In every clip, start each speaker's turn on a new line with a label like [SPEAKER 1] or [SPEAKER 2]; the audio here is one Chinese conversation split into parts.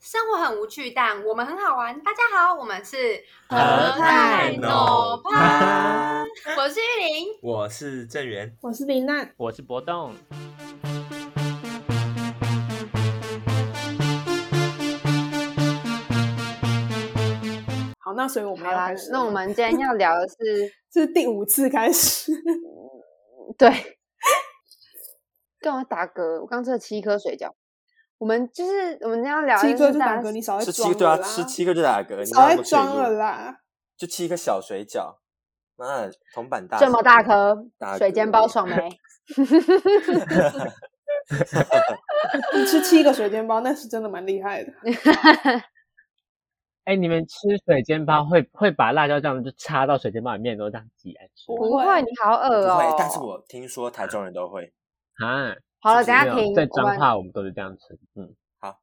[SPEAKER 1] 生活很无趣，但我们很好玩。大家好，我们是
[SPEAKER 2] 何
[SPEAKER 3] 泰
[SPEAKER 2] 诺
[SPEAKER 1] 潘，我是玉玲。
[SPEAKER 3] 我是郑源，
[SPEAKER 2] 我是林娜，
[SPEAKER 4] 我是博栋，
[SPEAKER 2] 好，那所以我们
[SPEAKER 5] 好
[SPEAKER 2] 要
[SPEAKER 5] 啦
[SPEAKER 2] 开始，，
[SPEAKER 5] 那我们今天要聊的是，
[SPEAKER 2] 这是第五次开始，
[SPEAKER 5] 对，干嘛打嗝？我刚吃了七颗水饺。我们就是我们今天要聊的
[SPEAKER 2] 七哥
[SPEAKER 5] 是
[SPEAKER 2] 就
[SPEAKER 5] 大
[SPEAKER 2] 打
[SPEAKER 5] 家
[SPEAKER 2] 嗝，你少在
[SPEAKER 3] 吃
[SPEAKER 2] 装
[SPEAKER 3] 七对
[SPEAKER 2] 了
[SPEAKER 3] 啊，
[SPEAKER 2] 啦，
[SPEAKER 3] 吃七个就打嗝，你
[SPEAKER 2] 少
[SPEAKER 3] 哪
[SPEAKER 2] 在
[SPEAKER 3] 有那么脆
[SPEAKER 2] 装
[SPEAKER 3] 弱
[SPEAKER 2] 了，啦。
[SPEAKER 3] 就七个小水饺，妈的，铜板大
[SPEAKER 5] 这么大
[SPEAKER 3] 颗，
[SPEAKER 5] 颗哦
[SPEAKER 3] 打嗝
[SPEAKER 5] 水煎包爽没？
[SPEAKER 2] 你嗯吃七个水煎包，那是真的蛮厉害的。
[SPEAKER 4] 哎、你们吃水煎包会会把辣椒酱就插到水煎包里面，然后这样挤来吃
[SPEAKER 2] 不
[SPEAKER 5] 不
[SPEAKER 2] 会
[SPEAKER 5] 会，你好
[SPEAKER 3] 不
[SPEAKER 5] 恶哦
[SPEAKER 3] 会。。但是我听说台中人都会。
[SPEAKER 4] 啊？
[SPEAKER 5] 好了，
[SPEAKER 3] 是
[SPEAKER 5] 等一下
[SPEAKER 4] 没有
[SPEAKER 5] 停。
[SPEAKER 4] 在
[SPEAKER 5] 我
[SPEAKER 4] 彰
[SPEAKER 5] 们
[SPEAKER 4] 化我们都是这样吃，嗯，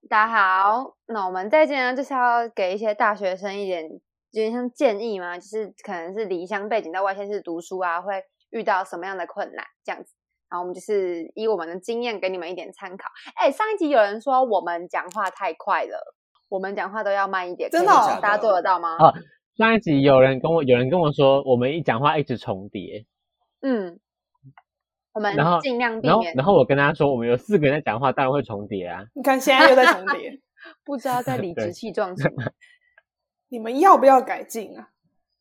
[SPEAKER 5] 大家好，那我们在今天就是要给一些大学生一点，有点像建议嘛，就是可能是离乡背景到外县市读书啊，会遇到什么样的困难这样子。然后我们就是以我们的经验给你们一点参考。哎，上一集有人说我们讲话太快了，我们讲话都要慢一点，
[SPEAKER 2] 真
[SPEAKER 5] 可以
[SPEAKER 2] 的哦
[SPEAKER 5] 吗大家做得到吗？
[SPEAKER 4] 哦上一集有人跟我有人跟我说，我们一讲话一直重叠，
[SPEAKER 5] 嗯，我们
[SPEAKER 4] 然后
[SPEAKER 5] 尽量避
[SPEAKER 4] 然后
[SPEAKER 5] 免，
[SPEAKER 4] 然后我跟他说我们有四个人在讲话，当然会重叠啊。
[SPEAKER 2] 你看现在又在重叠，
[SPEAKER 5] 不知道在理
[SPEAKER 4] 对
[SPEAKER 5] 直气壮什么。
[SPEAKER 2] 你们要不要改进啊？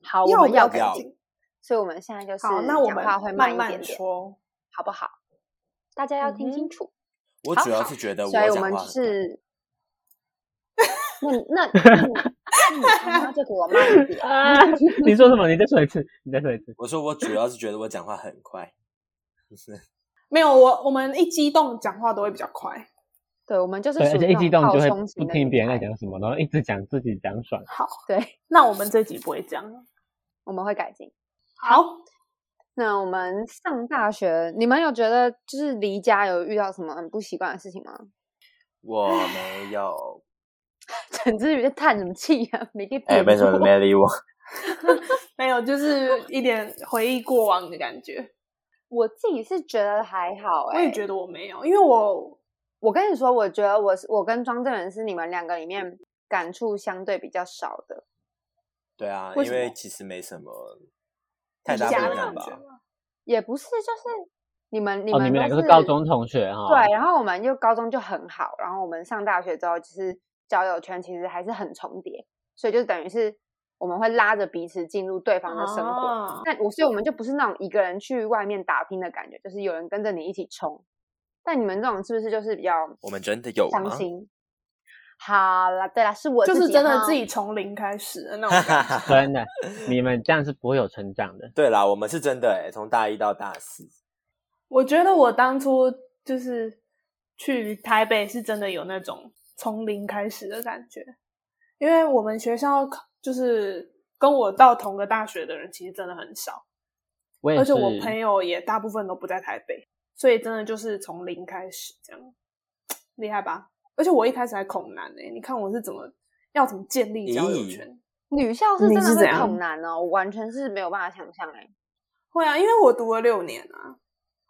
[SPEAKER 5] 好， 我们
[SPEAKER 2] 不要
[SPEAKER 5] 要
[SPEAKER 2] 改
[SPEAKER 5] 改
[SPEAKER 3] 要
[SPEAKER 5] 进，
[SPEAKER 2] 进？
[SPEAKER 5] 所以我们现在就是
[SPEAKER 2] 好，那我
[SPEAKER 5] 讲
[SPEAKER 2] 们
[SPEAKER 5] 话会
[SPEAKER 2] 慢
[SPEAKER 5] 一点
[SPEAKER 2] 慢
[SPEAKER 5] 点，
[SPEAKER 2] 说。
[SPEAKER 5] 好不好？大家要听
[SPEAKER 2] 嗯
[SPEAKER 5] 清楚。
[SPEAKER 3] 我
[SPEAKER 5] 好
[SPEAKER 3] 主要
[SPEAKER 5] 好
[SPEAKER 3] 是觉呃得我
[SPEAKER 5] 所以
[SPEAKER 3] 讲
[SPEAKER 5] 我
[SPEAKER 3] 话
[SPEAKER 5] 们就
[SPEAKER 3] 很
[SPEAKER 5] 是，那你那那你那你他妈就给我慢一 点。
[SPEAKER 4] 啊，你说什么？你再说一次，你再说一次。
[SPEAKER 3] 我说我主要是觉得我讲话很快，
[SPEAKER 2] 没有我，我们一激动讲话都会比较快。
[SPEAKER 5] 对，我们就是
[SPEAKER 4] 对，
[SPEAKER 5] 属
[SPEAKER 4] 而
[SPEAKER 5] 于
[SPEAKER 4] 且一
[SPEAKER 5] 那
[SPEAKER 4] 激
[SPEAKER 5] 种
[SPEAKER 4] 动
[SPEAKER 5] 好
[SPEAKER 4] 就会
[SPEAKER 5] 冲型
[SPEAKER 4] 不
[SPEAKER 5] 的
[SPEAKER 4] 听
[SPEAKER 5] 女
[SPEAKER 4] 别人在
[SPEAKER 5] 孩
[SPEAKER 4] 讲什么，然后一直讲自己讲爽。
[SPEAKER 2] 好，
[SPEAKER 5] 对，
[SPEAKER 2] 那我们这集不会这样。
[SPEAKER 5] 我们会改进。
[SPEAKER 2] 好，
[SPEAKER 5] 那我们上大学，你们有觉得就是离家有遇到什么很不习惯的事情吗？
[SPEAKER 3] 我没有，
[SPEAKER 5] 陈志宇在叹什么气呀、啊？没给
[SPEAKER 3] 哎，为什 么你没理我？
[SPEAKER 2] 没有，就是一点回忆过往的感觉。
[SPEAKER 5] 我自己是觉得还好、
[SPEAKER 2] 我
[SPEAKER 5] 哎，
[SPEAKER 2] 也觉得我没有，因为我
[SPEAKER 5] 我跟你说，我觉得我是我跟庄正仁是你们两个里面感触相对比较少的。
[SPEAKER 3] 对啊，
[SPEAKER 2] 为
[SPEAKER 3] 因
[SPEAKER 2] 什么
[SPEAKER 3] 为其实没什么太
[SPEAKER 2] 离
[SPEAKER 3] 大
[SPEAKER 2] 家
[SPEAKER 3] 不
[SPEAKER 2] 的
[SPEAKER 3] 一样
[SPEAKER 2] 感觉
[SPEAKER 3] 吧。
[SPEAKER 2] 嘛。
[SPEAKER 5] 也不是，就是你们你
[SPEAKER 4] 哦，
[SPEAKER 5] 们、
[SPEAKER 4] 你们两个是高中同学哈？
[SPEAKER 5] 对，，然后我们又高中就很好，然后我们上大学之后，就是交友圈其实还是很重叠，所以就等于是我们会拉着彼此进入对方的生活。
[SPEAKER 2] 啊
[SPEAKER 5] 那、我所以我们就不是那种一个人去外面打拼的感觉，就是有人跟着你一起冲。但你们这种是不是就是比较
[SPEAKER 3] 我们真的有
[SPEAKER 5] 伤
[SPEAKER 3] 吗？
[SPEAKER 5] 心？好啦，对啦，是我
[SPEAKER 2] 就是
[SPEAKER 5] 己
[SPEAKER 2] 真的
[SPEAKER 5] 哈
[SPEAKER 2] 自己从零开始的那种感觉。
[SPEAKER 4] 真的，你们这样是不会有成长的。
[SPEAKER 3] 对啦，我们是真的哎，从大一到大四，
[SPEAKER 2] 我觉得我当初就是去台北是真的有那种从零开始的感觉，因为我们学校就是跟我到同个大学的人其实真的很少，
[SPEAKER 4] 我也
[SPEAKER 2] 而
[SPEAKER 4] 是，
[SPEAKER 2] 且我朋友也大部分都不在台北，所以真的就是从零开始这样，厉害吧？而且我一开始还恐男呢、你看我是怎么要怎么建立交友
[SPEAKER 3] 咦
[SPEAKER 2] 圈？
[SPEAKER 5] 女校是
[SPEAKER 2] 你
[SPEAKER 5] 真
[SPEAKER 2] 是
[SPEAKER 5] 的
[SPEAKER 2] 怎
[SPEAKER 5] 会
[SPEAKER 2] 样
[SPEAKER 5] 恐难哦，我完全是没有办法想象哎、
[SPEAKER 2] 会啊，因为我读了六年啊，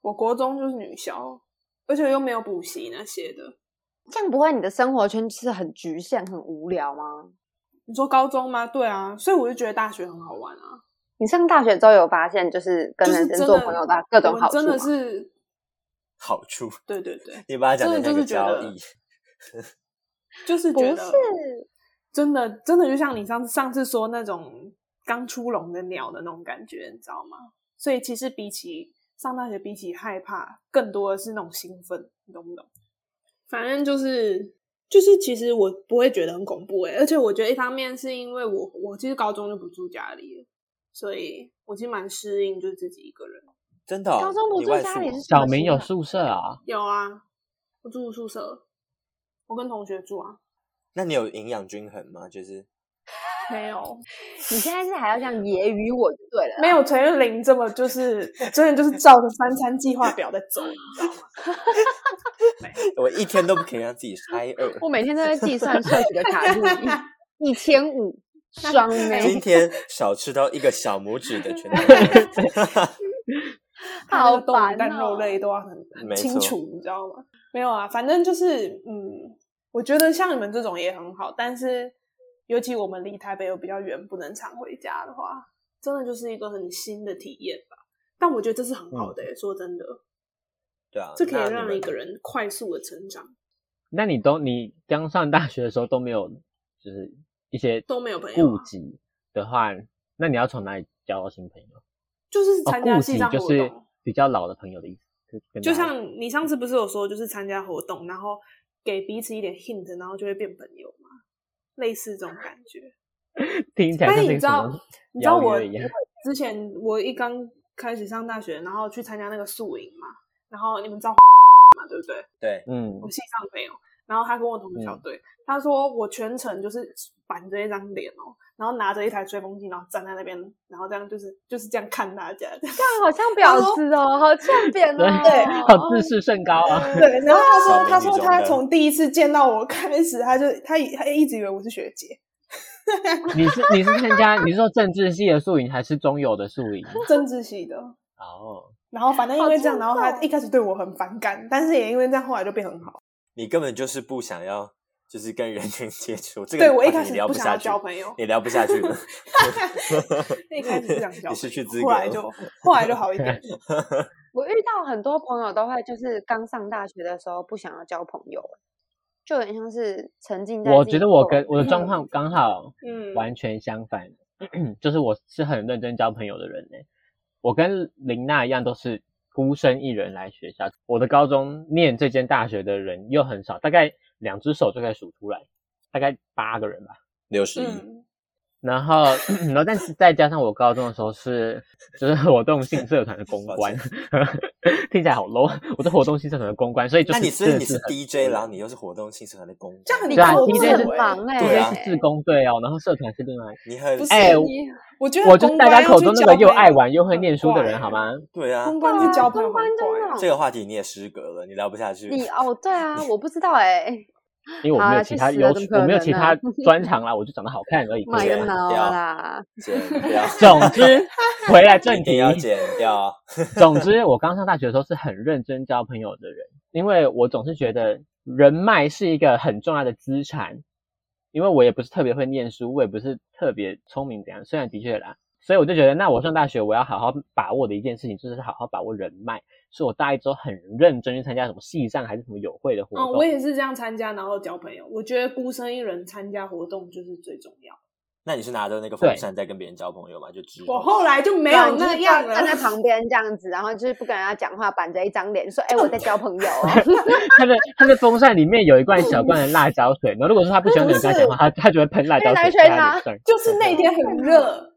[SPEAKER 2] 我国中就是女校，而且又没有补习那些的。
[SPEAKER 5] 这样不会你的生活圈就是很局限、很无聊吗？
[SPEAKER 2] 你说高中吗？对啊，所以我就觉得大学很好玩啊，
[SPEAKER 5] 你上大学之后有发现，就是跟
[SPEAKER 2] 就是
[SPEAKER 5] 男
[SPEAKER 2] 真
[SPEAKER 5] 生
[SPEAKER 2] 的
[SPEAKER 5] 做朋友的啊各种好
[SPEAKER 2] 我
[SPEAKER 5] 处吗
[SPEAKER 2] 真的是，
[SPEAKER 3] 好处，
[SPEAKER 2] 对对对，
[SPEAKER 3] 你把它讲
[SPEAKER 2] 真的
[SPEAKER 3] 成那
[SPEAKER 2] 就
[SPEAKER 3] 个
[SPEAKER 2] 是觉
[SPEAKER 3] 交
[SPEAKER 2] 得
[SPEAKER 3] 易，
[SPEAKER 2] 就是
[SPEAKER 5] 不
[SPEAKER 2] 觉
[SPEAKER 5] 是
[SPEAKER 2] 得真的真的就像你上次上次说那种刚出笼的鸟的那种感觉，你知道吗？所以其实比起上大学，比起害怕，更多的是那种兴奋，你懂不懂？反正就是就是，其实我不会觉得很恐怖诶、欸而且我觉得一方面是因为我我其实高中就不住家里了，所以我其实蛮适应就是自己一个人。
[SPEAKER 3] 真的哦。
[SPEAKER 5] 高中不
[SPEAKER 3] 你
[SPEAKER 5] 住
[SPEAKER 3] 外
[SPEAKER 5] 家
[SPEAKER 3] 宿
[SPEAKER 5] 里
[SPEAKER 3] 哦
[SPEAKER 5] 是什么
[SPEAKER 4] 小明有
[SPEAKER 5] 习惯
[SPEAKER 4] 宿舍啊？
[SPEAKER 2] 有啊，我住宿舍，我跟同学住啊。
[SPEAKER 3] 那你有营养均衡吗？就是
[SPEAKER 2] 没有，
[SPEAKER 5] 你现在是还要这样揶揄我就对了啦，
[SPEAKER 2] 没有陈玉玲这么就是，真的就是照着三餐计划表在走，你知道吗？
[SPEAKER 3] 我一天都不可以让自己挨饿。
[SPEAKER 5] 我每天都在计算摄取的卡路里， 哎一千五，双
[SPEAKER 3] 今
[SPEAKER 5] 倍，
[SPEAKER 3] 天少吃到一个小拇指的 全糖，
[SPEAKER 2] 他啊那
[SPEAKER 5] 好
[SPEAKER 2] 个豆乳
[SPEAKER 5] 烦
[SPEAKER 2] 蛋肉
[SPEAKER 5] 哦。
[SPEAKER 2] 类都要很很
[SPEAKER 3] 没
[SPEAKER 2] 清
[SPEAKER 3] 错
[SPEAKER 2] 楚，你知道吗？没有啊，反正就是嗯，我觉得像你们这种也很好，但是尤其我们离台北又比较远，不能常回家的话，真的就是一个很新的体验吧。但我觉得这是很好的、欸，说真的，
[SPEAKER 3] 对啊，
[SPEAKER 2] 这可
[SPEAKER 3] 嗯那
[SPEAKER 2] 以
[SPEAKER 3] 你
[SPEAKER 2] 让
[SPEAKER 3] 们
[SPEAKER 2] 一个人快速的成长。
[SPEAKER 4] 那你都你刚上大学的时候都没有，就是一些
[SPEAKER 2] 都没有朋友啊
[SPEAKER 4] 顾忌的话，那你要从哪里交到新朋友？
[SPEAKER 2] 就是
[SPEAKER 4] 哦
[SPEAKER 2] 参，加
[SPEAKER 4] 顾
[SPEAKER 2] 西
[SPEAKER 4] 忌
[SPEAKER 2] 藏活
[SPEAKER 4] 就
[SPEAKER 2] 动，
[SPEAKER 4] 是比较老的朋友的意思，跟跟
[SPEAKER 2] 就
[SPEAKER 4] 大家
[SPEAKER 2] 像你上次不是有说，就是参加活动，然后给彼此一点 hint，然后就会变朋友嘛，类似这种感觉。
[SPEAKER 4] 听起来
[SPEAKER 2] 但
[SPEAKER 4] 啊像
[SPEAKER 2] 是哎
[SPEAKER 4] 是
[SPEAKER 2] 你
[SPEAKER 4] 一
[SPEAKER 2] 知
[SPEAKER 4] 种
[SPEAKER 2] 道，你知道
[SPEAKER 4] 邀
[SPEAKER 2] 我
[SPEAKER 4] 约一样
[SPEAKER 2] 我之前我一刚开始上大学，然后去参加那个宿营嘛，然后你们知道嘛，对不对？
[SPEAKER 3] 对，
[SPEAKER 4] 嗯
[SPEAKER 2] 我系上朋友，然后他跟我同校队，他说我全程就是板着一张脸哦，然后拿着一台吹风机，然后站在那边，然后这样就是就是这样看大家，这样
[SPEAKER 5] 这啊样好像婊子哦，好欠扁哦，
[SPEAKER 4] 对，好自视甚高啊！
[SPEAKER 2] 对， 然后他说，他
[SPEAKER 3] 少
[SPEAKER 2] 说
[SPEAKER 3] 女
[SPEAKER 2] 他
[SPEAKER 3] 中的
[SPEAKER 2] 从第一次见到我开始，他就他以他一直以为我是学姐，
[SPEAKER 4] 你是你是参加你是说政治系的宿营还是中友 的宿营？
[SPEAKER 2] 政治系的。
[SPEAKER 4] 哦，
[SPEAKER 2] 然后反正因为这样，
[SPEAKER 5] 好欠揍
[SPEAKER 2] 然后他一开始对我很反感，但是也因为这样，后来就变很好。
[SPEAKER 3] 你根本就是不想要，就是跟人群接触。这个
[SPEAKER 2] 对我一
[SPEAKER 3] 话
[SPEAKER 2] 开
[SPEAKER 3] 题
[SPEAKER 2] 始
[SPEAKER 3] 你聊
[SPEAKER 2] 不
[SPEAKER 3] 不
[SPEAKER 2] 想
[SPEAKER 3] 下
[SPEAKER 2] 要
[SPEAKER 3] 去
[SPEAKER 2] 交，朋 友，
[SPEAKER 3] 你聊不下去 了。
[SPEAKER 2] 一开始不想交朋友，
[SPEAKER 3] 你失去资格
[SPEAKER 2] 后来就后来就好一 点。
[SPEAKER 5] 我遇到很多朋友都会，就是刚上大学的时候不想要交朋友，就很像是沉浸在。
[SPEAKER 4] 我觉得我跟我的状况 刚好
[SPEAKER 2] 嗯，
[SPEAKER 4] 完全相反， 就是我是很认真交朋友的人呢、我跟林娜一样，都是孤身一人来学校。我的高中念这间大学的人又很少，大概两只手就可以数出来，大概八个人吧。
[SPEAKER 3] 六十一，
[SPEAKER 2] 嗯，
[SPEAKER 4] 然后，然后，但是再加上我高中的时候是，就是活动性社团的公关， 听起来好 low。我啊是活动性社团的公关，所以就是
[SPEAKER 3] 那你所以
[SPEAKER 4] 真
[SPEAKER 3] 你
[SPEAKER 4] 的
[SPEAKER 3] 是
[SPEAKER 4] 很
[SPEAKER 3] DJ，然后你又是活动性社团的工作，
[SPEAKER 2] 这哦样很欸
[SPEAKER 5] 你工
[SPEAKER 4] 对啊，DJ
[SPEAKER 5] 作
[SPEAKER 4] 是
[SPEAKER 5] 很忙哎、
[SPEAKER 3] 对啊
[SPEAKER 4] 是自工队哦，然后社团是另外一个。
[SPEAKER 3] 你很
[SPEAKER 2] 不是
[SPEAKER 4] 哎
[SPEAKER 2] 你我觉得
[SPEAKER 4] 我就是大家口中那个又爱
[SPEAKER 2] 玩
[SPEAKER 4] 玩又会念书的人，好？吗？
[SPEAKER 3] 对啊，
[SPEAKER 2] 公关去交朋友啊
[SPEAKER 5] 公关
[SPEAKER 2] 很
[SPEAKER 5] 真
[SPEAKER 2] 怪
[SPEAKER 5] 的
[SPEAKER 3] 这个话题你也失格了，你聊不下去。
[SPEAKER 5] 你哦，对 啊，我不知道哎、
[SPEAKER 4] 因为我
[SPEAKER 5] 好
[SPEAKER 4] 没有
[SPEAKER 5] 啦
[SPEAKER 4] 其
[SPEAKER 5] 去
[SPEAKER 4] 他
[SPEAKER 5] 死了
[SPEAKER 4] 优
[SPEAKER 5] 怎
[SPEAKER 4] 势
[SPEAKER 5] 么，可
[SPEAKER 4] 我没有
[SPEAKER 5] 能
[SPEAKER 4] 其
[SPEAKER 5] 呢
[SPEAKER 4] 他 专长啦，我就长得好看而已。
[SPEAKER 5] 妈
[SPEAKER 4] 各
[SPEAKER 5] 呀
[SPEAKER 4] 位
[SPEAKER 5] 脑
[SPEAKER 3] 掉
[SPEAKER 5] 啦！
[SPEAKER 3] 剪掉，
[SPEAKER 4] 总 之，回来正
[SPEAKER 3] 一定
[SPEAKER 4] 题，
[SPEAKER 3] 要剪掉。
[SPEAKER 4] 总之，我刚上大学的时候是很认真交朋友的人，因为我总是觉得人脉是一个很重要的资产。因为我也不是特别会念书，我也不是特别聪明怎样，虽然的确啦，所以我就觉得，那我上大学我要好好把握的一件事情就是好好把握人脉。所以我大一之后很认真去参加什么系上还是什么友会的活
[SPEAKER 2] 嗯，
[SPEAKER 5] 哦
[SPEAKER 4] 动，
[SPEAKER 2] 我也是这样参加，然后交朋友。我觉得孤身一人参加活动就是最重要。
[SPEAKER 3] 那你是拿着那个风
[SPEAKER 4] 对
[SPEAKER 3] 扇在跟别人交朋友吗？就
[SPEAKER 4] 嗯
[SPEAKER 3] 之
[SPEAKER 2] 我
[SPEAKER 3] 后
[SPEAKER 2] 后来就没
[SPEAKER 5] 对啊
[SPEAKER 2] 有
[SPEAKER 5] 你就
[SPEAKER 2] 那
[SPEAKER 5] 是
[SPEAKER 2] 样
[SPEAKER 5] 站
[SPEAKER 2] 了，
[SPEAKER 5] 站在旁边这样子，然后就是不跟人家讲话，板着一张脸说：“哎、我在交朋友、哦。
[SPEAKER 4] 他的他的风扇里面有一罐小罐的辣椒水，然后如果说他不喜欢有人跟他讲话，他他就会喷辣椒水在他脸上。
[SPEAKER 2] 就是那天很热，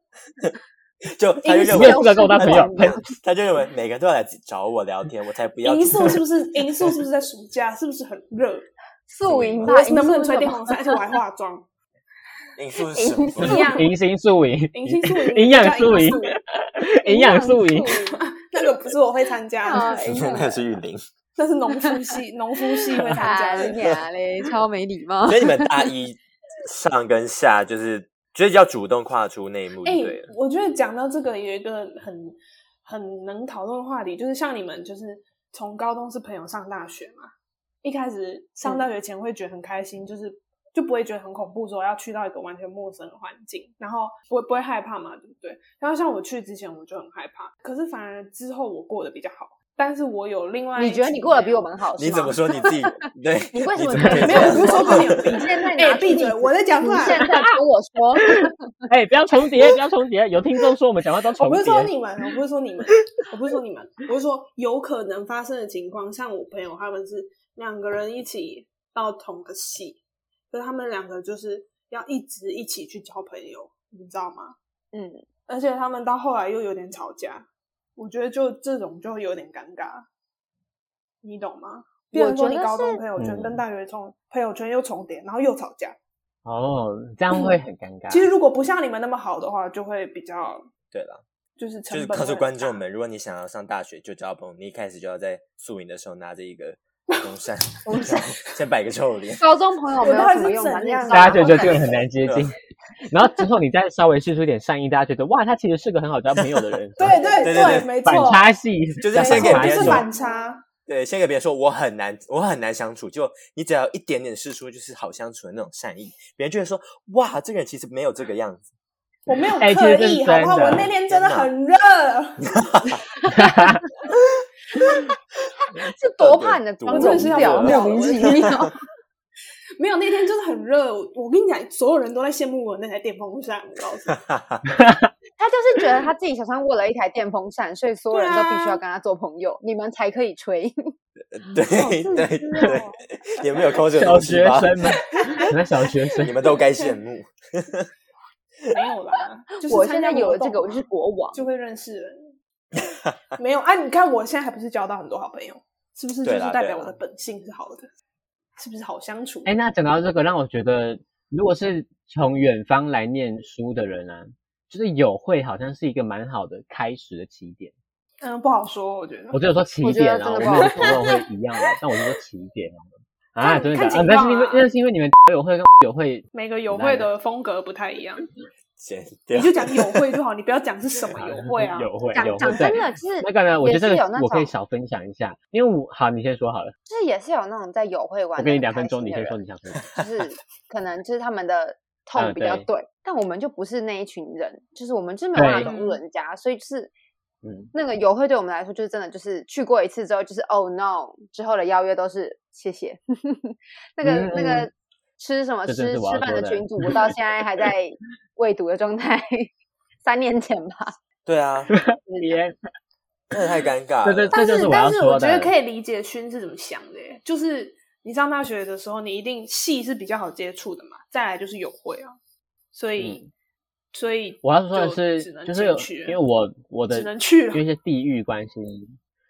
[SPEAKER 3] 就他就
[SPEAKER 2] 因
[SPEAKER 3] 认
[SPEAKER 4] 你
[SPEAKER 3] 为
[SPEAKER 4] 有资格跟我当朋友？
[SPEAKER 3] 他他就认为每个人都要来找我聊天，我才不要。
[SPEAKER 2] 银素是不是银素是不是在暑假是不是很热？
[SPEAKER 5] 宿营吧
[SPEAKER 2] 我，
[SPEAKER 5] 营
[SPEAKER 2] 能不能
[SPEAKER 5] 宿
[SPEAKER 2] 吹
[SPEAKER 5] 什
[SPEAKER 2] 电
[SPEAKER 5] 么
[SPEAKER 2] 风扇？而且我还化妆，
[SPEAKER 3] 因素是什么？
[SPEAKER 2] 营养
[SPEAKER 4] 银杏树影，
[SPEAKER 2] 银杏素营
[SPEAKER 4] 营养素
[SPEAKER 2] 营
[SPEAKER 4] 营，营养素营，
[SPEAKER 2] 那个不是我会参加
[SPEAKER 3] 哦
[SPEAKER 5] 啊
[SPEAKER 2] 的，
[SPEAKER 5] 营养
[SPEAKER 3] 那是玉林。
[SPEAKER 2] 那是农夫系农夫系会参加
[SPEAKER 5] 啊，
[SPEAKER 2] 的。
[SPEAKER 5] 你啊嘞， 超没礼貌
[SPEAKER 3] 所。以你们大一上跟下就是就是要主动跨出那一步就
[SPEAKER 2] 哎
[SPEAKER 3] 对了。，
[SPEAKER 2] 我觉得讲到这个有一个很很能讨论的话题，就是像你们就是从高中是朋友上大学嘛，一开始
[SPEAKER 5] 嗯
[SPEAKER 2] 上大学前会觉得很开心，就是就不会觉得很恐怖，说要去到一个完全陌生的环境，然后不会不会害怕嘛，对不对？然后像我去之前我就很害怕，可是反而之后我过得比较好，但是我有另外
[SPEAKER 5] 你
[SPEAKER 2] 一
[SPEAKER 5] 觉得
[SPEAKER 2] 群
[SPEAKER 5] 你过得比
[SPEAKER 2] 人
[SPEAKER 5] 我们好？是
[SPEAKER 3] 你怎
[SPEAKER 5] 吗
[SPEAKER 3] 么？说你自己？对，
[SPEAKER 5] 你为什么
[SPEAKER 3] 怎么可以
[SPEAKER 5] 觉得
[SPEAKER 3] 这
[SPEAKER 2] 没有？我
[SPEAKER 3] 样
[SPEAKER 2] 不是说跟你们比
[SPEAKER 5] 你现在拿
[SPEAKER 2] 哎，
[SPEAKER 5] 出
[SPEAKER 2] 闭
[SPEAKER 5] 你
[SPEAKER 2] 嘴！我在讲
[SPEAKER 5] 你
[SPEAKER 2] 话。
[SPEAKER 5] 现在跟我 说，
[SPEAKER 4] 哎，不要重叠，不要重叠。有听众说我们讲话都
[SPEAKER 2] 我
[SPEAKER 4] 重
[SPEAKER 2] 不是说
[SPEAKER 4] 叠，
[SPEAKER 2] 你们，我不是说你们，我不是说你们，我是说有可能发生的情况。像我朋友他们是两个人一起到同个系，可是他们两个就是要一直一起去交朋友，你知道吗？
[SPEAKER 5] 嗯，
[SPEAKER 2] 而且他们到后来又有点吵架，我觉得就这种就会有点尴尬，你懂吗？比如说你
[SPEAKER 5] 我觉得是
[SPEAKER 2] 高中朋友圈
[SPEAKER 4] 嗯
[SPEAKER 2] 跟大学重朋友圈又重叠，然后又吵架。
[SPEAKER 4] 哦，这样会很尴
[SPEAKER 2] 其
[SPEAKER 4] 尬。
[SPEAKER 2] 实如果不像你们那么好的话，就会比较
[SPEAKER 3] 对了，
[SPEAKER 2] 就是成
[SPEAKER 3] 就是
[SPEAKER 2] 本
[SPEAKER 3] 告诉
[SPEAKER 2] 会很
[SPEAKER 3] 观
[SPEAKER 2] 大
[SPEAKER 3] 众们，如果你想要上大学就交朋友，你一开始就要在宿营的时候拿着一个风 扇，
[SPEAKER 5] 风扇
[SPEAKER 3] 然后 先摆个臭脸。
[SPEAKER 5] 高中朋友没有什么用，
[SPEAKER 2] 我到底是
[SPEAKER 5] 反
[SPEAKER 2] 怎
[SPEAKER 5] 正
[SPEAKER 2] 样
[SPEAKER 4] 大家
[SPEAKER 5] 就
[SPEAKER 4] 就觉得这个人很难接近， 然后之后你再稍微试出一点善意，大家觉得哇，他其实是个很好交朋友的人。
[SPEAKER 2] 对对
[SPEAKER 3] 对对对
[SPEAKER 2] 没错，
[SPEAKER 4] 反差系
[SPEAKER 3] 就是
[SPEAKER 2] 没
[SPEAKER 3] 先
[SPEAKER 2] 错，
[SPEAKER 3] 给
[SPEAKER 2] 就
[SPEAKER 3] 别人
[SPEAKER 2] 是
[SPEAKER 3] 有
[SPEAKER 2] 反差，
[SPEAKER 3] 对，先给别人说我很难，我很难相处。就你只要一点点试出就是好相处的那种善意，别人就会说哇，这个人其实没有这个样子。
[SPEAKER 2] 我没有
[SPEAKER 4] 哎
[SPEAKER 2] 刻
[SPEAKER 4] 其实
[SPEAKER 2] 意，
[SPEAKER 4] 是真
[SPEAKER 2] 好
[SPEAKER 4] 的
[SPEAKER 2] 不好？我那天真的很热，
[SPEAKER 5] 是
[SPEAKER 4] 呃
[SPEAKER 5] 多怕你的妆
[SPEAKER 2] 我
[SPEAKER 5] 容
[SPEAKER 2] 真的是要
[SPEAKER 5] 掉
[SPEAKER 2] 疯
[SPEAKER 5] 掉
[SPEAKER 2] 掉
[SPEAKER 5] 我
[SPEAKER 2] 我
[SPEAKER 5] 的
[SPEAKER 2] 真
[SPEAKER 5] 天
[SPEAKER 2] 的
[SPEAKER 5] 啊
[SPEAKER 2] 没有那天真的很热。我我跟你讲，所有人都在羡慕我那台电风扇，我告诉你。
[SPEAKER 5] 他就是觉得他自己手上握了一台电风扇，所以所有人都必须要
[SPEAKER 2] 对啊
[SPEAKER 5] 跟他做朋友，你们才可以吹。嗯
[SPEAKER 3] 对
[SPEAKER 5] 哦
[SPEAKER 3] 对对，
[SPEAKER 2] 哦
[SPEAKER 3] 你们有口水
[SPEAKER 4] 小
[SPEAKER 3] 东西
[SPEAKER 4] 学
[SPEAKER 3] 吧？
[SPEAKER 4] 生们，你们小学生
[SPEAKER 3] 你，们都该羡慕。
[SPEAKER 2] 没有啦，就是
[SPEAKER 5] 我
[SPEAKER 2] 参
[SPEAKER 5] 现
[SPEAKER 2] 加
[SPEAKER 5] 在有了
[SPEAKER 2] 活动
[SPEAKER 5] 这个，我就是
[SPEAKER 2] 嘛
[SPEAKER 5] 国王。
[SPEAKER 2] 就会认识人。没有啊，你看我现在还不是交到很多好朋友，是不是就
[SPEAKER 3] 对
[SPEAKER 2] 是
[SPEAKER 3] 啦
[SPEAKER 2] 代
[SPEAKER 3] 对
[SPEAKER 2] 表我
[SPEAKER 3] 啦
[SPEAKER 2] 的本性是好的？是不是好相处？
[SPEAKER 4] 哎，那讲到这个，让我觉得，如果是从远方来念书的人啊，就是友会好像是一个蛮好的开始的起点。
[SPEAKER 2] 嗯，不好说，我觉得
[SPEAKER 4] 我。只有说起
[SPEAKER 5] 我觉得
[SPEAKER 4] 点啊，
[SPEAKER 5] 真
[SPEAKER 4] 我
[SPEAKER 5] 的
[SPEAKER 4] 没
[SPEAKER 5] 不
[SPEAKER 4] 有
[SPEAKER 5] 好
[SPEAKER 4] 说我会一样的，但我是说起点啊。啊，
[SPEAKER 2] 看
[SPEAKER 4] 真的假
[SPEAKER 2] 看
[SPEAKER 4] 的？啊
[SPEAKER 2] 情况
[SPEAKER 4] 那是因为
[SPEAKER 2] 啊
[SPEAKER 4] 那是因为你们友会跟友会
[SPEAKER 2] 每个友会的风格不太一样，
[SPEAKER 3] 剪掉
[SPEAKER 2] 你就讲友会就好，你不要讲是 什么友会啊。
[SPEAKER 4] 友会
[SPEAKER 5] 讲
[SPEAKER 4] 友
[SPEAKER 5] 讲
[SPEAKER 4] 会对
[SPEAKER 5] 真。的，就是
[SPEAKER 4] 那个呢，我
[SPEAKER 5] 也
[SPEAKER 4] 觉得
[SPEAKER 5] 是
[SPEAKER 4] 这
[SPEAKER 5] 有
[SPEAKER 4] 个
[SPEAKER 5] 那
[SPEAKER 4] 我可以
[SPEAKER 5] 种，
[SPEAKER 4] 少分享一下，因为我好，你先说好了，
[SPEAKER 5] 就是也是有那种在友会玩。
[SPEAKER 4] 我给你两分钟，你先说，你 想说。
[SPEAKER 5] 就是可能就是他们的痛
[SPEAKER 4] 嗯
[SPEAKER 5] 比较
[SPEAKER 4] 对
[SPEAKER 5] 对，但我们就不是那一群人，就是我们就是没有办法
[SPEAKER 4] 对
[SPEAKER 5] 融入人家，所以就是。
[SPEAKER 3] 嗯
[SPEAKER 5] 那个友会对我们来说，就是真的，就是去过一次之后，就是 oh no，之后的邀约都是谢谢。那个、那
[SPEAKER 4] 嗯
[SPEAKER 5] 个吃什么
[SPEAKER 4] 这正
[SPEAKER 5] 吃
[SPEAKER 4] 是我
[SPEAKER 5] 吃
[SPEAKER 4] 要
[SPEAKER 5] 饭
[SPEAKER 4] 说
[SPEAKER 5] 的
[SPEAKER 4] 的
[SPEAKER 5] 群组，我到现在还在未读的状态，三年前吧。
[SPEAKER 3] 对啊，
[SPEAKER 4] 别，
[SPEAKER 3] 真的太尴尬
[SPEAKER 4] 对对
[SPEAKER 3] 了。
[SPEAKER 4] 对
[SPEAKER 2] 但
[SPEAKER 4] 这就是我要
[SPEAKER 2] 但是
[SPEAKER 4] 说
[SPEAKER 2] 我觉得
[SPEAKER 4] 的
[SPEAKER 2] 可以理解勋是怎么想的耶，就是你上大学的时候，你一定系是比较好接触的嘛，再来就是友会啊，所以、所以
[SPEAKER 4] 嗯我要说的
[SPEAKER 2] 就是只，能
[SPEAKER 4] 就
[SPEAKER 2] 进
[SPEAKER 4] 是有
[SPEAKER 2] 去了
[SPEAKER 4] 因为我我的
[SPEAKER 2] 只能去了
[SPEAKER 4] 因为是地域关系，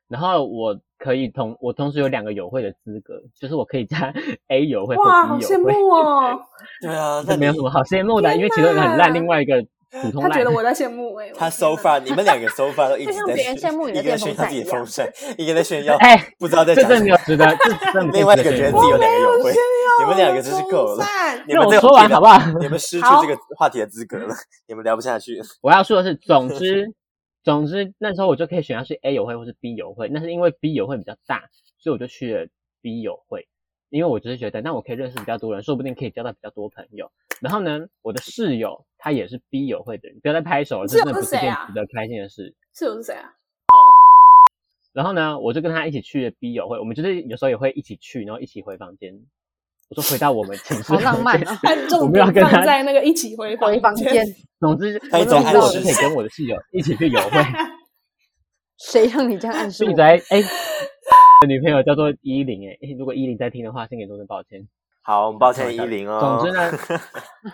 [SPEAKER 4] 然后我可以同我同时有两个友会的资格，就是我可以加 A 友会或
[SPEAKER 2] 哇，好
[SPEAKER 4] B
[SPEAKER 2] 羡
[SPEAKER 4] 友会，
[SPEAKER 2] 慕 哦！
[SPEAKER 3] 对啊，那
[SPEAKER 4] 这没有
[SPEAKER 3] 你
[SPEAKER 4] 什么好羡慕的，因为其中一个很烂，另外一个普通
[SPEAKER 2] 他
[SPEAKER 4] 烂
[SPEAKER 2] 觉。得我在羡慕哎、我
[SPEAKER 3] 他
[SPEAKER 2] 的
[SPEAKER 3] so
[SPEAKER 2] 天哪
[SPEAKER 3] far，你们两个 so far 都一直
[SPEAKER 5] 就像
[SPEAKER 3] 在
[SPEAKER 5] 别人
[SPEAKER 3] 炫
[SPEAKER 5] 羡慕你的
[SPEAKER 3] 一个在
[SPEAKER 5] 电风
[SPEAKER 3] 炫耀自
[SPEAKER 5] 扇
[SPEAKER 3] 己
[SPEAKER 5] 一样
[SPEAKER 3] 的风扇，一个在炫耀，
[SPEAKER 4] 哎，
[SPEAKER 3] 不知道在
[SPEAKER 4] 这
[SPEAKER 3] 讲什
[SPEAKER 4] 真
[SPEAKER 3] 么
[SPEAKER 4] 没有。值得，这真没有值得。
[SPEAKER 3] 另外一个觉得自己有两个友会，你们两个真是够
[SPEAKER 2] 我没
[SPEAKER 3] 了
[SPEAKER 2] 有。羡慕
[SPEAKER 3] 你们
[SPEAKER 4] 让我
[SPEAKER 3] 这个
[SPEAKER 4] 说完
[SPEAKER 3] 题的
[SPEAKER 4] 好不好
[SPEAKER 3] 你们失去
[SPEAKER 2] 好
[SPEAKER 3] 这个话题的资格了，你们聊不下去了。
[SPEAKER 4] 我要说的是， 总之，总之那时候我就可以选要去 A 友会或是 B 友会，那是因为 B 友会比较大，所以我就去了 B 友会，因为我只是觉得，那我可以认识比较多人，说不定可以交到比较多朋友。然后呢，我的室友他也是 B 友会的人，不要再拍手了，
[SPEAKER 2] 你
[SPEAKER 4] 这
[SPEAKER 2] 室友
[SPEAKER 4] 真的不
[SPEAKER 2] 是
[SPEAKER 4] 是一
[SPEAKER 2] 谁
[SPEAKER 4] 件
[SPEAKER 2] 啊
[SPEAKER 4] 值得开心的事。
[SPEAKER 2] 室友是谁 啊？
[SPEAKER 4] 然后呢，我就跟他一起去了 B 友会，我们就是有时候也会一起去，然后一起回房间。我说回到我们寝室，
[SPEAKER 5] 好浪漫啊！
[SPEAKER 2] 按
[SPEAKER 4] 我
[SPEAKER 2] 重
[SPEAKER 4] 没有
[SPEAKER 2] 点
[SPEAKER 4] 跟他
[SPEAKER 2] 放在那个一起回
[SPEAKER 5] 回房间
[SPEAKER 2] 间。，
[SPEAKER 4] 总之，
[SPEAKER 3] 他一
[SPEAKER 4] 我
[SPEAKER 3] 直
[SPEAKER 4] 总之
[SPEAKER 3] 暗
[SPEAKER 4] 我
[SPEAKER 3] 示
[SPEAKER 4] 就可以跟我的室友一起去友会。
[SPEAKER 5] 谁让你这样暗示
[SPEAKER 4] 闭
[SPEAKER 5] 我？
[SPEAKER 4] 嘴！哎、的女朋友叫做依林哎、哎如果依林在听的话，先给说声抱歉。
[SPEAKER 3] 好，我们抱歉依林哦。
[SPEAKER 4] 总之呢，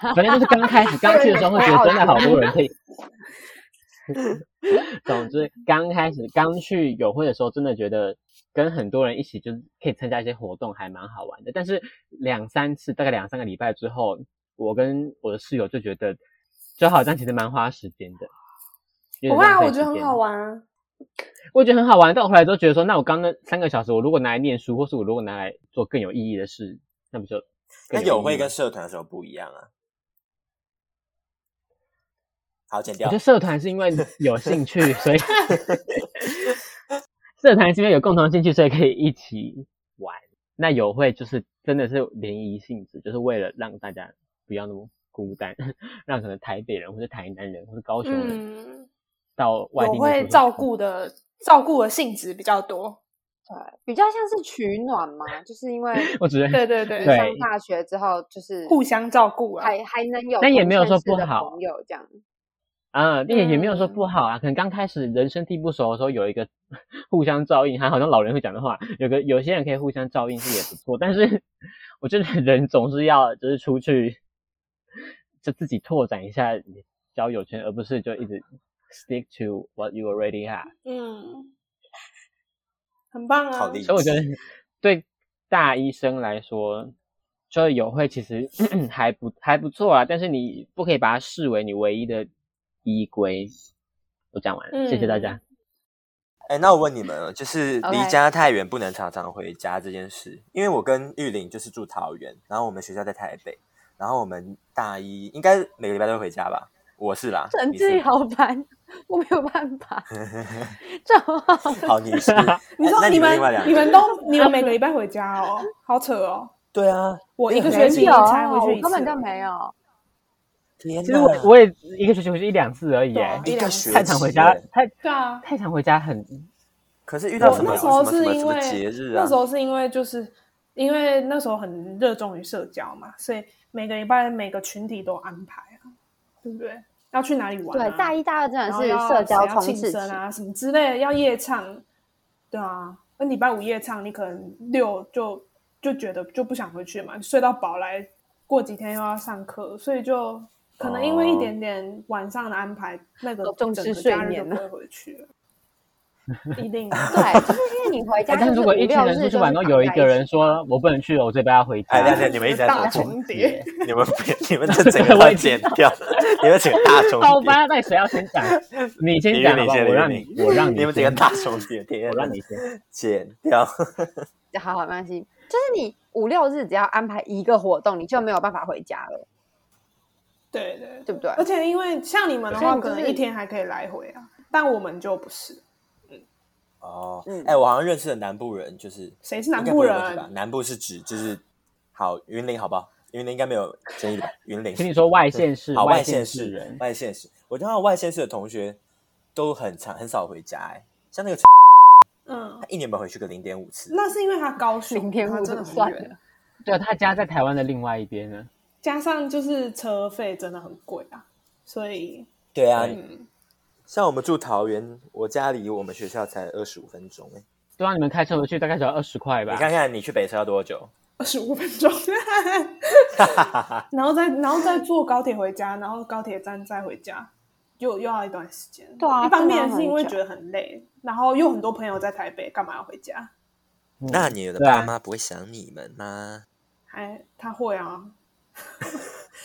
[SPEAKER 4] 反正就是刚 开始刚去的时候会觉得真的好多人可以。 总之，刚开始刚去友会的时候，真的觉得跟很多人一起就是可以参加一些活动，还蛮好玩的。但是两三次，大概两三个礼拜之后，我跟我的室友就觉得，就好像其实蛮花时间的。有
[SPEAKER 2] 不
[SPEAKER 4] 点
[SPEAKER 2] 会啊，
[SPEAKER 4] 浪费
[SPEAKER 2] 我觉得
[SPEAKER 4] 时
[SPEAKER 2] 很
[SPEAKER 4] 间
[SPEAKER 2] 好玩啊。
[SPEAKER 4] 我觉得很好玩，但我后来都觉得说，那我刚那三个小时，我如果拿来念书，或是我如果拿来做更有意义的事，那不就
[SPEAKER 3] 那友
[SPEAKER 4] 更意义
[SPEAKER 3] 会
[SPEAKER 4] 吗
[SPEAKER 3] 跟社团有什么不一样啊？好，剪
[SPEAKER 4] 我
[SPEAKER 3] 掉
[SPEAKER 4] 觉得。社团是因为有兴趣，所 以社团是因为有共同兴趣，所以可以一起玩。那友会就是真的是联谊性质，就是为了让大家不要那么孤单， 让可能台北人或者台南人或者高雄人、
[SPEAKER 2] 嗯，
[SPEAKER 4] 到外地
[SPEAKER 2] 我会
[SPEAKER 4] 念书的时
[SPEAKER 2] 照
[SPEAKER 4] 候
[SPEAKER 2] 顾的照顾的性质比较多。
[SPEAKER 5] 对，比较像是取暖嘛，就是因为
[SPEAKER 4] 我只
[SPEAKER 2] 对
[SPEAKER 4] 是
[SPEAKER 2] 对
[SPEAKER 5] 你
[SPEAKER 2] 对，
[SPEAKER 4] 对
[SPEAKER 5] 上大学之后，就是
[SPEAKER 2] 互相照顾啊。
[SPEAKER 5] 还还能有
[SPEAKER 4] 但也
[SPEAKER 5] 同
[SPEAKER 4] 没有
[SPEAKER 5] 县
[SPEAKER 4] 说
[SPEAKER 5] 市
[SPEAKER 4] 不
[SPEAKER 5] 的
[SPEAKER 4] 好
[SPEAKER 5] 朋友这样。
[SPEAKER 4] 啊，也也没有说
[SPEAKER 2] 嗯
[SPEAKER 4] 不好啊，可能刚开始人生地不熟的时候，有一个 互相照应，还好像老人会讲的话，有个有些人可以互相照应是也不错，但是 我觉得人总是要就是出去，就自己拓展一下你的交友圈，而不是就一直 stick to what you already have。
[SPEAKER 2] 嗯，很棒
[SPEAKER 3] 好
[SPEAKER 2] 啊。
[SPEAKER 3] 励
[SPEAKER 4] 所以我觉得
[SPEAKER 3] 志。
[SPEAKER 4] 对大医生来说，就友会其实 还不还不错啊，但是你不可以把它视为你唯一的依归。我讲完了，谢谢大家。
[SPEAKER 3] 哎，那我问你们哦，就是离
[SPEAKER 5] OK
[SPEAKER 3] 家太远不能常常回家这件事，因为我跟玉玲就是住桃园，然后我们学校在台北，然后我们大一应该每个礼拜都会回家吧，我是啦，
[SPEAKER 5] 神
[SPEAKER 3] 你
[SPEAKER 5] 志
[SPEAKER 3] 是
[SPEAKER 5] 力好烦，我没有办 法。这好
[SPEAKER 3] 好，你是哎
[SPEAKER 2] 你
[SPEAKER 3] 那
[SPEAKER 2] 说
[SPEAKER 3] 你
[SPEAKER 2] 们
[SPEAKER 3] 另外两
[SPEAKER 2] 你
[SPEAKER 3] 个
[SPEAKER 2] 们 都你们每个礼拜回家哦，好扯哦！
[SPEAKER 3] 对啊，
[SPEAKER 2] 我一个
[SPEAKER 3] 没
[SPEAKER 2] 学
[SPEAKER 5] 没
[SPEAKER 2] 期
[SPEAKER 5] 有，
[SPEAKER 2] 才回
[SPEAKER 5] 啊
[SPEAKER 2] 去
[SPEAKER 5] 我
[SPEAKER 2] 一次，
[SPEAKER 5] 根本就没有。
[SPEAKER 3] 天
[SPEAKER 4] 其实我
[SPEAKER 3] 哪
[SPEAKER 4] 我也一个学期回去一两次而已
[SPEAKER 2] 对啊
[SPEAKER 4] 耶，
[SPEAKER 2] 一
[SPEAKER 3] 一
[SPEAKER 2] 两
[SPEAKER 3] 个
[SPEAKER 2] 次
[SPEAKER 3] 学
[SPEAKER 4] 太常
[SPEAKER 3] 期
[SPEAKER 4] 回家
[SPEAKER 3] 耶，
[SPEAKER 4] 太
[SPEAKER 2] 对啊，
[SPEAKER 4] 太常回家很
[SPEAKER 3] 可是遇到
[SPEAKER 2] 我
[SPEAKER 3] 什么
[SPEAKER 2] 那
[SPEAKER 3] 什
[SPEAKER 2] 时
[SPEAKER 3] 么
[SPEAKER 2] 候
[SPEAKER 3] 什
[SPEAKER 2] 是
[SPEAKER 3] 么
[SPEAKER 2] 因
[SPEAKER 3] 什么
[SPEAKER 2] 为
[SPEAKER 3] 节日啊？
[SPEAKER 2] 那时候是因为就是因为那时候很热衷于社交嘛，所以每个礼拜每个群体都安排啊，对不对？要去哪里玩、啊？
[SPEAKER 5] 对，大一、大二真的
[SPEAKER 2] 然后
[SPEAKER 5] 是
[SPEAKER 2] 要
[SPEAKER 5] 社交
[SPEAKER 2] 谁要
[SPEAKER 5] 冲
[SPEAKER 2] 庆
[SPEAKER 5] 刺期，
[SPEAKER 2] 生啊，什么之类的，要夜唱，对啊。那礼拜五夜唱，你可能六就就觉得就不想回去嘛，睡到饱来，过几天又要上课，所以就可能因为一
[SPEAKER 3] 哦
[SPEAKER 2] 点点晚上的安排，那个
[SPEAKER 5] 好重
[SPEAKER 2] 整
[SPEAKER 5] 视
[SPEAKER 2] 个
[SPEAKER 5] 睡
[SPEAKER 2] 假日就
[SPEAKER 5] 眠
[SPEAKER 2] 不
[SPEAKER 5] 啊
[SPEAKER 2] 会回去了。 一定的
[SPEAKER 5] 对，就是因为你回
[SPEAKER 4] 哎
[SPEAKER 5] 家，
[SPEAKER 4] 但
[SPEAKER 5] 就是
[SPEAKER 4] 如果
[SPEAKER 5] 五
[SPEAKER 4] 一群
[SPEAKER 5] 六
[SPEAKER 4] 人
[SPEAKER 5] 日
[SPEAKER 4] 出去
[SPEAKER 5] 就
[SPEAKER 4] 玩，
[SPEAKER 5] 是
[SPEAKER 4] 然后
[SPEAKER 5] 绑
[SPEAKER 4] 有一
[SPEAKER 5] 在
[SPEAKER 4] 个
[SPEAKER 5] 起
[SPEAKER 4] 人说我不能去了，我这边要回家。
[SPEAKER 3] 哎，亮亮，你们一直在
[SPEAKER 2] 大
[SPEAKER 3] 重
[SPEAKER 2] 重叠
[SPEAKER 4] 叠，
[SPEAKER 3] 你们不你们这整个
[SPEAKER 4] 对我
[SPEAKER 3] 要
[SPEAKER 4] 已经
[SPEAKER 3] 剪掉， 你们整个大重
[SPEAKER 4] 好
[SPEAKER 3] 叠，
[SPEAKER 4] 吧，那谁要先讲？你先
[SPEAKER 3] 李玉
[SPEAKER 4] 讲好
[SPEAKER 3] 玲
[SPEAKER 4] 吧，
[SPEAKER 3] 先，
[SPEAKER 4] 我
[SPEAKER 3] 李
[SPEAKER 4] 让
[SPEAKER 3] 玉
[SPEAKER 4] 你
[SPEAKER 3] 玲，，
[SPEAKER 4] 我让你
[SPEAKER 3] 你们整个
[SPEAKER 4] 先
[SPEAKER 3] 大重叠，天
[SPEAKER 4] 我
[SPEAKER 3] 哪
[SPEAKER 4] 让你先。
[SPEAKER 3] 剪掉，
[SPEAKER 5] 好好，没关系。就是你五六日只要安排一个活动，你就没有办法回家了，
[SPEAKER 2] 对对
[SPEAKER 5] 对不对
[SPEAKER 2] 而且因为像你们的
[SPEAKER 5] 所以
[SPEAKER 2] 话，
[SPEAKER 5] 你就
[SPEAKER 2] 可能
[SPEAKER 5] 是
[SPEAKER 2] 一天还可以来回啊，但我们就不是。
[SPEAKER 3] 哦
[SPEAKER 5] 嗯，
[SPEAKER 3] 哎、我好像认识的南部人，就是
[SPEAKER 2] 谁是南
[SPEAKER 3] 应该
[SPEAKER 2] 部
[SPEAKER 3] 不会有问题
[SPEAKER 2] 人
[SPEAKER 3] 吧？南部是指就是好云林，好不好？云林应该没有争 议吧？云林，
[SPEAKER 4] 请你说外县市，
[SPEAKER 3] 好外
[SPEAKER 4] 县
[SPEAKER 3] 县
[SPEAKER 4] 市
[SPEAKER 3] 市
[SPEAKER 4] 人，
[SPEAKER 3] 外县市，我听到外县市的同学都很常很少回家、哎，像那个
[SPEAKER 2] 嗯
[SPEAKER 3] 他，一年没回去个零点五次，
[SPEAKER 2] 那是因为他高雄，
[SPEAKER 5] 明天
[SPEAKER 2] 他
[SPEAKER 5] 我
[SPEAKER 2] 真的
[SPEAKER 5] 就
[SPEAKER 2] 很
[SPEAKER 5] 算
[SPEAKER 2] 远
[SPEAKER 5] 了，
[SPEAKER 4] 对，啊他家在台湾的另外一边呢。
[SPEAKER 2] 加上就是车费真的很贵啊，所以
[SPEAKER 3] 对啊，
[SPEAKER 4] 对
[SPEAKER 2] 嗯，
[SPEAKER 3] 像我们住桃园，我家离我们学校才二十五分钟、哎，
[SPEAKER 4] 对啊，你们开车回去大概只要二十块吧
[SPEAKER 3] 你。看看你去北车要多久？
[SPEAKER 2] 二十五分钟，然后再然后再坐高铁回家，然后高铁站再回家，又又要一段时间。
[SPEAKER 5] 对啊
[SPEAKER 2] 一方
[SPEAKER 5] 真
[SPEAKER 2] 面
[SPEAKER 5] 的
[SPEAKER 2] 是因为
[SPEAKER 5] 很久
[SPEAKER 2] 觉得很累，然后又很多朋友在台北，干嘛要回家？
[SPEAKER 4] 嗯
[SPEAKER 3] 那你的
[SPEAKER 4] 对啊
[SPEAKER 3] 爸妈不会想你们吗？
[SPEAKER 2] 还他会啊，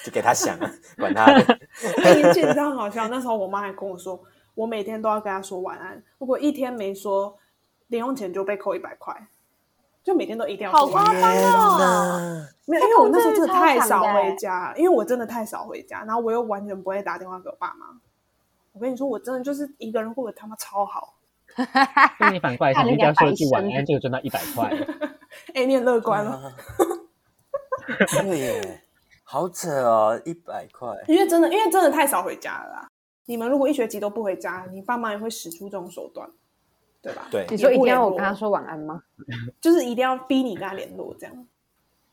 [SPEAKER 3] 就给他 想啊，管他的。
[SPEAKER 2] 那你简直很好笑。那时候我妈还跟我说，我每天都要跟她说晚安，如果一天没说，零用钱就被扣一百块，就每天都一定要说
[SPEAKER 5] 好
[SPEAKER 2] 晚
[SPEAKER 5] 夸
[SPEAKER 2] 安。
[SPEAKER 5] 张哦！
[SPEAKER 2] 没有，因为我那时候
[SPEAKER 5] 这控
[SPEAKER 2] 真
[SPEAKER 5] 制
[SPEAKER 2] 的
[SPEAKER 5] 欲
[SPEAKER 2] 太
[SPEAKER 5] 超强
[SPEAKER 2] 少
[SPEAKER 5] 的
[SPEAKER 2] 回
[SPEAKER 5] 欸
[SPEAKER 2] 家，因为我真的太少回家，然后我又完全不会打电话给我爸妈。我跟你说，我真的就是一个人过得他妈超好。
[SPEAKER 4] 那你反过来想，
[SPEAKER 5] 看
[SPEAKER 4] 你
[SPEAKER 5] 人
[SPEAKER 4] 只要
[SPEAKER 5] 家
[SPEAKER 4] 说一
[SPEAKER 5] 白
[SPEAKER 4] 句晚
[SPEAKER 5] 生
[SPEAKER 4] 安，就赚到一百块了。
[SPEAKER 2] 哎、你很乐观了，
[SPEAKER 3] 啊对耶，好扯哦，一百块。
[SPEAKER 2] 因为真的，因为真的太少回家了啦。你们如果一学期都不回家，你爸妈也会使出这种手段，对吧？
[SPEAKER 3] 对
[SPEAKER 5] 你说一定
[SPEAKER 2] 也
[SPEAKER 5] 要
[SPEAKER 2] 不
[SPEAKER 5] 我跟
[SPEAKER 2] 联
[SPEAKER 5] 他
[SPEAKER 2] 络，
[SPEAKER 5] 说晚安吗？
[SPEAKER 2] 就是一定要逼你跟他联络，这样。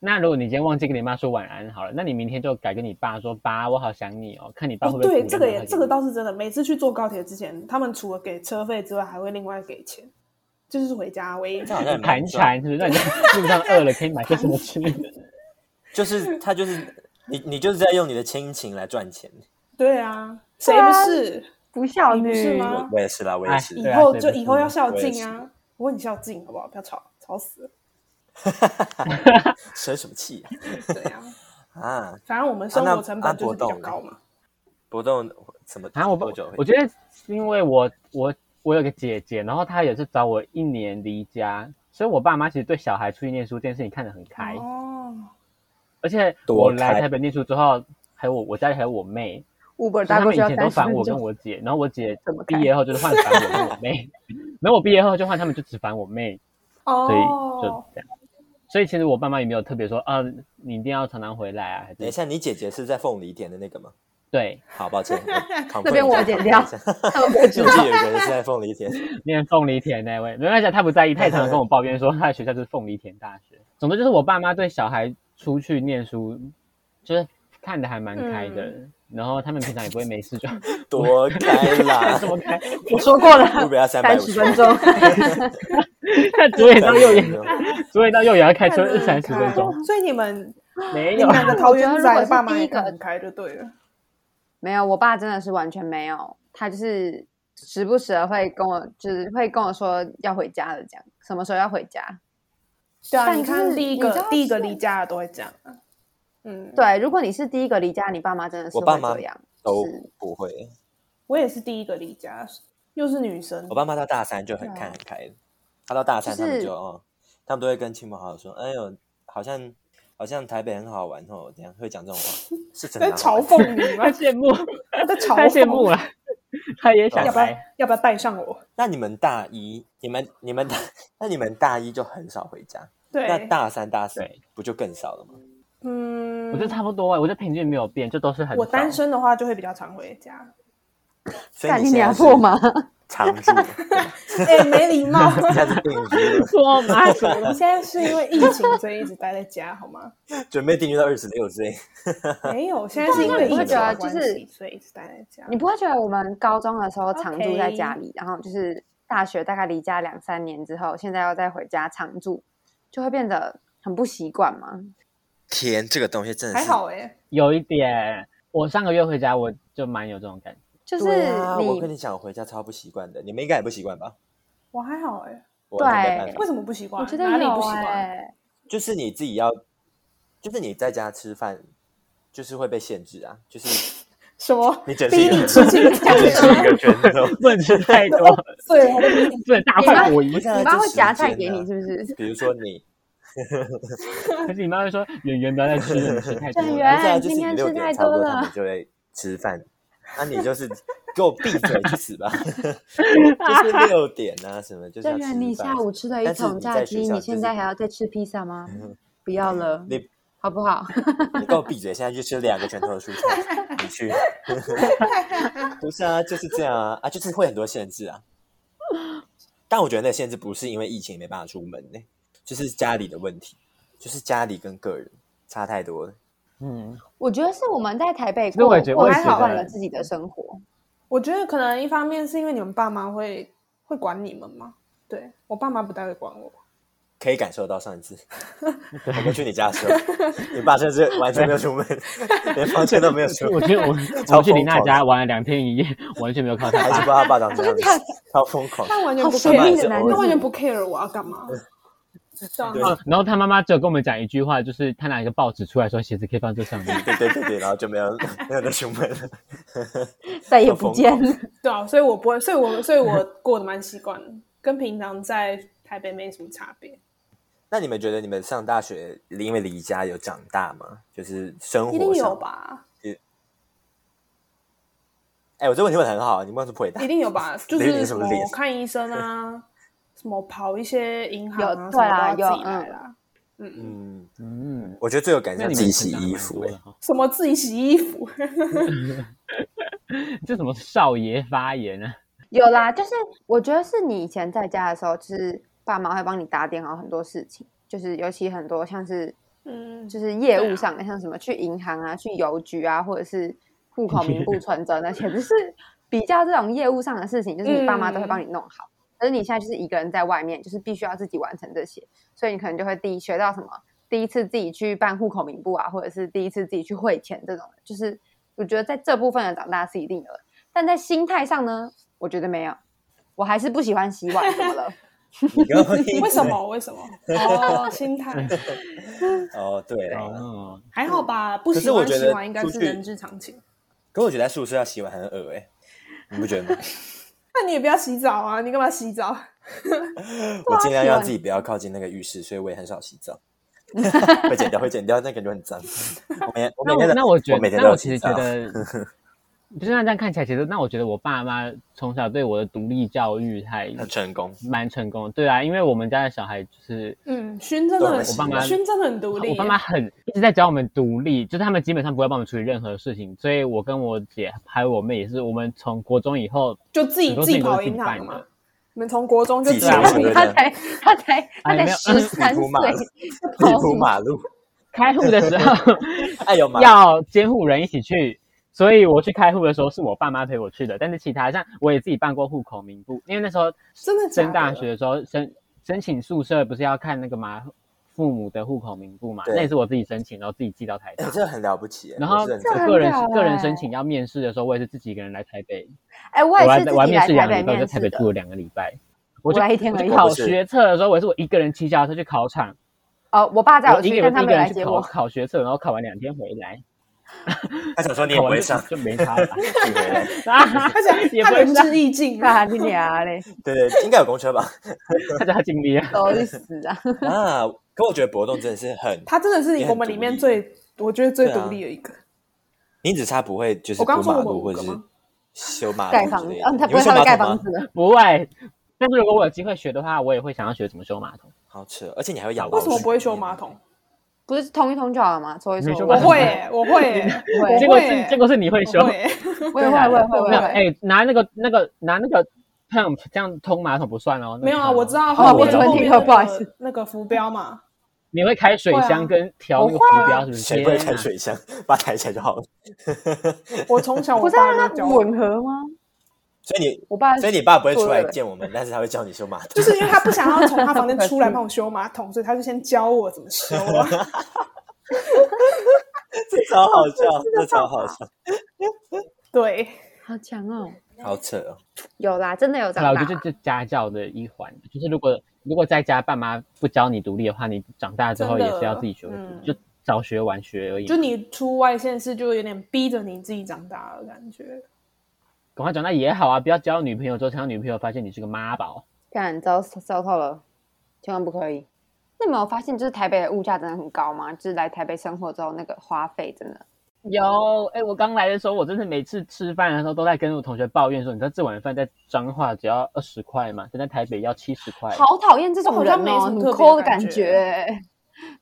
[SPEAKER 4] 那如果你今天忘记跟你妈说晚安好了，那你明天就改跟你爸说爸，我好想你哦，看你爸会
[SPEAKER 2] 哦
[SPEAKER 4] 不，会
[SPEAKER 2] 对，
[SPEAKER 4] 鼓
[SPEAKER 2] 这
[SPEAKER 4] 励
[SPEAKER 2] 个
[SPEAKER 4] 你
[SPEAKER 2] 也
[SPEAKER 4] 回
[SPEAKER 2] 这个
[SPEAKER 4] 家
[SPEAKER 2] 倒是真的。每次去坐高铁之前，他们除了给车费之外，还会另外给钱，就是回家唯一
[SPEAKER 3] 这好像也蛮
[SPEAKER 4] 盘
[SPEAKER 3] 赚
[SPEAKER 4] 缠，，是不是？那你在路上饿了可以买些什 么吃？
[SPEAKER 3] 就是他就是你你就是在用你的亲情来赚钱。
[SPEAKER 2] 对啊，谁
[SPEAKER 5] 啊
[SPEAKER 2] 不是？
[SPEAKER 5] 不孝
[SPEAKER 2] 你不是
[SPEAKER 5] 女
[SPEAKER 2] 吗
[SPEAKER 3] 我我也是啦，我也
[SPEAKER 4] 哎
[SPEAKER 3] 是。
[SPEAKER 2] 以
[SPEAKER 4] 对啊
[SPEAKER 2] 后
[SPEAKER 4] 谁
[SPEAKER 2] 就
[SPEAKER 4] 不
[SPEAKER 2] 以
[SPEAKER 4] 是
[SPEAKER 2] 后要孝
[SPEAKER 3] 我也
[SPEAKER 2] 敬啊！我问你孝敬好不好？不要吵，吵死了。
[SPEAKER 4] 哎
[SPEAKER 3] 生什么气呀、
[SPEAKER 2] 对啊，
[SPEAKER 3] 啊？啊，
[SPEAKER 2] 反正我们生
[SPEAKER 3] 那
[SPEAKER 2] 活成本
[SPEAKER 3] 安
[SPEAKER 2] 就是
[SPEAKER 3] 博
[SPEAKER 2] 比较
[SPEAKER 3] 栋呢
[SPEAKER 2] 高嘛。
[SPEAKER 3] 搏动什么
[SPEAKER 4] 啊，我不
[SPEAKER 3] 多久，
[SPEAKER 4] 我
[SPEAKER 3] 会？
[SPEAKER 4] 觉得因为我我我有个姐姐，然后她也是早我一年离家，所以我爸妈其实对小孩出去念书这件事情看得很开，
[SPEAKER 2] 哦，
[SPEAKER 4] 而且
[SPEAKER 3] 多
[SPEAKER 4] 我来
[SPEAKER 3] 开
[SPEAKER 4] 台北念书之后，还有我我家里还有我妹，
[SPEAKER 5] ，Uber
[SPEAKER 4] 就是
[SPEAKER 5] 搭
[SPEAKER 4] 他
[SPEAKER 5] 过
[SPEAKER 4] 们
[SPEAKER 5] 去
[SPEAKER 4] 以
[SPEAKER 5] 要
[SPEAKER 4] 前都
[SPEAKER 5] 三十
[SPEAKER 4] 烦
[SPEAKER 5] 分
[SPEAKER 4] 我跟
[SPEAKER 5] 钟，
[SPEAKER 4] 我姐，然后我姐
[SPEAKER 5] 怎么
[SPEAKER 4] 毕
[SPEAKER 5] 开
[SPEAKER 4] 业后就是换烦我跟我妹， 然后我毕业后就换他们就只烦我妹，所以就
[SPEAKER 2] 哦，
[SPEAKER 4] 这样。所以其实我爸妈也没有特别说啊，你一定要常常回来啊，还
[SPEAKER 3] 等一
[SPEAKER 4] 是
[SPEAKER 3] 下，你姐姐是在凤梨田的那个吗？
[SPEAKER 4] 对，
[SPEAKER 3] 好，抱 歉，我
[SPEAKER 5] 这边我剪掉他们不
[SPEAKER 3] 我
[SPEAKER 5] 会
[SPEAKER 3] 记
[SPEAKER 5] 知
[SPEAKER 3] 得
[SPEAKER 5] 道
[SPEAKER 3] 有一个人 是在凤梨田，
[SPEAKER 4] 念凤梨田那位，没关系啊，他不在意，他也常常跟我抱怨说他的学校就是凤梨田大学。总之就是我爸妈对小孩出去念书，就是看的还蛮开的，
[SPEAKER 2] 嗯
[SPEAKER 4] 然后他们平常也不会没事就
[SPEAKER 3] 多开啦
[SPEAKER 2] 啊
[SPEAKER 4] 这！么开，
[SPEAKER 5] 我说过了，
[SPEAKER 3] 不要三百
[SPEAKER 5] 三
[SPEAKER 3] 五
[SPEAKER 5] 十分钟，
[SPEAKER 4] 看左眼到 右 眼，
[SPEAKER 3] 钟，
[SPEAKER 4] 左眼到右眼要开
[SPEAKER 2] 看
[SPEAKER 4] 车
[SPEAKER 2] 得
[SPEAKER 4] 三
[SPEAKER 2] 很
[SPEAKER 4] 十分
[SPEAKER 2] 开
[SPEAKER 4] 钟，。
[SPEAKER 2] 所以你 们
[SPEAKER 4] 没
[SPEAKER 2] 你
[SPEAKER 4] 有啊
[SPEAKER 2] 们。两个桃园
[SPEAKER 5] 我觉得如果
[SPEAKER 2] 仔
[SPEAKER 5] 是
[SPEAKER 2] 爸妈
[SPEAKER 5] 第一
[SPEAKER 2] 也
[SPEAKER 5] 个
[SPEAKER 2] 看很开就对了。
[SPEAKER 5] 没有，我爸真的是完全没有，他就是时不时的会跟我，就是会跟我说要回家了，这样什么时候要回家。
[SPEAKER 2] 对啊，
[SPEAKER 5] 但
[SPEAKER 2] 你
[SPEAKER 5] 就
[SPEAKER 2] 看
[SPEAKER 5] 是
[SPEAKER 2] 第一
[SPEAKER 5] 你知
[SPEAKER 2] 个
[SPEAKER 5] 道
[SPEAKER 2] 第一个
[SPEAKER 5] 现
[SPEAKER 2] 离家的都会这样啊。嗯，
[SPEAKER 5] 对，如果你是第一个离家，你爸妈真的是
[SPEAKER 3] 我爸
[SPEAKER 5] 会
[SPEAKER 3] 妈
[SPEAKER 5] 这样，
[SPEAKER 3] 都
[SPEAKER 5] 是
[SPEAKER 3] 不会。
[SPEAKER 2] 我也是第一个离家，又是女生
[SPEAKER 3] 我。爸妈到大三就很
[SPEAKER 5] 对啊
[SPEAKER 3] 看很开了，他到大
[SPEAKER 5] 就
[SPEAKER 3] 三他们
[SPEAKER 5] 是
[SPEAKER 3] 就哦，他们都会跟亲朋好友说，哎呦，好像好像台北很好玩哦，怎样会讲这种 话？是真的
[SPEAKER 2] 在
[SPEAKER 3] 很好
[SPEAKER 2] 嘲
[SPEAKER 3] 玩
[SPEAKER 2] 讽你吗
[SPEAKER 4] 太？羡慕，
[SPEAKER 2] 在嘲讽
[SPEAKER 4] 太羡慕了，啊他也想
[SPEAKER 2] 要不要
[SPEAKER 4] 来。
[SPEAKER 2] 要不要带上我？
[SPEAKER 3] 那你们大一，你们你们大， 那你们大一就很少回家，那
[SPEAKER 2] 对，
[SPEAKER 3] 大三、大四
[SPEAKER 4] 对
[SPEAKER 3] 不就更少了吗？
[SPEAKER 2] 嗯，
[SPEAKER 4] 我觉得差不多啊，我觉得平均没有变，就都是很
[SPEAKER 2] 我
[SPEAKER 4] 少
[SPEAKER 2] 单身的话就会比较常回 家。
[SPEAKER 3] 所以你
[SPEAKER 5] 你
[SPEAKER 3] 现在
[SPEAKER 5] 俩
[SPEAKER 3] 是
[SPEAKER 5] 破吗？
[SPEAKER 3] 常住，对吧
[SPEAKER 2] 哎，没礼 貌。
[SPEAKER 3] 你现在是定居了，
[SPEAKER 4] 说嘛什
[SPEAKER 2] 我
[SPEAKER 4] 么
[SPEAKER 2] 们现在是因为疫情，所以一直待在家，好 吗？
[SPEAKER 3] 准备定居到二十六岁。
[SPEAKER 2] 没有，现在是因为疫情的关系，所以一直待在家。
[SPEAKER 5] 你不会觉得我们高中的时候常住在
[SPEAKER 2] OK
[SPEAKER 5] 家里，然后就是大学大概离家两三年之后，现在要再回家常住，就会变得很不习惯吗？
[SPEAKER 3] 天，这个东西真的
[SPEAKER 2] 还
[SPEAKER 3] 是
[SPEAKER 2] 好哎，
[SPEAKER 4] 有一点，我上个月回家我就蛮有这种感觉。
[SPEAKER 5] 就是
[SPEAKER 3] 对啊，我
[SPEAKER 5] 你
[SPEAKER 3] 跟你讲，我回家超不习惯的，你们应该也不习惯吧？
[SPEAKER 2] 我还好哎。
[SPEAKER 3] 我完全没
[SPEAKER 5] 对
[SPEAKER 3] 办法
[SPEAKER 2] 为，什么不习惯？
[SPEAKER 5] 我觉得
[SPEAKER 2] 哪里
[SPEAKER 5] 有
[SPEAKER 2] 不习惯？
[SPEAKER 5] 哎、
[SPEAKER 3] 就是你自己要，就是你在家吃饭，就是会被限制啊，就是
[SPEAKER 2] 什么？
[SPEAKER 3] 你整是
[SPEAKER 2] 逼
[SPEAKER 3] 一个
[SPEAKER 2] 你吃进 去？
[SPEAKER 3] 整是一个圈头。
[SPEAKER 4] 不能吃太多，
[SPEAKER 2] 对，还在逼你
[SPEAKER 4] 不能大快朵颐
[SPEAKER 3] 不。是啊
[SPEAKER 5] 你妈
[SPEAKER 3] 就
[SPEAKER 5] 会
[SPEAKER 3] 时
[SPEAKER 5] 夹菜
[SPEAKER 3] 间
[SPEAKER 5] 给
[SPEAKER 3] 啊
[SPEAKER 5] 你是不是？
[SPEAKER 3] 比如说 你，
[SPEAKER 4] 可是你妈会说：“圆圆不要再吃了，你吃太多
[SPEAKER 5] 圆
[SPEAKER 3] 不
[SPEAKER 5] 圆
[SPEAKER 4] 了。
[SPEAKER 3] 是啊，就是
[SPEAKER 5] 今
[SPEAKER 3] 你
[SPEAKER 5] 天
[SPEAKER 3] 六
[SPEAKER 5] 吃
[SPEAKER 3] 点
[SPEAKER 5] 太
[SPEAKER 3] 差不
[SPEAKER 5] 多
[SPEAKER 3] 多他们
[SPEAKER 5] 了
[SPEAKER 3] 就会吃饭，那你就是给我闭嘴去死 吧， 就是六点啊什么就是要
[SPEAKER 5] 郑
[SPEAKER 3] 吃
[SPEAKER 5] 源，你下
[SPEAKER 3] 饭。
[SPEAKER 5] 午吃了一
[SPEAKER 3] 但是
[SPEAKER 5] 桶
[SPEAKER 3] 你
[SPEAKER 5] 炸
[SPEAKER 3] 在学
[SPEAKER 5] 鸡，
[SPEAKER 3] 校
[SPEAKER 5] 你
[SPEAKER 3] 就
[SPEAKER 5] 现
[SPEAKER 3] 是
[SPEAKER 5] 在还要再吃披萨 吗？不要了，
[SPEAKER 3] 你
[SPEAKER 5] 好不好？
[SPEAKER 3] 你给我闭嘴！现在就吃两个拳头的蔬菜，你去。 不是啊，就是这样啊，啊，就是会很多限制啊。但我觉得那个限制不是因为疫情没办法出门呢、就是家里的问题，就是家里跟个人差太多了。”
[SPEAKER 4] 嗯，
[SPEAKER 5] 我觉得是我们在台北
[SPEAKER 4] 那
[SPEAKER 5] 过，
[SPEAKER 4] 我也觉得
[SPEAKER 5] 过
[SPEAKER 4] 我也
[SPEAKER 5] 习
[SPEAKER 2] 觉得
[SPEAKER 5] 惯了自己的生活。
[SPEAKER 2] 我觉得可能一方面是因为你们爸妈会会管你们嘛。对我爸妈不太会管我，
[SPEAKER 3] 可以感受到上 一次，我们去你家的时候，你爸甚至完全没有出门，连房间都没有出，
[SPEAKER 4] 我觉得我我
[SPEAKER 3] 超
[SPEAKER 4] 们去林娜
[SPEAKER 3] 疯狂
[SPEAKER 4] 家玩了两天一夜，完全没有靠她
[SPEAKER 3] 还是不
[SPEAKER 4] 爸。
[SPEAKER 3] 知道他爸长这样子，超疯狂。
[SPEAKER 2] 他完全不
[SPEAKER 5] 好神
[SPEAKER 2] care，
[SPEAKER 5] 秘的男
[SPEAKER 2] 他完全
[SPEAKER 5] 子，
[SPEAKER 2] 不 care 我要干嘛。 对啊
[SPEAKER 3] 对
[SPEAKER 4] 哦然后她妈妈只有跟我们讲一句话，就是她拿一个报纸出来说鞋子可以放这上面。
[SPEAKER 3] 对对对对，然后就没有没有再出门了。
[SPEAKER 5] 再也
[SPEAKER 3] 都
[SPEAKER 5] 不
[SPEAKER 3] 疯
[SPEAKER 5] 见了。
[SPEAKER 2] 对啊，所以我不会，所以我所以我过得蛮习惯的，跟平常在台北没什么差别。
[SPEAKER 3] 那你们觉得你们上大学因为离家有长大吗？就是生
[SPEAKER 2] 一定
[SPEAKER 3] 活
[SPEAKER 2] 有
[SPEAKER 3] 上？
[SPEAKER 2] 吧，
[SPEAKER 3] 哎、我这问题问的很好，你们是不回答
[SPEAKER 2] 一。定有吧，就
[SPEAKER 3] 脸
[SPEAKER 2] 是
[SPEAKER 3] 你
[SPEAKER 2] 什
[SPEAKER 3] 什
[SPEAKER 2] 么
[SPEAKER 3] 么脸
[SPEAKER 2] 看医生啊，什么跑一些银行
[SPEAKER 5] 有
[SPEAKER 2] 啊，
[SPEAKER 5] 对啦
[SPEAKER 2] 什么都要自己
[SPEAKER 5] 有
[SPEAKER 2] 来啦。嗯，
[SPEAKER 3] 嗯，
[SPEAKER 4] 嗯，
[SPEAKER 3] 我觉得最有感
[SPEAKER 4] 那
[SPEAKER 3] 想
[SPEAKER 4] 你
[SPEAKER 3] 自
[SPEAKER 4] 们
[SPEAKER 3] 己
[SPEAKER 4] 成
[SPEAKER 3] 洗
[SPEAKER 4] 长
[SPEAKER 3] 衣
[SPEAKER 4] 蛮
[SPEAKER 3] 服、
[SPEAKER 4] 多的
[SPEAKER 3] 欸。
[SPEAKER 4] 哈
[SPEAKER 2] 什么自己洗衣服，
[SPEAKER 4] 这什么少爷发言啊？
[SPEAKER 5] 有啦，就是我觉得是你以前在家的时候，就是爸妈会帮你打点好很多事情，就是尤其很多像是
[SPEAKER 2] 嗯，
[SPEAKER 5] 就是业
[SPEAKER 2] 对啊
[SPEAKER 5] 务上的，像什么去银行啊、去邮局啊，或者是户口名簿存折那些，就是比较这种业务上的事情，就是你爸妈都会帮你弄好。可是你现在就是一个人在外面，就是必须要自己完成这些，所以你可能就会第一学到什么，第一次自己去办户口名簿啊，或者是第一次自己去汇钱这种的，就是我觉得在这部分的长大是一定有的，但在心态上呢，我觉得没有，我还是不喜欢洗碗，怎么了？
[SPEAKER 3] 你跟我一
[SPEAKER 2] 为什么？为什么？哦，心态
[SPEAKER 3] 哦，对了，
[SPEAKER 4] 哦，
[SPEAKER 2] 还好吧，不
[SPEAKER 3] 可
[SPEAKER 2] 喜
[SPEAKER 3] 是我
[SPEAKER 2] 欢
[SPEAKER 3] 觉
[SPEAKER 2] 洗
[SPEAKER 3] 得
[SPEAKER 2] 碗应该
[SPEAKER 3] 出
[SPEAKER 2] 是
[SPEAKER 3] 去
[SPEAKER 2] 人之常情。
[SPEAKER 3] 可我觉得在宿舍要洗碗很恶哎、你不觉得吗？
[SPEAKER 2] 那你也不要洗澡啊，你干嘛洗澡？
[SPEAKER 3] 我尽量
[SPEAKER 5] 洗
[SPEAKER 3] 让
[SPEAKER 5] 碗
[SPEAKER 3] 自己
[SPEAKER 2] 啊
[SPEAKER 3] 不要靠近那个浴室，所以我也很少洗 澡。会剪掉，会剪掉，那感觉很脏。我每我每
[SPEAKER 4] 那
[SPEAKER 3] 天
[SPEAKER 4] 我
[SPEAKER 3] 的
[SPEAKER 4] 那我觉
[SPEAKER 3] 我每天
[SPEAKER 4] 得，那
[SPEAKER 3] 都
[SPEAKER 4] 我
[SPEAKER 3] 有
[SPEAKER 4] 其
[SPEAKER 3] 洗
[SPEAKER 4] 实
[SPEAKER 3] 澡
[SPEAKER 4] 觉。 得，不是那这样看起来，其实那我觉得我爸妈从小对我的独立教育还
[SPEAKER 3] 很成 功，
[SPEAKER 4] 蛮成功的。对啊，因为我们家的小孩就是
[SPEAKER 2] 嗯，勋真的
[SPEAKER 3] 对
[SPEAKER 2] 很，
[SPEAKER 3] 我
[SPEAKER 4] 爸妈
[SPEAKER 2] 勋真的很独立。
[SPEAKER 4] 我爸妈很一直在教我们独立，就是他们基本上不会帮我们处理任何事情，所以我跟我姐还有我妹也是，我们从国中以后
[SPEAKER 2] 就自己
[SPEAKER 4] 很多
[SPEAKER 2] 自
[SPEAKER 4] 事
[SPEAKER 2] 己
[SPEAKER 4] 情都
[SPEAKER 2] 跑
[SPEAKER 4] 是自己
[SPEAKER 2] 银行
[SPEAKER 4] 办
[SPEAKER 2] 嘛
[SPEAKER 4] 的。。
[SPEAKER 2] 你们从国中就
[SPEAKER 3] 自己
[SPEAKER 2] 自
[SPEAKER 3] 对
[SPEAKER 2] 己
[SPEAKER 3] 啊
[SPEAKER 2] 跑
[SPEAKER 3] 我
[SPEAKER 2] 银行
[SPEAKER 3] 觉得
[SPEAKER 5] 他才他才他
[SPEAKER 4] 哎
[SPEAKER 5] 才
[SPEAKER 4] 没有
[SPEAKER 5] 十三
[SPEAKER 3] 你铺马
[SPEAKER 5] 岁
[SPEAKER 3] 路
[SPEAKER 5] 就
[SPEAKER 3] 地
[SPEAKER 5] 跑
[SPEAKER 3] 铺
[SPEAKER 5] 什么？
[SPEAKER 3] 马路，
[SPEAKER 4] 开户 的时候
[SPEAKER 3] 哎呦妈！
[SPEAKER 4] 要监护人一起去，所以我去开户的时候是我爸妈陪我去的，但是其他像我也自己办过户口名簿，因为那时候
[SPEAKER 2] 真的假的
[SPEAKER 4] 升大学的时候申申请宿舍不是要看那个嘛父母的户口名簿嘛，
[SPEAKER 3] 对
[SPEAKER 4] 那也是我自己申请，然后自己寄到台
[SPEAKER 3] 哎、
[SPEAKER 4] 大。
[SPEAKER 3] 这很了不起、欸。
[SPEAKER 4] 然
[SPEAKER 3] 我
[SPEAKER 4] 后
[SPEAKER 3] 是认
[SPEAKER 5] 这
[SPEAKER 3] 真
[SPEAKER 5] 很
[SPEAKER 4] 个人
[SPEAKER 5] 屌
[SPEAKER 4] 个人
[SPEAKER 5] 欸
[SPEAKER 4] 申请要面试的时候，我也是自己一个人来台北，
[SPEAKER 5] 哎，我
[SPEAKER 4] 我
[SPEAKER 5] 也
[SPEAKER 4] 还
[SPEAKER 5] 是自
[SPEAKER 4] 我还
[SPEAKER 5] 己
[SPEAKER 4] 面
[SPEAKER 5] 来
[SPEAKER 4] 试
[SPEAKER 5] 台
[SPEAKER 4] 两
[SPEAKER 5] 北
[SPEAKER 4] 个礼拜，我在
[SPEAKER 5] 面
[SPEAKER 4] 台
[SPEAKER 5] 试
[SPEAKER 4] 北
[SPEAKER 5] 的，
[SPEAKER 4] 住了两个礼拜。我
[SPEAKER 5] 我
[SPEAKER 4] 就
[SPEAKER 5] 来一天而
[SPEAKER 4] 我
[SPEAKER 5] 已
[SPEAKER 4] 去。考
[SPEAKER 3] 不是
[SPEAKER 4] 学测的时候，我也是我一个人骑脚踏车去考场，
[SPEAKER 5] 哦，我爸载
[SPEAKER 4] 我
[SPEAKER 5] 我
[SPEAKER 4] 一
[SPEAKER 5] 去，
[SPEAKER 4] 个
[SPEAKER 5] 但
[SPEAKER 4] 人
[SPEAKER 5] 他
[SPEAKER 4] 一
[SPEAKER 5] 没
[SPEAKER 4] 个
[SPEAKER 5] 有
[SPEAKER 4] 人
[SPEAKER 5] 来
[SPEAKER 4] 去
[SPEAKER 5] 接
[SPEAKER 4] 考
[SPEAKER 5] 我。
[SPEAKER 4] 考学测，然后考完两天回来。
[SPEAKER 3] 他想说你也不会上，
[SPEAKER 4] 就 没差了吧。
[SPEAKER 3] 对
[SPEAKER 4] 啊
[SPEAKER 2] 而且
[SPEAKER 4] 也
[SPEAKER 2] 他
[SPEAKER 4] 不会
[SPEAKER 2] 仁
[SPEAKER 4] 上
[SPEAKER 2] 至义尽啊，
[SPEAKER 5] 啊，你俩嘞，
[SPEAKER 3] 对对，应该有公车吧？
[SPEAKER 4] 大家尽力啊。
[SPEAKER 5] 都去死 啊！
[SPEAKER 3] 啊，可我觉得博动真的是很，
[SPEAKER 2] 他真的
[SPEAKER 3] 也
[SPEAKER 2] 是
[SPEAKER 3] 很
[SPEAKER 2] 我们
[SPEAKER 3] 独
[SPEAKER 2] 里面
[SPEAKER 3] 立
[SPEAKER 2] 最，我觉得最
[SPEAKER 3] 对啊
[SPEAKER 2] 独立的一个。
[SPEAKER 3] 你只差不会就是
[SPEAKER 2] 我刚
[SPEAKER 3] 铺
[SPEAKER 2] 说
[SPEAKER 3] 马
[SPEAKER 2] 我们
[SPEAKER 3] 路
[SPEAKER 2] 五
[SPEAKER 3] 或
[SPEAKER 2] 个
[SPEAKER 3] 者是
[SPEAKER 2] 吗
[SPEAKER 3] 修马
[SPEAKER 5] 盖
[SPEAKER 3] 路
[SPEAKER 5] 房
[SPEAKER 3] 之
[SPEAKER 5] 子
[SPEAKER 3] 类，的。
[SPEAKER 5] 啊，他
[SPEAKER 3] 你
[SPEAKER 5] 不会
[SPEAKER 3] 修
[SPEAKER 5] 他会
[SPEAKER 3] 马
[SPEAKER 5] 盖
[SPEAKER 3] 桶
[SPEAKER 5] 房
[SPEAKER 3] 吗？
[SPEAKER 5] 子的，
[SPEAKER 4] 不会，但是如果我有机会学的话，我也会想要学怎么修马桶。
[SPEAKER 3] 好扯，而且你还会养老鼠。
[SPEAKER 2] 为什么不会修马桶？
[SPEAKER 5] 不是通一通就好了吗？搓一搓
[SPEAKER 4] 没修，
[SPEAKER 2] 我
[SPEAKER 4] 马桶
[SPEAKER 2] 会耶，我 会耶，
[SPEAKER 5] 我
[SPEAKER 2] 我
[SPEAKER 5] 会
[SPEAKER 4] 结果
[SPEAKER 2] 会
[SPEAKER 4] 是结果是你会修啊
[SPEAKER 2] 我，会耶。
[SPEAKER 5] 我也会，我也会，我也
[SPEAKER 4] 没有
[SPEAKER 5] 会。
[SPEAKER 4] 哎，拿那个那个拿那个 pump 这样通马桶不算哦。那
[SPEAKER 2] 没有啊，我
[SPEAKER 4] 不算哦
[SPEAKER 2] 知道
[SPEAKER 5] 哦
[SPEAKER 2] 后面
[SPEAKER 5] 我
[SPEAKER 2] 后
[SPEAKER 5] 昨
[SPEAKER 2] 面
[SPEAKER 5] 天
[SPEAKER 2] 那
[SPEAKER 5] 不好意
[SPEAKER 2] 个
[SPEAKER 5] 思
[SPEAKER 2] 那个浮标嘛，
[SPEAKER 4] 你会开水
[SPEAKER 2] 会啊
[SPEAKER 4] 箱跟调那个
[SPEAKER 2] 我会啊
[SPEAKER 4] 浮标，是不是？
[SPEAKER 3] 谁不会
[SPEAKER 4] 天
[SPEAKER 3] 开
[SPEAKER 4] 哪
[SPEAKER 3] 水箱？把它抬起来就好了。
[SPEAKER 2] 我从 小
[SPEAKER 5] 不
[SPEAKER 2] 我
[SPEAKER 5] 是要
[SPEAKER 2] 爸
[SPEAKER 5] 让
[SPEAKER 2] 就
[SPEAKER 5] 它
[SPEAKER 2] 教啊我，
[SPEAKER 5] 吻合吗？
[SPEAKER 3] 所以你，
[SPEAKER 5] 我爸
[SPEAKER 3] 所以你爸不会出来
[SPEAKER 5] 对
[SPEAKER 3] 见我们，但是他会叫你修马桶。
[SPEAKER 2] 就是因为他不想要从他房间
[SPEAKER 5] 可
[SPEAKER 2] 出来
[SPEAKER 5] 是
[SPEAKER 2] 帮我修马桶，所以他就先教我怎么修啊。
[SPEAKER 3] 这超好笑，
[SPEAKER 5] 这
[SPEAKER 3] 这
[SPEAKER 5] 个
[SPEAKER 3] 超
[SPEAKER 5] 办
[SPEAKER 3] 好
[SPEAKER 5] 法
[SPEAKER 3] 笑，
[SPEAKER 2] 对，
[SPEAKER 5] 好强哦！
[SPEAKER 3] 好扯哦！
[SPEAKER 5] 有啦，真的有
[SPEAKER 4] 好了，
[SPEAKER 5] 长
[SPEAKER 4] 我
[SPEAKER 5] 大
[SPEAKER 4] 觉得。这是家教的一环，就是如果如果在家爸妈不教你独立的话，你长大之后
[SPEAKER 2] 真
[SPEAKER 4] 也
[SPEAKER 2] 的
[SPEAKER 4] 是要自己学会独
[SPEAKER 2] 嗯
[SPEAKER 4] 立，就早学晚学而已嘛。
[SPEAKER 2] 就你出外县市，就有点逼着你自己长大的感觉。
[SPEAKER 4] 赶快长大也好啊，不要交女朋友之后，想要女朋友发现你是个妈宝。
[SPEAKER 5] 干糟糟透了，千万不可以。那你有没有发现，就是台北的物价真的很高吗？就是来台北生活之后，那个花费真的
[SPEAKER 4] 有，哎、我刚来的时候，我真的每次吃饭的时候都在跟我同学抱怨说，你知道这碗饭在彰化只要二十块嘛，但在台北要七十块。
[SPEAKER 5] 好讨厌这种人
[SPEAKER 2] 好像没
[SPEAKER 5] 哦，
[SPEAKER 2] 什么
[SPEAKER 5] 很
[SPEAKER 2] 特别的
[SPEAKER 5] 抠的感
[SPEAKER 2] 感觉
[SPEAKER 5] 觉。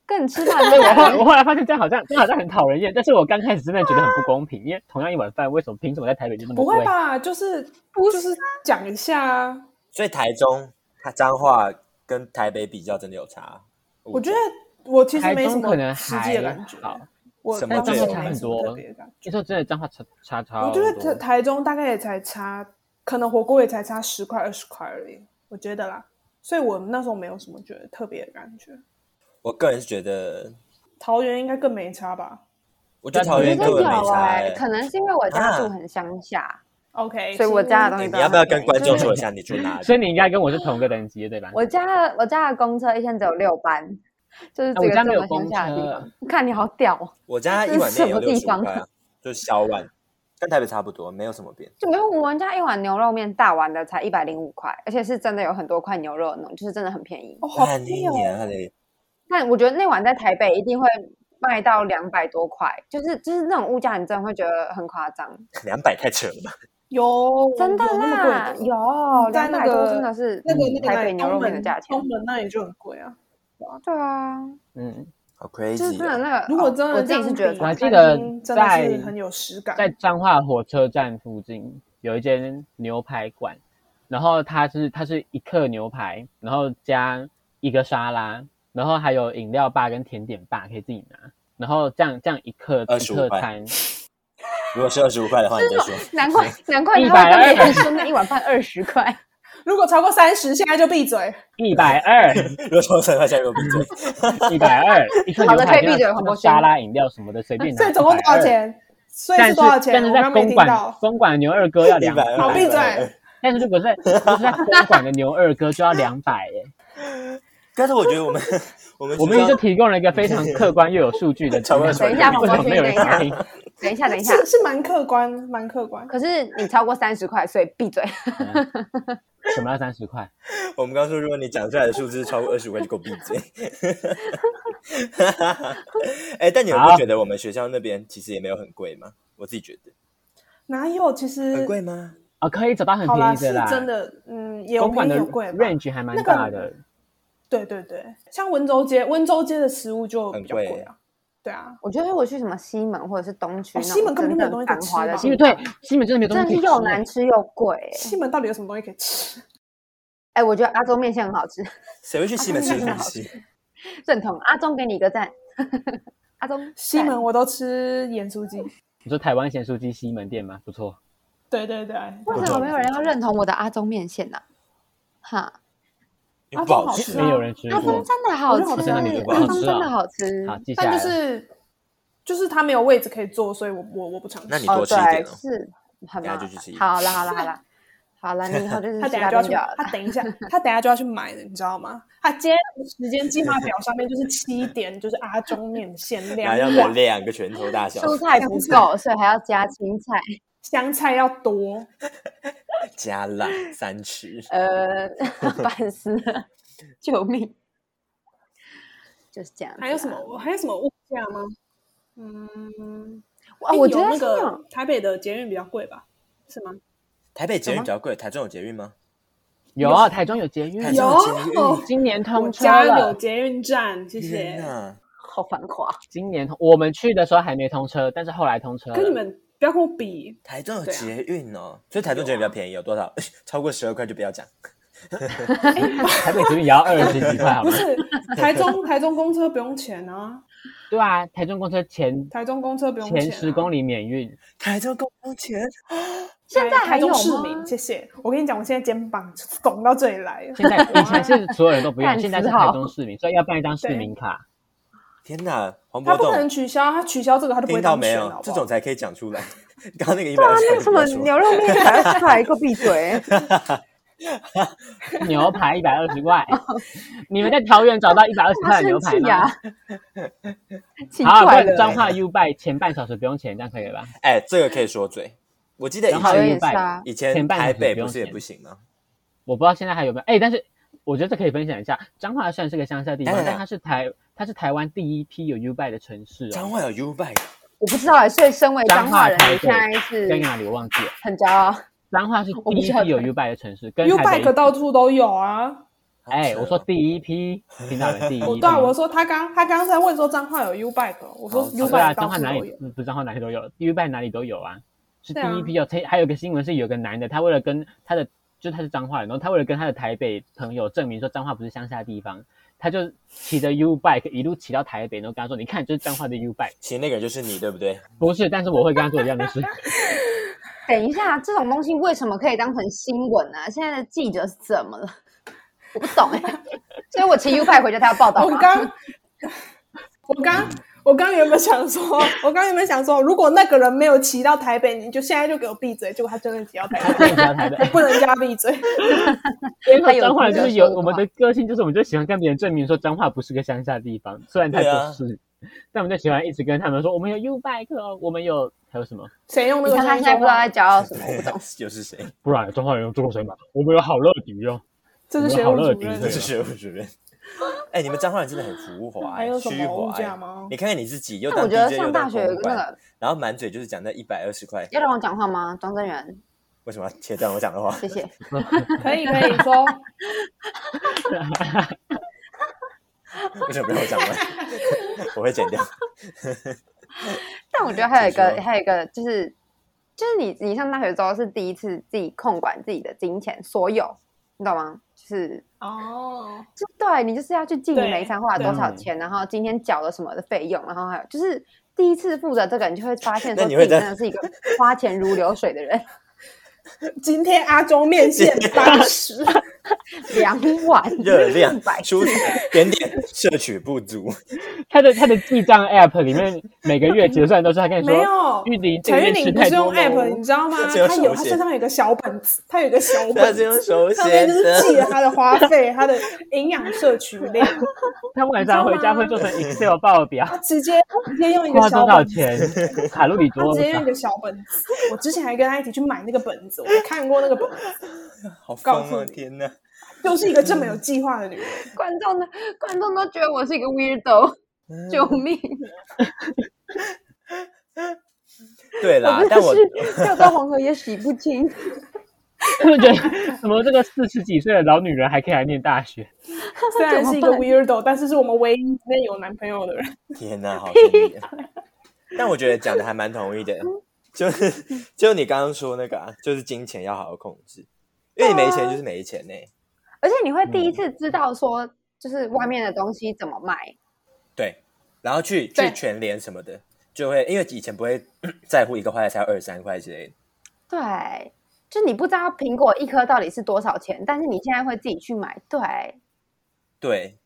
[SPEAKER 5] 跟你吃饭
[SPEAKER 4] 所以我后来
[SPEAKER 5] 的
[SPEAKER 4] 我后来发现这样好像这样好像很讨人厌，但是我刚开始真的觉得很不公平，因为同样一碗饭，为什么凭什么在台北就那么
[SPEAKER 2] 不
[SPEAKER 4] 贵
[SPEAKER 2] 会？吧？就是
[SPEAKER 5] 不
[SPEAKER 2] 就是啊讲一下啊。
[SPEAKER 3] 所以台中、它彰化跟台北比较，真的有差。
[SPEAKER 2] 我觉得我其实
[SPEAKER 4] 台
[SPEAKER 2] 没什
[SPEAKER 4] 中可
[SPEAKER 2] 么
[SPEAKER 4] 能
[SPEAKER 2] 实际的
[SPEAKER 4] 还
[SPEAKER 2] 感觉，
[SPEAKER 4] 好，
[SPEAKER 2] 我
[SPEAKER 3] 什么
[SPEAKER 2] 完
[SPEAKER 3] 都
[SPEAKER 2] 全
[SPEAKER 3] 有
[SPEAKER 2] 没
[SPEAKER 3] 差
[SPEAKER 2] 什么
[SPEAKER 4] 很
[SPEAKER 2] 特
[SPEAKER 4] 多
[SPEAKER 2] 别的感觉。
[SPEAKER 4] 你说真的彰化差差差
[SPEAKER 2] 我
[SPEAKER 4] 好
[SPEAKER 2] 觉
[SPEAKER 4] 多。
[SPEAKER 2] 得台台中大概也才差，可能火锅也才差十块二十块而已，我觉得啦。所以我那时候没有什么觉得特别的感觉。
[SPEAKER 3] 我个人是觉得，
[SPEAKER 2] 桃园应该更没差吧
[SPEAKER 3] 我觉得桃
[SPEAKER 5] 我觉
[SPEAKER 3] 园
[SPEAKER 5] 得
[SPEAKER 3] 根本没
[SPEAKER 5] 有
[SPEAKER 3] 差、
[SPEAKER 5] 哎、
[SPEAKER 3] 欸。
[SPEAKER 5] 可能是因为我家
[SPEAKER 3] 啊
[SPEAKER 5] 住很乡下，
[SPEAKER 2] ？OK，
[SPEAKER 5] 所以我家的东
[SPEAKER 3] 哎
[SPEAKER 5] 西
[SPEAKER 3] 你
[SPEAKER 5] 都
[SPEAKER 3] 要不要跟
[SPEAKER 5] 很便
[SPEAKER 3] 观
[SPEAKER 5] 宜
[SPEAKER 3] 众
[SPEAKER 5] 就是
[SPEAKER 3] 说一下你住哪里？
[SPEAKER 4] 所以你应该跟我是同个等级的，对吧？
[SPEAKER 5] 我家的我家的公车一天只有六班，就是
[SPEAKER 4] 哎
[SPEAKER 5] 这
[SPEAKER 4] 我
[SPEAKER 5] 个
[SPEAKER 4] 家
[SPEAKER 5] 这
[SPEAKER 4] 没有
[SPEAKER 5] 么乡下的地
[SPEAKER 4] 公
[SPEAKER 5] 方。看你好屌、哦，
[SPEAKER 3] 我家一碗面也有六十块、啊，就是小碗，跟台北差不多，没有什么变。
[SPEAKER 5] 就没有我们家一碗牛肉面大碗的才一百零五块，而且是真的有很多块牛肉的那种，就是真的很便宜。
[SPEAKER 2] 哦，好
[SPEAKER 3] 哇，你
[SPEAKER 2] 便宜
[SPEAKER 3] 一
[SPEAKER 2] 哦！
[SPEAKER 3] 年还得
[SPEAKER 5] 但我觉得那碗在台北一定会卖到两百多块，就是就是那种物价，你真的会觉得很夸张，
[SPEAKER 3] 两百太扯了吧？
[SPEAKER 2] 有
[SPEAKER 5] 真的
[SPEAKER 2] 有那
[SPEAKER 5] 啦
[SPEAKER 2] 么，贵的
[SPEAKER 5] 有
[SPEAKER 2] 在
[SPEAKER 5] 两
[SPEAKER 2] 那
[SPEAKER 5] 百多
[SPEAKER 2] 个
[SPEAKER 5] 真的是
[SPEAKER 2] 那个
[SPEAKER 4] 嗯
[SPEAKER 2] 那个
[SPEAKER 5] 台
[SPEAKER 2] 哪
[SPEAKER 5] 北
[SPEAKER 2] 里
[SPEAKER 5] 牛肉
[SPEAKER 2] 东
[SPEAKER 5] 面的
[SPEAKER 2] 门
[SPEAKER 5] 价钱，
[SPEAKER 2] 东门那里就很贵啊。
[SPEAKER 5] 对啊，
[SPEAKER 4] 嗯，
[SPEAKER 3] 好
[SPEAKER 5] 就是真
[SPEAKER 3] crazy！
[SPEAKER 5] 的
[SPEAKER 3] 哦、
[SPEAKER 5] 那个，
[SPEAKER 2] 如果
[SPEAKER 5] 哦
[SPEAKER 2] 真的
[SPEAKER 5] 我自己
[SPEAKER 2] 这
[SPEAKER 5] 是
[SPEAKER 2] 样
[SPEAKER 5] 觉得
[SPEAKER 2] 比
[SPEAKER 4] 我还
[SPEAKER 5] 差，
[SPEAKER 4] 记得
[SPEAKER 2] 餐厅真的
[SPEAKER 4] 在
[SPEAKER 2] 是很有实感
[SPEAKER 4] 在彰化火车站附近有一间牛排馆，然后它是它是一克牛排，然后加一个沙拉，然后还有饮料吧跟甜点吧可以自己拿，然后这样这样一克一
[SPEAKER 3] 25
[SPEAKER 4] 克
[SPEAKER 3] 块
[SPEAKER 4] 餐
[SPEAKER 3] 如果是二十五块的话，你再说。
[SPEAKER 5] 难 怪难怪
[SPEAKER 4] 120
[SPEAKER 5] 他会跟别人说那一碗饭二十块，
[SPEAKER 2] 如果超过三十，现在就闭嘴。
[SPEAKER 4] 一百二
[SPEAKER 3] 如果说三块钱，我闭嘴。
[SPEAKER 4] 一百二一克
[SPEAKER 5] 好
[SPEAKER 4] 牛
[SPEAKER 5] 的可
[SPEAKER 4] 排
[SPEAKER 5] 以闭嘴黄
[SPEAKER 4] 跟
[SPEAKER 5] 博勋
[SPEAKER 4] 沙拉饮料什么的随便拿，
[SPEAKER 2] 所以总共多少
[SPEAKER 4] 120？
[SPEAKER 2] 钱？所以
[SPEAKER 4] 但
[SPEAKER 2] 是
[SPEAKER 4] 是
[SPEAKER 2] 多少钱？
[SPEAKER 4] 但是
[SPEAKER 2] 我
[SPEAKER 4] 在
[SPEAKER 2] 刚没
[SPEAKER 4] 公
[SPEAKER 2] 听
[SPEAKER 4] 馆
[SPEAKER 2] 到。
[SPEAKER 4] 公馆牛二哥要两
[SPEAKER 3] 120
[SPEAKER 2] 好，
[SPEAKER 3] 好
[SPEAKER 2] 闭
[SPEAKER 3] 闭
[SPEAKER 2] 嘴！
[SPEAKER 3] 嘴
[SPEAKER 4] 但是如 果在如果是在公馆的牛二哥就要两百耶。
[SPEAKER 3] 但是我觉得我们我们
[SPEAKER 4] 我
[SPEAKER 3] 学
[SPEAKER 4] 们
[SPEAKER 3] 校
[SPEAKER 4] 就提供了一个非常客观又有数据 的资料。
[SPEAKER 3] 等一
[SPEAKER 5] 下
[SPEAKER 4] 为什么没有人想听？
[SPEAKER 5] 等一下 等一下，
[SPEAKER 2] 是是蛮客观，蛮客观。
[SPEAKER 5] 可是你超过三十块，所以闭嘴。
[SPEAKER 4] 嗯什么要三十块？
[SPEAKER 3] 我们刚说，如果你讲出来的数字超过二十五块，就给我闭嘴。 哎、但你们不
[SPEAKER 4] 好
[SPEAKER 3] 觉得我们学校那边其实也没有很贵吗？我自己觉得
[SPEAKER 2] 哪有？其实
[SPEAKER 3] 很贵吗？
[SPEAKER 4] 哦，可以找到很
[SPEAKER 2] 好
[SPEAKER 4] 便
[SPEAKER 2] 啦，
[SPEAKER 4] 宜
[SPEAKER 2] 是
[SPEAKER 4] 啦。
[SPEAKER 2] 真，的，嗯，也有
[SPEAKER 4] 公馆
[SPEAKER 2] 便宜
[SPEAKER 4] 的
[SPEAKER 2] 有贵吧。
[SPEAKER 4] range 还蛮大的。
[SPEAKER 2] 对对对，像温州街，温州街的食物就比较
[SPEAKER 3] 很贵嗯
[SPEAKER 2] 贵啊。对啊，
[SPEAKER 5] 我觉得我去什么西门或者是东区
[SPEAKER 2] 哦
[SPEAKER 5] 那种
[SPEAKER 2] 西门根本就没
[SPEAKER 5] 真
[SPEAKER 2] 有东西
[SPEAKER 5] 正繁
[SPEAKER 2] 可以吃
[SPEAKER 5] 华的
[SPEAKER 2] 吧
[SPEAKER 4] 西
[SPEAKER 5] 地
[SPEAKER 4] 门
[SPEAKER 5] 方，
[SPEAKER 4] 对西门真的没有东
[SPEAKER 5] 真的
[SPEAKER 4] 西可以
[SPEAKER 5] 是
[SPEAKER 4] 吃
[SPEAKER 5] 又难
[SPEAKER 4] 耶。
[SPEAKER 5] 吃又贵欸、
[SPEAKER 2] 西门到底有什么东西可以吃？
[SPEAKER 5] 哎、我觉得阿忠面线很好吃，
[SPEAKER 3] 谁会去西门吃
[SPEAKER 5] 啊
[SPEAKER 3] 东
[SPEAKER 5] 真的好
[SPEAKER 3] 西？
[SPEAKER 5] 认同。阿忠给你一个赞，阿忠
[SPEAKER 2] 西
[SPEAKER 5] 赞
[SPEAKER 2] 门我都吃盐酥鸡。
[SPEAKER 4] 你说台湾咸酥鸡西门店吗？不错，
[SPEAKER 2] 对对对，
[SPEAKER 5] 为什么没有人要认同我的阿忠面线呢、哈，
[SPEAKER 3] 因为不好
[SPEAKER 2] 好
[SPEAKER 3] 吃
[SPEAKER 2] 吃
[SPEAKER 4] 没
[SPEAKER 2] 啊
[SPEAKER 4] 有人吃
[SPEAKER 5] 阿
[SPEAKER 4] 过
[SPEAKER 5] 忠。真的
[SPEAKER 2] 我
[SPEAKER 5] 好
[SPEAKER 2] 觉得好
[SPEAKER 5] 吃，
[SPEAKER 2] 吃啊你觉得不
[SPEAKER 5] 阿
[SPEAKER 2] 好
[SPEAKER 5] 忠
[SPEAKER 4] 吃
[SPEAKER 5] 真的
[SPEAKER 4] 啊
[SPEAKER 5] 好吃。
[SPEAKER 4] 好，记下
[SPEAKER 2] 但
[SPEAKER 4] 来
[SPEAKER 2] 就
[SPEAKER 4] 了。
[SPEAKER 2] 是就是它没有位置可以坐，所以我我我不常吃。
[SPEAKER 3] 那你
[SPEAKER 5] 哦，
[SPEAKER 3] 多吃一点
[SPEAKER 5] 对，
[SPEAKER 3] 哦
[SPEAKER 5] 是很
[SPEAKER 3] 等下
[SPEAKER 5] 麻
[SPEAKER 3] 就去吃
[SPEAKER 5] 烦。
[SPEAKER 3] 一点
[SPEAKER 5] 好啦，好啦，好啦，好了， 你以后就是
[SPEAKER 2] 他等
[SPEAKER 5] 去
[SPEAKER 2] 下
[SPEAKER 5] 那
[SPEAKER 2] 就
[SPEAKER 5] 边
[SPEAKER 2] 要去
[SPEAKER 5] 就好，了
[SPEAKER 2] 他。等一下，他等下就要去买了，你知道吗？他今天时间计划表上面就是七点，就是阿中面 限
[SPEAKER 3] 然
[SPEAKER 2] 量
[SPEAKER 3] 后要买
[SPEAKER 2] 碗，
[SPEAKER 3] 两个拳头大小，
[SPEAKER 5] 蔬菜不够， 所以还要加青菜。
[SPEAKER 2] 香菜要多。
[SPEAKER 3] 加 辣三吃。
[SPEAKER 5] 呃， 烦死了，救命！就是这样。啊
[SPEAKER 2] 还有什？么？还有什么物价吗？嗯，
[SPEAKER 5] 啊，
[SPEAKER 2] 哎
[SPEAKER 5] 我
[SPEAKER 2] 有
[SPEAKER 5] 觉得
[SPEAKER 2] 那
[SPEAKER 5] 是那
[SPEAKER 2] 个
[SPEAKER 5] 种
[SPEAKER 2] 台北的捷运比较贵吧？是吗？
[SPEAKER 3] 台北捷运比较贵，台中有捷运吗？
[SPEAKER 4] 有啊，台中有捷运
[SPEAKER 3] 台，中捷运，
[SPEAKER 4] 今年
[SPEAKER 2] 我
[SPEAKER 4] 通车
[SPEAKER 2] 家有
[SPEAKER 4] 了。
[SPEAKER 2] 捷运站，谢谢。
[SPEAKER 3] 天哪！
[SPEAKER 5] 好繁华，
[SPEAKER 4] 今年通我们去的时候还没通车，但是后来通车
[SPEAKER 2] 跟你
[SPEAKER 4] 了。
[SPEAKER 2] 们不要跟我比，
[SPEAKER 3] 台中有
[SPEAKER 2] 对啊
[SPEAKER 3] 捷运哦，所以台中捷运比较便宜，有多少？ 超过十二块就不要讲。
[SPEAKER 4] 台北捷运也要二十几块，好
[SPEAKER 2] 不
[SPEAKER 4] 吗？
[SPEAKER 2] 是台中台中公车不用钱啊，
[SPEAKER 4] 对啊，台中公车前
[SPEAKER 2] 台中公车不用钱、
[SPEAKER 4] 前
[SPEAKER 2] 啊。
[SPEAKER 4] 十公里免运，
[SPEAKER 3] 台中公共钱，
[SPEAKER 5] 现在
[SPEAKER 2] 台
[SPEAKER 5] 还
[SPEAKER 2] 台
[SPEAKER 5] 有
[SPEAKER 2] 中市
[SPEAKER 5] 吗
[SPEAKER 2] 民，？谢谢。我跟你讲，我现在肩膀耸到这里来了。
[SPEAKER 4] 现在以前是所有人都不 用，
[SPEAKER 5] 干
[SPEAKER 4] 现在是
[SPEAKER 5] 死好
[SPEAKER 4] 台中市民，所以要办一张市 民卡。
[SPEAKER 3] 天哪！黄
[SPEAKER 2] 他
[SPEAKER 3] 伯
[SPEAKER 2] 不
[SPEAKER 3] 栋
[SPEAKER 2] 能取消，他取消这个他就不
[SPEAKER 3] 听
[SPEAKER 2] 会
[SPEAKER 3] 到
[SPEAKER 2] 当
[SPEAKER 3] 没
[SPEAKER 2] 选了。
[SPEAKER 3] 有
[SPEAKER 2] 好？不
[SPEAKER 3] 这
[SPEAKER 2] 好
[SPEAKER 3] 种才可以讲出来。 刚刚那个一百
[SPEAKER 5] 对啊
[SPEAKER 3] 二，十
[SPEAKER 5] 那
[SPEAKER 3] 块
[SPEAKER 5] 个什
[SPEAKER 3] 就不
[SPEAKER 5] 么牛
[SPEAKER 3] 要说
[SPEAKER 5] 肉面还 要来一个闭嘴，
[SPEAKER 4] 牛排一百二十块，你们在桃园找到一百二十
[SPEAKER 5] 哦他
[SPEAKER 4] 块的牛
[SPEAKER 5] 生
[SPEAKER 4] 排
[SPEAKER 5] 气
[SPEAKER 4] 吗
[SPEAKER 5] 呀？？ 奇
[SPEAKER 4] 好，啊
[SPEAKER 5] 怪
[SPEAKER 4] 不
[SPEAKER 5] 了，
[SPEAKER 4] 彰化 U 拜前半小时不用钱，这样可以吧？
[SPEAKER 3] 哎，这个可以说嘴。我记得以
[SPEAKER 4] 彰化
[SPEAKER 5] 可以
[SPEAKER 3] 前
[SPEAKER 4] U 拜
[SPEAKER 5] 杀
[SPEAKER 3] 以
[SPEAKER 4] 前
[SPEAKER 3] 前
[SPEAKER 4] 半小
[SPEAKER 3] 台
[SPEAKER 4] 时
[SPEAKER 3] 北
[SPEAKER 4] 不用
[SPEAKER 3] 不是也
[SPEAKER 4] 钱
[SPEAKER 3] 不行吗？
[SPEAKER 4] 我不知道现在还有没有。哎，但是我觉得这可以分享一下，彰化虽然是个乡下地方
[SPEAKER 3] 等，等
[SPEAKER 2] 嗯
[SPEAKER 4] 但它是台它是台湾第一批有 U 拜的城市
[SPEAKER 3] 彰
[SPEAKER 4] 哦。
[SPEAKER 3] 化有 U b i
[SPEAKER 5] 我不知道哎。所以身为彰化人，
[SPEAKER 4] 彰化
[SPEAKER 5] 你现在是
[SPEAKER 4] 在哪里我忘记了，
[SPEAKER 5] 很骄傲。
[SPEAKER 4] 彰化是
[SPEAKER 5] 我
[SPEAKER 4] 第
[SPEAKER 5] 不
[SPEAKER 4] 一
[SPEAKER 5] 知道
[SPEAKER 4] 批有 U 拜的城市，跟
[SPEAKER 2] U
[SPEAKER 4] 台
[SPEAKER 2] Bike
[SPEAKER 4] 北。
[SPEAKER 2] 到处都有啊。
[SPEAKER 4] 哎，
[SPEAKER 3] 哦
[SPEAKER 4] 我说第一批，听到了第 一
[SPEAKER 2] 我
[SPEAKER 4] 批。
[SPEAKER 2] 对啊，我说他刚他刚刚在问说彰化有 U Bike，我哦说
[SPEAKER 3] 好
[SPEAKER 2] U
[SPEAKER 4] 对啊，
[SPEAKER 2] Bike
[SPEAKER 4] 彰
[SPEAKER 2] 到
[SPEAKER 4] 化
[SPEAKER 2] 处
[SPEAKER 4] 哪
[SPEAKER 2] 都
[SPEAKER 4] 里
[SPEAKER 2] 有。
[SPEAKER 4] 不不彰化哪里都有，U 拜哪里都有啊，是第
[SPEAKER 2] 对啊
[SPEAKER 4] 一批哦。才还有个新闻是有个男的，他为了跟他的就他是彰化人，然后他为了跟他的台北朋友证明说彰化不是乡下地方，他就骑着 U bike 一路骑到台北，然后跟他说：“你看，这是彰化的 U bike，
[SPEAKER 3] 其实那个人就是你，对 不对？
[SPEAKER 4] 不是。”但是我会跟他做一样的事。
[SPEAKER 5] 等一下，这种东西为什么可以当成新闻啊？现在的记者是怎么了？我不懂哎、所以我骑 U 派回家，他要报道
[SPEAKER 2] 我
[SPEAKER 5] 吗。
[SPEAKER 2] 刚我刚我刚原本想说，我刚原本想说，如果那个人没有骑到台北，你就现在就给我闭嘴。结果他真的骑到台
[SPEAKER 4] 他
[SPEAKER 2] 北，
[SPEAKER 4] 真的骑 到台北，
[SPEAKER 2] 不能加闭嘴。
[SPEAKER 4] 因为
[SPEAKER 5] 他
[SPEAKER 4] 说
[SPEAKER 5] 有
[SPEAKER 4] 彰化人就是
[SPEAKER 5] 资格
[SPEAKER 4] 有
[SPEAKER 5] 说
[SPEAKER 4] 我们的个性，就是我们就喜欢跟别人证明说彰化不是个乡下地方，虽然它
[SPEAKER 3] 对啊
[SPEAKER 4] 不是，但我们就喜欢一直跟他们说我们有 U bike 哦，我们有还有什么？
[SPEAKER 2] 谁用那
[SPEAKER 5] 你
[SPEAKER 2] 个
[SPEAKER 5] 看他
[SPEAKER 2] 声音
[SPEAKER 5] 现在
[SPEAKER 2] 说
[SPEAKER 5] 不知道
[SPEAKER 2] 话？
[SPEAKER 5] 在骄傲什么，我不 懂。
[SPEAKER 3] 又是谁？
[SPEAKER 4] 不然彰化人用做过什么？我们有好乐迪哦。
[SPEAKER 2] 这是学务主任
[SPEAKER 4] 我们好乐迪
[SPEAKER 3] 那
[SPEAKER 4] 对啊
[SPEAKER 3] 是学务主任。哎，你们彰化人真的很浮华，
[SPEAKER 2] 还有什
[SPEAKER 3] 虚
[SPEAKER 2] 么物
[SPEAKER 3] 华
[SPEAKER 2] 价
[SPEAKER 3] 哎。
[SPEAKER 2] 吗？
[SPEAKER 3] 你看看你自己，又
[SPEAKER 5] 那我
[SPEAKER 3] 当
[SPEAKER 5] 觉得
[SPEAKER 3] DJ 又
[SPEAKER 5] 上大
[SPEAKER 3] 当
[SPEAKER 5] 学有一
[SPEAKER 3] 公
[SPEAKER 5] 个那
[SPEAKER 3] 关，
[SPEAKER 5] 个，
[SPEAKER 3] 然后满嘴就是讲那一百二十块，
[SPEAKER 5] 要让我讲话吗？庄正元，
[SPEAKER 3] 为什么要切断我讲的话？
[SPEAKER 5] 谢 谢。
[SPEAKER 2] 可以可以 说，
[SPEAKER 3] 为什么不让我讲完？ 我会剪掉。
[SPEAKER 5] 但我觉得还有一
[SPEAKER 3] 请
[SPEAKER 5] 个，
[SPEAKER 3] 说
[SPEAKER 5] 还有一个就是，就是你你上大学之后是第一次自己控管自己的金钱，所有，你懂吗？就是
[SPEAKER 2] 哦，
[SPEAKER 5] 就对你就是要去记你
[SPEAKER 2] 对
[SPEAKER 5] 每一餐花了多少
[SPEAKER 4] 对
[SPEAKER 5] 钱，然后今天缴了什么的费用，然后还有就是第一次负责这个，你就会发现
[SPEAKER 3] 那
[SPEAKER 5] 说
[SPEAKER 3] 你
[SPEAKER 5] 自
[SPEAKER 3] 会
[SPEAKER 5] 己真
[SPEAKER 3] 在
[SPEAKER 5] 的是一个花钱如流水的 人，
[SPEAKER 2] 今天阿中面线八十，
[SPEAKER 5] 两碗
[SPEAKER 3] 热量
[SPEAKER 5] 一百
[SPEAKER 3] 出点点摄取不足，
[SPEAKER 4] 他的他的记账 App 里面每个月结算都是 他跟你说，
[SPEAKER 2] 没有
[SPEAKER 4] 玉玲这
[SPEAKER 2] 陈
[SPEAKER 4] 个
[SPEAKER 2] 玉
[SPEAKER 4] 月吃
[SPEAKER 2] 玲不
[SPEAKER 4] 太
[SPEAKER 2] 是用
[SPEAKER 4] 多
[SPEAKER 2] app，
[SPEAKER 4] 了
[SPEAKER 2] 你。知道吗？
[SPEAKER 3] 他只有
[SPEAKER 2] 他有
[SPEAKER 3] 手
[SPEAKER 2] 他
[SPEAKER 3] 写
[SPEAKER 2] 身上有一个小本子，他有一个小
[SPEAKER 3] 他
[SPEAKER 2] 本
[SPEAKER 3] 是
[SPEAKER 2] 子，
[SPEAKER 3] 用手
[SPEAKER 2] 上面
[SPEAKER 3] 写
[SPEAKER 2] 就是记了
[SPEAKER 3] 的。
[SPEAKER 2] 他的花费，他的营养摄取量，
[SPEAKER 4] 他晚上回家会做成 Excel 报表，
[SPEAKER 2] 他直接直接用一
[SPEAKER 4] 花
[SPEAKER 2] 个
[SPEAKER 4] 多
[SPEAKER 2] 小
[SPEAKER 4] 少
[SPEAKER 2] 本子。
[SPEAKER 4] 钱，卡路里
[SPEAKER 2] 他
[SPEAKER 4] 多
[SPEAKER 2] 直接用一
[SPEAKER 4] 少。
[SPEAKER 2] 个小本子，我之前还跟他一起去买那个本子，我还看过那个本子，
[SPEAKER 3] 好
[SPEAKER 2] 告
[SPEAKER 3] 疯
[SPEAKER 2] 诉
[SPEAKER 3] 哦！
[SPEAKER 2] 你
[SPEAKER 3] 天哪，
[SPEAKER 2] 就是一个这么有计划 的女人。
[SPEAKER 5] 观众的观众都觉得我是一个 weirdo，救
[SPEAKER 3] 嗯
[SPEAKER 5] 命！
[SPEAKER 3] 对啦，
[SPEAKER 5] 我
[SPEAKER 3] 啊但
[SPEAKER 5] 真
[SPEAKER 3] 我
[SPEAKER 5] 的是掉到黄河也洗不 清。
[SPEAKER 4] 他们觉得怎么这个四十几岁的老女人还可以来念大学？
[SPEAKER 2] 虽然是一
[SPEAKER 5] 怎
[SPEAKER 2] 个
[SPEAKER 5] 么办
[SPEAKER 2] weirdo，但是是我们唯一内有男朋友的人。
[SPEAKER 3] 天哪，好甜蜜。但我觉得讲的还蛮同意的，就是就你刚刚说那个啊，就是金钱要好好控制，因为你没
[SPEAKER 5] 啊
[SPEAKER 3] 钱就是没钱呢、
[SPEAKER 5] 而且你会第一次知道说，就是外面的东西怎么卖，
[SPEAKER 3] 对，然后去去
[SPEAKER 2] 对
[SPEAKER 3] 全联什么的，就会因为以前不会 在乎一个花菜才二三块之类的。
[SPEAKER 5] 对，就你不知道苹果一颗到底是多少钱，但是你现在会自己去买，对，
[SPEAKER 3] 对，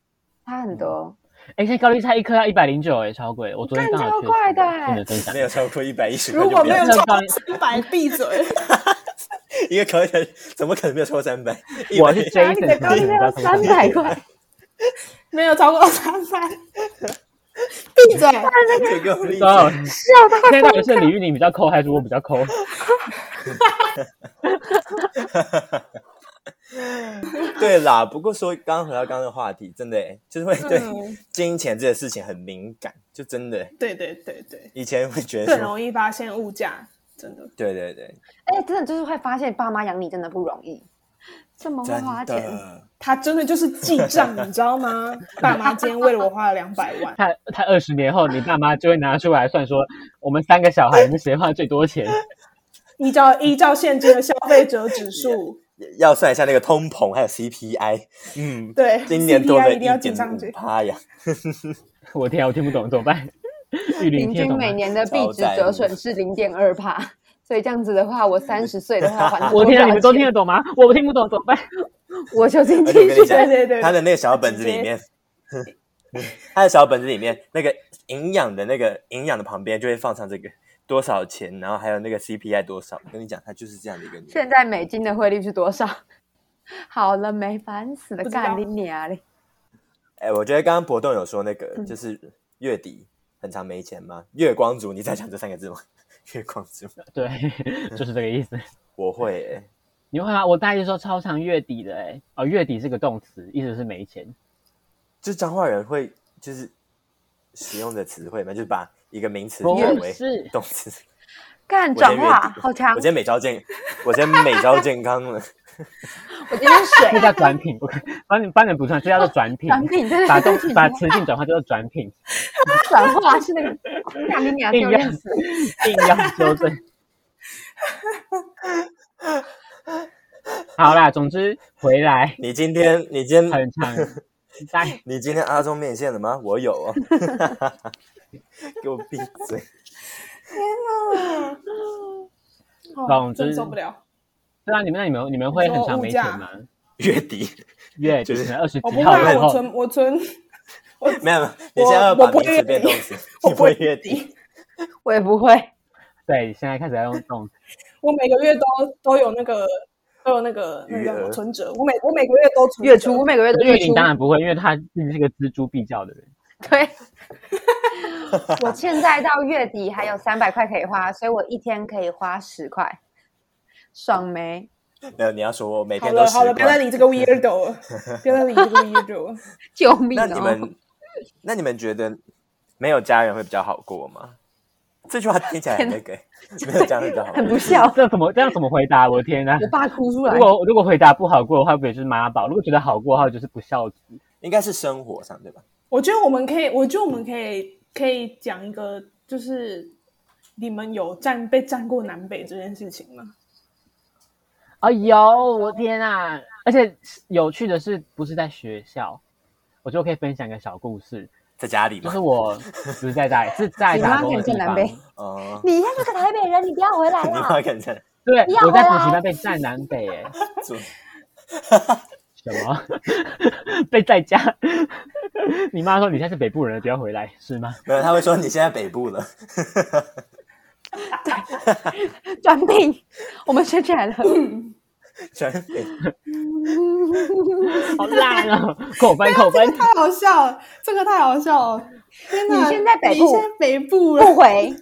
[SPEAKER 5] 差很多，
[SPEAKER 4] 哎，现在高丽菜一颗要一百零九，哎，超贵！我昨天
[SPEAKER 5] 干
[SPEAKER 4] 刚好
[SPEAKER 5] 超
[SPEAKER 4] 去，
[SPEAKER 5] 贵的
[SPEAKER 4] 不能分享
[SPEAKER 3] 没。有超过一百一十块
[SPEAKER 2] 如
[SPEAKER 3] 就
[SPEAKER 2] 果
[SPEAKER 3] 不
[SPEAKER 2] 没有
[SPEAKER 3] 要，
[SPEAKER 2] 超过三百，闭嘴。
[SPEAKER 3] 一个考卷怎么可能没有超过三百？
[SPEAKER 4] 我是
[SPEAKER 5] 哪里的
[SPEAKER 4] Jason，
[SPEAKER 5] 高低
[SPEAKER 4] 你知
[SPEAKER 5] 要
[SPEAKER 4] 道
[SPEAKER 5] 三
[SPEAKER 4] 吗
[SPEAKER 5] 百块，
[SPEAKER 2] 没有超过三百。闭 嘴！
[SPEAKER 3] 这个例 子，
[SPEAKER 4] 糟了
[SPEAKER 2] 啊
[SPEAKER 5] 笑到
[SPEAKER 4] 哦现在到底是李玉玲比较抠还是我比较抠？
[SPEAKER 3] 对啦。不过说刚刚回到刚刚的话题，真的欸就是会对
[SPEAKER 2] 嗯
[SPEAKER 3] 金钱这个事情很敏感，就真的欸
[SPEAKER 2] 对对对对，
[SPEAKER 3] 以前会觉得
[SPEAKER 2] 更
[SPEAKER 3] 说，
[SPEAKER 2] 容易发现物价，真的。
[SPEAKER 3] 对对对，
[SPEAKER 5] 哎、真的就是会发现爸妈养你真的不容易，这么会
[SPEAKER 3] 真
[SPEAKER 5] 花钱，
[SPEAKER 3] 的。
[SPEAKER 2] 他真的就是记账，你知道吗？爸妈今天为了我花了两百万，
[SPEAKER 4] 他他二十年后，你爸妈就会拿出来算说，我们三个小孩，你们谁花最多钱？
[SPEAKER 2] 依照依照现今的消费者指数，
[SPEAKER 3] 要算一下那个通膨，还有 CPI，嗯，
[SPEAKER 2] 对，
[SPEAKER 3] 今年多
[SPEAKER 2] CPI
[SPEAKER 3] 了
[SPEAKER 2] 一定要记
[SPEAKER 3] 点
[SPEAKER 2] 上
[SPEAKER 3] 五
[SPEAKER 2] 去。
[SPEAKER 3] 趴呀，
[SPEAKER 4] 我天、啊，我听不懂，怎 么办？玉
[SPEAKER 5] 平
[SPEAKER 4] 玲你听得
[SPEAKER 5] 均
[SPEAKER 4] 懂
[SPEAKER 5] 每
[SPEAKER 4] 吗？
[SPEAKER 5] 年的币值折损是零点二帕，所以这样子的话，我三十岁的话还
[SPEAKER 4] 我天、啊，
[SPEAKER 5] 多少
[SPEAKER 4] 你们都听
[SPEAKER 5] 钱
[SPEAKER 4] 得 懂吗？我听不懂，怎么办？
[SPEAKER 5] 我就进
[SPEAKER 3] 而且我
[SPEAKER 5] 去
[SPEAKER 3] 跟你
[SPEAKER 5] 学
[SPEAKER 3] 讲
[SPEAKER 2] 对对对，
[SPEAKER 3] 他的那个小本子里面，他的小本子里面那个营养的那个营养的旁边就会放上这个多少钱，然后还有那个 CPI 多少。跟你讲，他就是这样的一个女人。
[SPEAKER 5] 现在美金的汇率是多少？好了没？烦死了，
[SPEAKER 2] 不知道
[SPEAKER 5] 干你娘嘞！
[SPEAKER 3] 哎、我觉得刚刚博栋有说那
[SPEAKER 5] 嗯
[SPEAKER 3] 个，就是月底很长没钱吗？月光族，你在讲这三个字吗？ 月光族，
[SPEAKER 4] 对，就是这个意思。
[SPEAKER 3] 我会、欸，
[SPEAKER 4] 你会吗？我大一的时候超常月底的、欸，哎，哦，月底是个动词，意思是没钱。
[SPEAKER 3] 就是彰化人会就是使用的词汇嘛，就是把一个名词
[SPEAKER 4] 不
[SPEAKER 3] 转为
[SPEAKER 4] 是
[SPEAKER 3] 动词。
[SPEAKER 5] 干
[SPEAKER 3] 我今天
[SPEAKER 5] 转
[SPEAKER 3] 月
[SPEAKER 5] 化
[SPEAKER 3] 底
[SPEAKER 5] 好强
[SPEAKER 3] 我！今天美招健，我今天美招健康了。
[SPEAKER 5] 我今天水
[SPEAKER 4] 这叫转品，我帮你帮你补充，这叫做转品。
[SPEAKER 5] 转 品真的
[SPEAKER 4] 把动
[SPEAKER 5] 是
[SPEAKER 4] 把词性转化叫做转品，
[SPEAKER 5] 转化是那个干你 娘
[SPEAKER 4] 硬
[SPEAKER 5] 丢
[SPEAKER 4] 要
[SPEAKER 5] 脸死了！
[SPEAKER 4] 硬 要纠正。好啦，总之回来
[SPEAKER 3] 你今天，你今天，
[SPEAKER 4] 很长，大
[SPEAKER 3] 你今天阿中面线了吗？我有哦。给我闭嘴！
[SPEAKER 2] 哦
[SPEAKER 5] 哦
[SPEAKER 4] 总，
[SPEAKER 2] 真
[SPEAKER 4] 之
[SPEAKER 2] 受不了，
[SPEAKER 4] 对啊，你们那你们你们会
[SPEAKER 2] 你说
[SPEAKER 4] 很常
[SPEAKER 2] 物
[SPEAKER 4] 没钱
[SPEAKER 2] 价
[SPEAKER 4] 吗？
[SPEAKER 3] 月底
[SPEAKER 4] 月
[SPEAKER 3] 就
[SPEAKER 4] 底
[SPEAKER 3] 是
[SPEAKER 4] 可能二十
[SPEAKER 2] 我
[SPEAKER 4] 几
[SPEAKER 2] 不
[SPEAKER 4] 号
[SPEAKER 2] 怕，
[SPEAKER 4] 以
[SPEAKER 2] 我
[SPEAKER 4] 后，
[SPEAKER 2] 存我存，我
[SPEAKER 3] 没有，没有你现在要把
[SPEAKER 2] 我不
[SPEAKER 3] 名
[SPEAKER 2] 会
[SPEAKER 3] 词变
[SPEAKER 2] 月
[SPEAKER 3] 动
[SPEAKER 2] 底
[SPEAKER 3] 词，
[SPEAKER 2] 我
[SPEAKER 3] 你
[SPEAKER 2] 不会
[SPEAKER 3] 月底。
[SPEAKER 5] 我也不会，
[SPEAKER 4] 对，现在开始要用动词。
[SPEAKER 2] 我每个月都都有那个都有那个那个叫什
[SPEAKER 3] 余
[SPEAKER 2] 么
[SPEAKER 3] 额
[SPEAKER 2] 存折，我每我每个月都存
[SPEAKER 5] 月
[SPEAKER 2] 折
[SPEAKER 5] 初我每个月
[SPEAKER 4] 可
[SPEAKER 5] 都
[SPEAKER 4] 是玉
[SPEAKER 5] 月
[SPEAKER 4] 玲
[SPEAKER 5] 初，
[SPEAKER 4] 当然不会，因为她自己是个锱铢必较的人。
[SPEAKER 5] 对。我现在到月底还有三百块可以花，所以我一天可以花十块，爽没？
[SPEAKER 3] 没有，你要说我每
[SPEAKER 2] 好
[SPEAKER 3] 天都
[SPEAKER 2] 了
[SPEAKER 3] 十
[SPEAKER 2] 好了，不要再
[SPEAKER 3] 块。
[SPEAKER 2] 理这个 weirdo 了，不要再理这个 weirdo 了。
[SPEAKER 5] 救命、哦！
[SPEAKER 3] 那你们，那你们觉得没有家人会比较好过吗？这句话听起来很那个，没有家人比较好
[SPEAKER 5] 很
[SPEAKER 3] 过。
[SPEAKER 5] 不孝，
[SPEAKER 4] 哦这怎么这样怎么回答？我的天呐！
[SPEAKER 5] 我爸哭出来
[SPEAKER 4] 如。果如果回答不好过的话，不也是妈宝？如果觉得好过的话，就是不孝子。
[SPEAKER 3] 应该是生活上对吧？
[SPEAKER 2] 我觉得我们可以，我觉得我们可以可以讲一个，就是你们有站被站过南北这件事情吗？
[SPEAKER 4] 啊、有，我天啊！而且有趣的是，不是在学校，我就可以分享一个小故事，
[SPEAKER 3] 在家里
[SPEAKER 4] 就
[SPEAKER 3] 嘛
[SPEAKER 4] 是。我不是在打，是在
[SPEAKER 5] 你妈
[SPEAKER 4] 打工的
[SPEAKER 5] 可以
[SPEAKER 4] 地
[SPEAKER 5] 去南
[SPEAKER 4] 方。
[SPEAKER 5] 北
[SPEAKER 3] 哦，
[SPEAKER 5] 你那个台北人，你不要回来
[SPEAKER 3] 你
[SPEAKER 5] 啦！
[SPEAKER 3] 妈敢在
[SPEAKER 4] 对
[SPEAKER 5] 不要，
[SPEAKER 4] 我在
[SPEAKER 5] 回
[SPEAKER 4] 补习
[SPEAKER 5] 来
[SPEAKER 2] 哦
[SPEAKER 4] 班被占南北、欸，
[SPEAKER 3] 做？
[SPEAKER 4] 什么 被在家？你妈说你现在是北部人了，不要回来，是吗？
[SPEAKER 3] 没有，他会说你现在北部了。
[SPEAKER 5] 转命，我们学起来了。
[SPEAKER 3] 全北 部
[SPEAKER 4] 好烂 哦，扣分扣分。
[SPEAKER 2] 太好笑了，这个太好笑了！天哪，
[SPEAKER 5] 你现在北部
[SPEAKER 2] 你现在北部
[SPEAKER 5] 不
[SPEAKER 2] 了，
[SPEAKER 5] 回。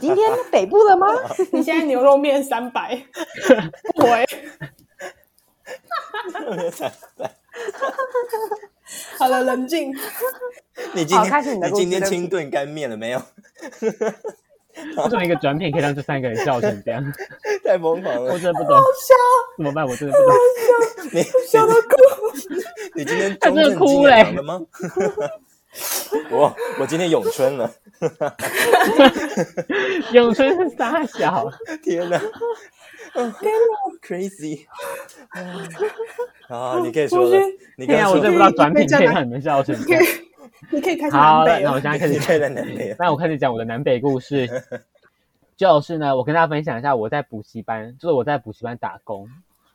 [SPEAKER 5] 你今天北部了吗？
[SPEAKER 2] 你现在牛肉面三百， 不回。好了，冷 静。
[SPEAKER 3] 你今
[SPEAKER 5] 好
[SPEAKER 3] 天
[SPEAKER 5] 开始你的故事
[SPEAKER 3] 今天
[SPEAKER 5] 对不起
[SPEAKER 3] 清炖干面了没有？
[SPEAKER 4] 为什么一个转片可以让这三个人笑成 这样？
[SPEAKER 3] 太疯狂
[SPEAKER 4] 我
[SPEAKER 3] 了！
[SPEAKER 4] 真的不懂，怎么办？我真的不懂。
[SPEAKER 3] 你笑到哭。你 今天中正纪念堂了吗？ 我我今天咏春了，
[SPEAKER 4] 咏春是傻小，
[SPEAKER 3] 天哪！天哪，crazy！啊，你可以说
[SPEAKER 2] 我
[SPEAKER 3] 了
[SPEAKER 2] 觉得，
[SPEAKER 3] 你可以
[SPEAKER 4] 天啊，我
[SPEAKER 3] 说
[SPEAKER 4] 真
[SPEAKER 3] 了，
[SPEAKER 4] 的不知道转品可以让你们笑成这样。
[SPEAKER 2] 你可以开始南
[SPEAKER 4] 好了，
[SPEAKER 2] 北
[SPEAKER 4] 那
[SPEAKER 2] 了
[SPEAKER 4] 我。现在开
[SPEAKER 3] 你
[SPEAKER 4] 始
[SPEAKER 3] 可以在南北了。
[SPEAKER 4] 那我开始讲我的南北故事，就是呢，我跟大家分享一下我在补习班，就是我在补习班打工，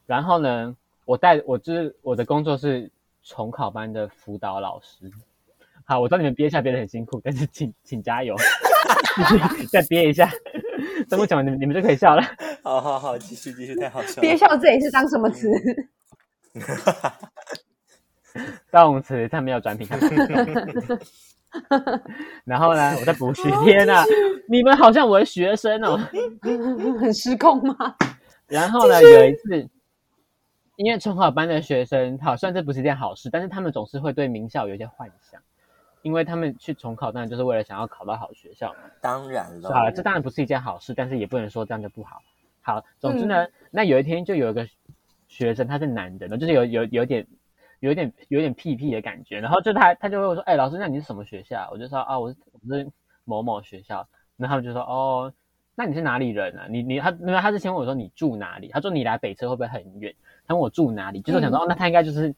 [SPEAKER 4] 然后呢，我带我就是我的工作是重考班的辅导老师。好，我知道你们憋一下憋得很辛苦，但是请请加油。 再憋一下，等我讲完你们你们就可以笑了。
[SPEAKER 3] 好好好，继续继续，太好笑了。
[SPEAKER 5] 憋笑这也是当什么词？
[SPEAKER 4] 动词它没有转品，它没有转品 然后呢，我再补习。天啊
[SPEAKER 2] 哦
[SPEAKER 4] 哪，你们好像我的学生哦。
[SPEAKER 5] 很失控吗？
[SPEAKER 4] 然后呢，有一次，因为重考班的学生，好，虽然这不是一件好事，但是他们总是会对名校有一些幻想，因为他们去重考，当然就是为了想要考到好学校嘛。
[SPEAKER 3] 当然了，
[SPEAKER 4] 好了，这当然不是一件好事，但是也不能说这样就不好。好，总之呢，那有一天就有一个学生，他是男的，就是有有有点有点有点屁屁的感觉，然后就他他就会说，哎、老师，那你是什么学校啊？我就说啊，我是我是某某学校，然后他们就说，哦，那你是哪里人啊？你你他没有，他是先问我说你住哪里，他说你来北车会不会很远？他问我住哪里，就是我想说，
[SPEAKER 5] 嗯
[SPEAKER 4] 哦，那他应该就是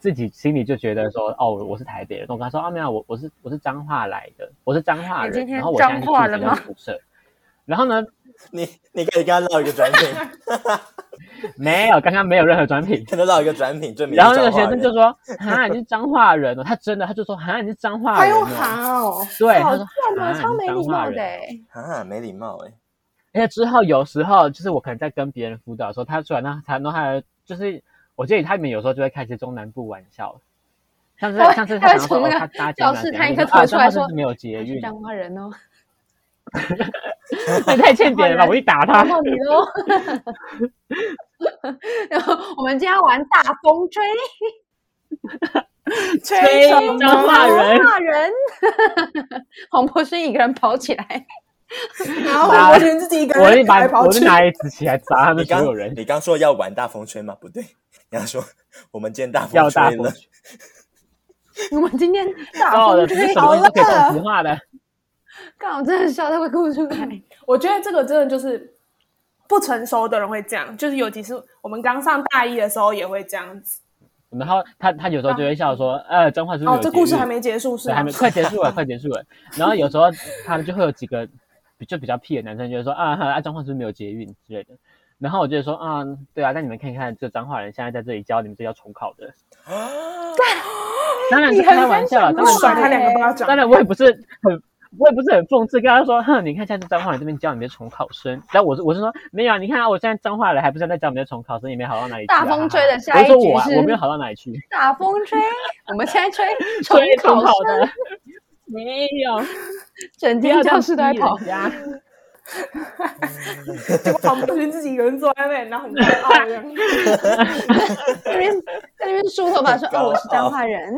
[SPEAKER 4] 自己心里就觉得说，哦，我是台北人。我跟他说，啊，没有，我我是我是彰化来的，我是彰化
[SPEAKER 5] 你今
[SPEAKER 4] 人，
[SPEAKER 5] 天
[SPEAKER 4] 然后我现在
[SPEAKER 5] 彰
[SPEAKER 4] 是
[SPEAKER 5] 化
[SPEAKER 4] 住
[SPEAKER 5] 了
[SPEAKER 4] 学校
[SPEAKER 5] 吗
[SPEAKER 4] 宿舍。然后呢，
[SPEAKER 3] 你你可以跟他唠一个转品，
[SPEAKER 4] 没有，刚刚没有任何转品。
[SPEAKER 3] 跟他唠一个转品证明。
[SPEAKER 4] 然后那个学生就，说：“哈，你是彰化人哦。”他真的，他就说：“哈，你是彰化
[SPEAKER 2] 还
[SPEAKER 4] 人、
[SPEAKER 2] 用
[SPEAKER 4] 哦。”
[SPEAKER 2] 哈哦，
[SPEAKER 4] 对，
[SPEAKER 5] 哎好
[SPEAKER 4] 他说
[SPEAKER 5] 贱
[SPEAKER 4] 啊
[SPEAKER 5] 哦，
[SPEAKER 4] 你
[SPEAKER 5] 超没
[SPEAKER 4] 脏
[SPEAKER 5] 礼
[SPEAKER 4] 话
[SPEAKER 5] 貌的
[SPEAKER 4] 人
[SPEAKER 5] 欸。
[SPEAKER 3] 啊，没礼貌哎、
[SPEAKER 4] 而且之后有时候就是我可能在跟别人辅导的时候，他突然让他，然后他就是我记得他们有时候就会开一些中南部玩笑，像是
[SPEAKER 5] 他会
[SPEAKER 4] 像是
[SPEAKER 5] 他
[SPEAKER 4] 他
[SPEAKER 5] 会
[SPEAKER 4] 想说
[SPEAKER 5] 从
[SPEAKER 4] 哦
[SPEAKER 5] 那个
[SPEAKER 4] 他搭捷
[SPEAKER 5] 教
[SPEAKER 4] 运
[SPEAKER 5] 室
[SPEAKER 4] 来
[SPEAKER 5] 他
[SPEAKER 4] 怎
[SPEAKER 5] 一
[SPEAKER 4] 样
[SPEAKER 5] 个
[SPEAKER 4] 就说啊
[SPEAKER 5] 推出来
[SPEAKER 4] 彰化
[SPEAKER 5] 说
[SPEAKER 4] 是没有捷
[SPEAKER 5] 他是
[SPEAKER 4] 运，
[SPEAKER 5] 彰化人哦，
[SPEAKER 4] 这也太欠扁了吧！我一打他
[SPEAKER 5] 看，到你喽。 然后我们今天要玩大风吹，
[SPEAKER 4] 吹
[SPEAKER 2] 什么
[SPEAKER 4] 彰化人，
[SPEAKER 5] 大人， 黄博勋一个人跑起来，
[SPEAKER 2] 然后我先自己一个
[SPEAKER 4] 我
[SPEAKER 2] 人
[SPEAKER 4] 就
[SPEAKER 2] 跑
[SPEAKER 4] 把
[SPEAKER 2] 来跑
[SPEAKER 4] 我就
[SPEAKER 2] 去，
[SPEAKER 4] 拿一支起来砸他
[SPEAKER 3] 你
[SPEAKER 4] 们所
[SPEAKER 3] 刚
[SPEAKER 4] 有人，
[SPEAKER 3] 你刚说要玩大风吹吗？不对，你要说我们今天大风
[SPEAKER 4] 要
[SPEAKER 3] 吹
[SPEAKER 4] 大
[SPEAKER 3] 了，
[SPEAKER 4] 风吹。
[SPEAKER 5] 我们今天大
[SPEAKER 4] 哦，
[SPEAKER 5] 风
[SPEAKER 4] 不是
[SPEAKER 5] 吹
[SPEAKER 4] 什，么
[SPEAKER 2] 好
[SPEAKER 4] 东西都可以
[SPEAKER 2] 了
[SPEAKER 4] 动词化的。
[SPEAKER 5] 看我真的笑到会哭出来。
[SPEAKER 2] 我觉得这个真的就是不成熟的人会这样，就是尤其是我们刚上大一的时候也会这样子。
[SPEAKER 4] 然后他他有时候就会笑说，呃，彰化是不是
[SPEAKER 2] 哦
[SPEAKER 4] 有，
[SPEAKER 2] 这
[SPEAKER 4] 捷
[SPEAKER 2] 故事
[SPEAKER 4] 运
[SPEAKER 2] 还没结束是啊
[SPEAKER 4] 对，还
[SPEAKER 2] 吗
[SPEAKER 4] 没？
[SPEAKER 5] 啊
[SPEAKER 4] 快结 束了，快结束了。然后有时候他们就会有几个比就比较屁的男生，就会说啊，啊彰化是不是没有捷运之类的。然后我就会说啊，对啊，那你们看一看，这彰化人现在在这里教你们这叫重考的，当然是开玩笑啦，
[SPEAKER 5] 你
[SPEAKER 4] 当
[SPEAKER 5] 很敢讲话
[SPEAKER 2] 我
[SPEAKER 4] 然
[SPEAKER 2] 甩
[SPEAKER 4] 是
[SPEAKER 2] 他两个巴
[SPEAKER 4] 当
[SPEAKER 2] 掌，
[SPEAKER 4] 然我也不是很。我也不是很讽刺，跟他说，哼，你看现在是彰化人这边教你们重考生，但我是我是说没有啊，你看啊，我现在彰化人还不是在教你们重考生，也没好到哪里去、啊。
[SPEAKER 5] 大风吹
[SPEAKER 4] 哈哈
[SPEAKER 5] 的下一
[SPEAKER 4] 我是说我、
[SPEAKER 5] 局
[SPEAKER 4] 啊、
[SPEAKER 5] 是
[SPEAKER 4] 我没有好到哪里去。
[SPEAKER 5] 大风吹，我们现在吹重
[SPEAKER 4] 吹重
[SPEAKER 5] 考
[SPEAKER 4] 考
[SPEAKER 5] 生，
[SPEAKER 4] 的，没有，
[SPEAKER 5] 整
[SPEAKER 4] 不
[SPEAKER 5] 天
[SPEAKER 4] 要
[SPEAKER 5] 教室都在跑。
[SPEAKER 4] 家。
[SPEAKER 2] 结 果黄不群自己一个人坐在那里，然后很骄傲这样。
[SPEAKER 5] 在那边在那边梳头发 说：“哦，我是彰化人。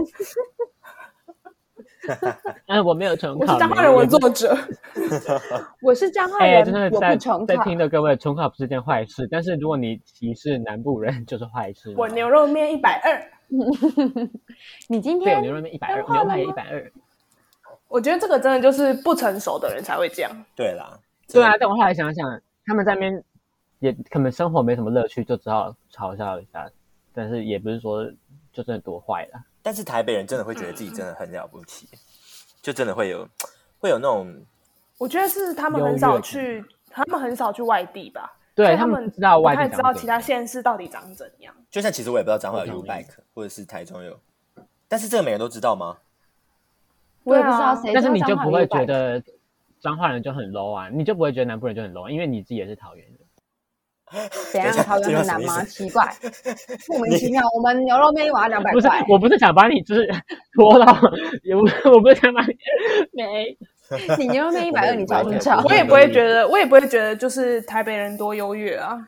[SPEAKER 4] 哎，我没有重
[SPEAKER 2] 我
[SPEAKER 4] 考，
[SPEAKER 2] 是当
[SPEAKER 4] 没
[SPEAKER 2] 然
[SPEAKER 4] 有
[SPEAKER 2] 我作者，
[SPEAKER 5] 我是彰化
[SPEAKER 4] 哎，
[SPEAKER 5] 人
[SPEAKER 4] 真的，
[SPEAKER 5] 我不
[SPEAKER 4] 在
[SPEAKER 5] 重
[SPEAKER 4] 在
[SPEAKER 5] 考。
[SPEAKER 4] 听的各位，重考不是件坏事，但是如果你歧视南部人，就是坏事。
[SPEAKER 2] 我牛肉面一百二。
[SPEAKER 5] 你今
[SPEAKER 4] 对，我
[SPEAKER 5] 天
[SPEAKER 4] 牛肉面一百二，
[SPEAKER 5] 脏话
[SPEAKER 4] 牛
[SPEAKER 5] 了吗
[SPEAKER 4] 排也一百二。
[SPEAKER 2] 我觉得这个真的就是不成熟的人才会这样。
[SPEAKER 3] 对啦，
[SPEAKER 4] 对啊，但我后来想想，他们在那边也可能生活没什么乐趣，就只好嘲笑一下，但是也不是说就真的多坏啦。
[SPEAKER 3] 但是台北人真的会觉得自己真的很了不起，就真的会有会有那种
[SPEAKER 2] 我觉得是他们
[SPEAKER 4] 优
[SPEAKER 2] 很
[SPEAKER 4] 越
[SPEAKER 2] 少
[SPEAKER 4] 感
[SPEAKER 2] 去，他们很少去外地吧，所
[SPEAKER 4] 对
[SPEAKER 2] 以他
[SPEAKER 4] 们
[SPEAKER 2] 们
[SPEAKER 4] 不知道
[SPEAKER 2] 不
[SPEAKER 4] 外
[SPEAKER 2] 太
[SPEAKER 4] 地
[SPEAKER 2] 知
[SPEAKER 4] 长
[SPEAKER 2] 道
[SPEAKER 4] 怎
[SPEAKER 2] 其
[SPEAKER 4] 样
[SPEAKER 2] 他县市到底长怎样。
[SPEAKER 3] 就像其实我也不知道彰化有
[SPEAKER 4] 我
[SPEAKER 3] U
[SPEAKER 4] 懂意
[SPEAKER 3] Bike 或者是台中有，但是这个每个人都知道吗？
[SPEAKER 5] 我也
[SPEAKER 2] 对
[SPEAKER 5] 不知
[SPEAKER 2] 啊
[SPEAKER 5] 道谁，
[SPEAKER 4] 但是你就不会觉得彰化人就很 low 啊，你就不会觉得南部人就很 low，啊因为你自己也是桃园人。
[SPEAKER 5] 怎样
[SPEAKER 3] 等
[SPEAKER 4] 啊
[SPEAKER 3] 一下
[SPEAKER 5] 桃园很难
[SPEAKER 3] 这
[SPEAKER 5] 吗？
[SPEAKER 3] 有 什么意
[SPEAKER 5] 奇怪，莫名其妙。我们牛肉面一碗要两百
[SPEAKER 4] 不是
[SPEAKER 5] 块，，
[SPEAKER 4] 我不是想把你就是 拖到，也不是，我不是想把你没
[SPEAKER 5] 你牛肉面一
[SPEAKER 3] 我
[SPEAKER 5] 百二，
[SPEAKER 3] 们
[SPEAKER 5] 你
[SPEAKER 3] 我
[SPEAKER 5] 吵
[SPEAKER 3] 们
[SPEAKER 5] 不吵
[SPEAKER 3] 我？
[SPEAKER 2] 我
[SPEAKER 3] 们
[SPEAKER 2] 也不会觉得，我也不会觉得就是台北人多优越啊。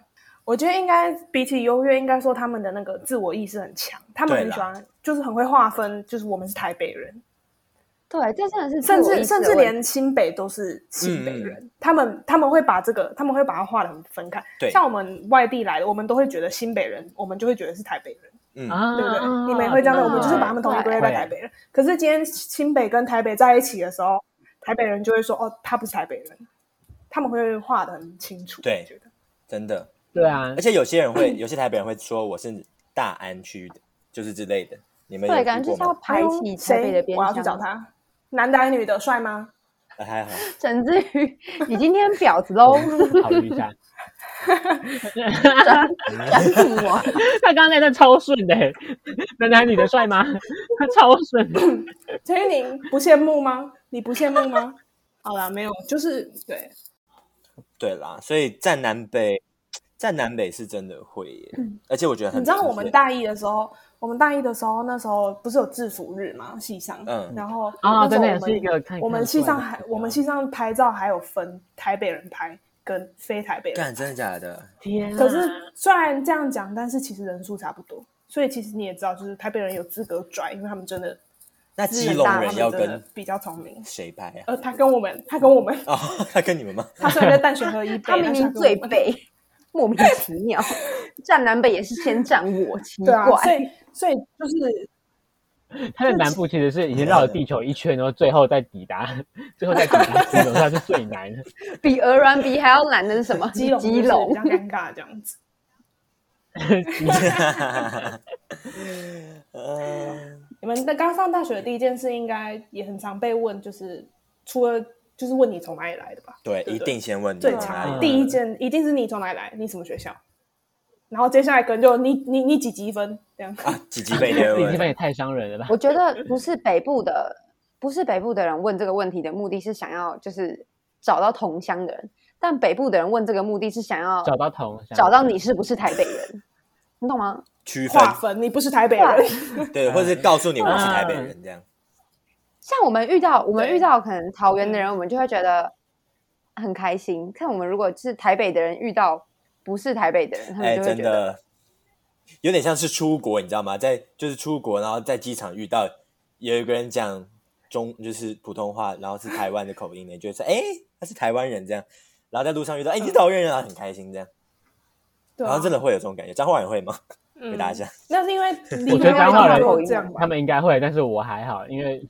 [SPEAKER 2] 我觉得应该比起优越，应该说他们的那个自我意识很强，他们
[SPEAKER 3] 对
[SPEAKER 2] 很
[SPEAKER 3] 啦
[SPEAKER 2] 喜欢，就是很会划分，就是我们是台北人，
[SPEAKER 5] 对，这真的是自
[SPEAKER 2] 甚
[SPEAKER 5] 我意
[SPEAKER 2] 至
[SPEAKER 5] 识
[SPEAKER 2] 甚
[SPEAKER 5] 的
[SPEAKER 2] 至
[SPEAKER 5] 问题
[SPEAKER 2] 连新北都是新北
[SPEAKER 3] 嗯嗯
[SPEAKER 2] 人，他们他们会把这个他们会把它划得很分开。
[SPEAKER 3] 对
[SPEAKER 2] 像我们外地来的，我们都会觉得新北人，我们就会觉得是台北人。
[SPEAKER 3] 嗯，
[SPEAKER 4] 啊，
[SPEAKER 2] 对不对？你们也会这样的，
[SPEAKER 5] 对
[SPEAKER 2] 我们就是把他们统一归类在
[SPEAKER 4] 对
[SPEAKER 2] 台北人。可是今天新北跟台北在一起的时候，台北人就会说：“哦，他不是台北人。”他们会画的很清楚。
[SPEAKER 3] 对
[SPEAKER 2] 我觉得
[SPEAKER 3] 真的。
[SPEAKER 4] 对啊
[SPEAKER 3] 而，且有些人会，有些台北人会说我是大安区的，就是之类的。你们有
[SPEAKER 5] 对，
[SPEAKER 3] 听
[SPEAKER 5] 感觉
[SPEAKER 3] 过
[SPEAKER 5] 就是要
[SPEAKER 3] 吗？
[SPEAKER 2] 哎
[SPEAKER 5] 排
[SPEAKER 2] 呦
[SPEAKER 5] 挤台北的
[SPEAKER 2] 谁？
[SPEAKER 5] 边
[SPEAKER 2] 我要去找
[SPEAKER 5] 疆。
[SPEAKER 2] 他。男的还是女的？帅吗？
[SPEAKER 3] 呃还好，
[SPEAKER 5] 甚至于你今天婊子
[SPEAKER 2] 哦
[SPEAKER 5] 喽，
[SPEAKER 4] 考虑一下。
[SPEAKER 5] 转什我。
[SPEAKER 4] 他刚才那超顺的、 欸，男男女的帅 吗？他超顺的，
[SPEAKER 2] 陈玉宁不羡慕吗？你不羡慕吗？ 好啦，没有，就是对，
[SPEAKER 3] 对啦，所以在南北，在南北是真的会耶，而且我觉得
[SPEAKER 2] 嗯
[SPEAKER 3] 很
[SPEAKER 2] 你知道
[SPEAKER 3] 明
[SPEAKER 2] 我们
[SPEAKER 3] 显
[SPEAKER 2] 大一的时候，我们大一的时候，那时候不是有制服日嘛，系上，
[SPEAKER 3] 嗯
[SPEAKER 2] 然
[SPEAKER 5] 哦
[SPEAKER 2] 后
[SPEAKER 4] 啊
[SPEAKER 2] 那时候
[SPEAKER 4] 对那也
[SPEAKER 2] 我们
[SPEAKER 4] 是一个看
[SPEAKER 2] 我们
[SPEAKER 4] 看
[SPEAKER 2] 系上
[SPEAKER 4] 出来的
[SPEAKER 2] 还
[SPEAKER 4] 指标
[SPEAKER 2] 我们系上拍照还有分台北人拍跟非台北人
[SPEAKER 3] 干真的假的？
[SPEAKER 4] 天啊，
[SPEAKER 2] 可是
[SPEAKER 5] 嗯
[SPEAKER 2] 虽然这样讲，但是其实人数差不多，所以其实你也知道，就是台北人有资格拽，因为他们真的
[SPEAKER 3] 那
[SPEAKER 2] 资
[SPEAKER 3] 基
[SPEAKER 2] 源
[SPEAKER 3] 隆
[SPEAKER 2] 大，他
[SPEAKER 3] 人
[SPEAKER 2] 们
[SPEAKER 3] 要
[SPEAKER 2] 真的
[SPEAKER 3] 跟
[SPEAKER 2] 比较聪明。
[SPEAKER 3] 谁拍啊？
[SPEAKER 2] 呃，他跟我们，他跟我们，
[SPEAKER 3] 哦， 他跟你们吗？
[SPEAKER 2] 他虽然在淡水河以 北，
[SPEAKER 5] 他明
[SPEAKER 2] 但是
[SPEAKER 5] 明
[SPEAKER 2] 跟
[SPEAKER 5] 最
[SPEAKER 2] 我们
[SPEAKER 5] 北，莫名其妙，占南北也是先占我，奇
[SPEAKER 2] 对啊，所
[SPEAKER 5] 怪。
[SPEAKER 2] 以所以就是
[SPEAKER 4] 它的南部其实是已经绕了地球一圈，然后最后再抵达， 最后再抵达基隆，它是最难 的。
[SPEAKER 5] 比鹅銮鼻还要难的是什么？
[SPEAKER 2] 基隆就是
[SPEAKER 5] 基隆
[SPEAKER 2] 比较尴尬这样子。
[SPEAKER 3] 嗯，
[SPEAKER 2] 你们那刚上大学的第一件事，应该也很常被问，就是除了就是问你从哪里来的吧？
[SPEAKER 3] 对，
[SPEAKER 2] 对
[SPEAKER 3] 一定先问你啊
[SPEAKER 2] 最
[SPEAKER 3] 的
[SPEAKER 2] 常
[SPEAKER 3] 差
[SPEAKER 4] 嗯
[SPEAKER 3] 异。
[SPEAKER 2] 第一件一定是你从哪里来，你什么学校，然后接下来可能就你你你几积分这样。
[SPEAKER 3] 啊，几级被 列
[SPEAKER 4] 这已经
[SPEAKER 3] 问？
[SPEAKER 4] 也太伤人了吧？
[SPEAKER 5] 我觉得不是北部的，不是北部的人问这个问题的目的是想要就是找到同乡的人，但北部的人问这个目的是想要
[SPEAKER 4] 找到同乡
[SPEAKER 5] 找到你是不是台北人，你懂吗？
[SPEAKER 3] 区分
[SPEAKER 2] 划分，你不是台北人
[SPEAKER 5] 划，
[SPEAKER 3] 对，或者是告诉你我是台北人这样。
[SPEAKER 5] 像我们遇到我们
[SPEAKER 2] 对
[SPEAKER 5] 遇到可能桃园的人，我们就会觉得很开心。看我们如果是台北的人遇到不是台北的人，他们
[SPEAKER 3] 哎，
[SPEAKER 5] 嗯就会
[SPEAKER 3] 真
[SPEAKER 5] 觉得
[SPEAKER 3] 的有点像是出国，你知道吗？在就是出国，然后在机场遇到有一个人讲中就是普通话，然后是台湾的口音的，你就会说哎他是台湾人这样。然后在路上遇到哎你是桃园人啊，很开心这样。
[SPEAKER 2] 对啊
[SPEAKER 3] 然后真的会有这种感觉，彰化人会吗？
[SPEAKER 2] 嗯
[SPEAKER 3] 回答一下，
[SPEAKER 2] 那是因为
[SPEAKER 4] 我
[SPEAKER 2] 离
[SPEAKER 4] 觉得
[SPEAKER 2] 开
[SPEAKER 4] 彰化
[SPEAKER 2] 彰化
[SPEAKER 4] 人
[SPEAKER 2] 都这样吧
[SPEAKER 4] 他。们应该会，但是我还好，因为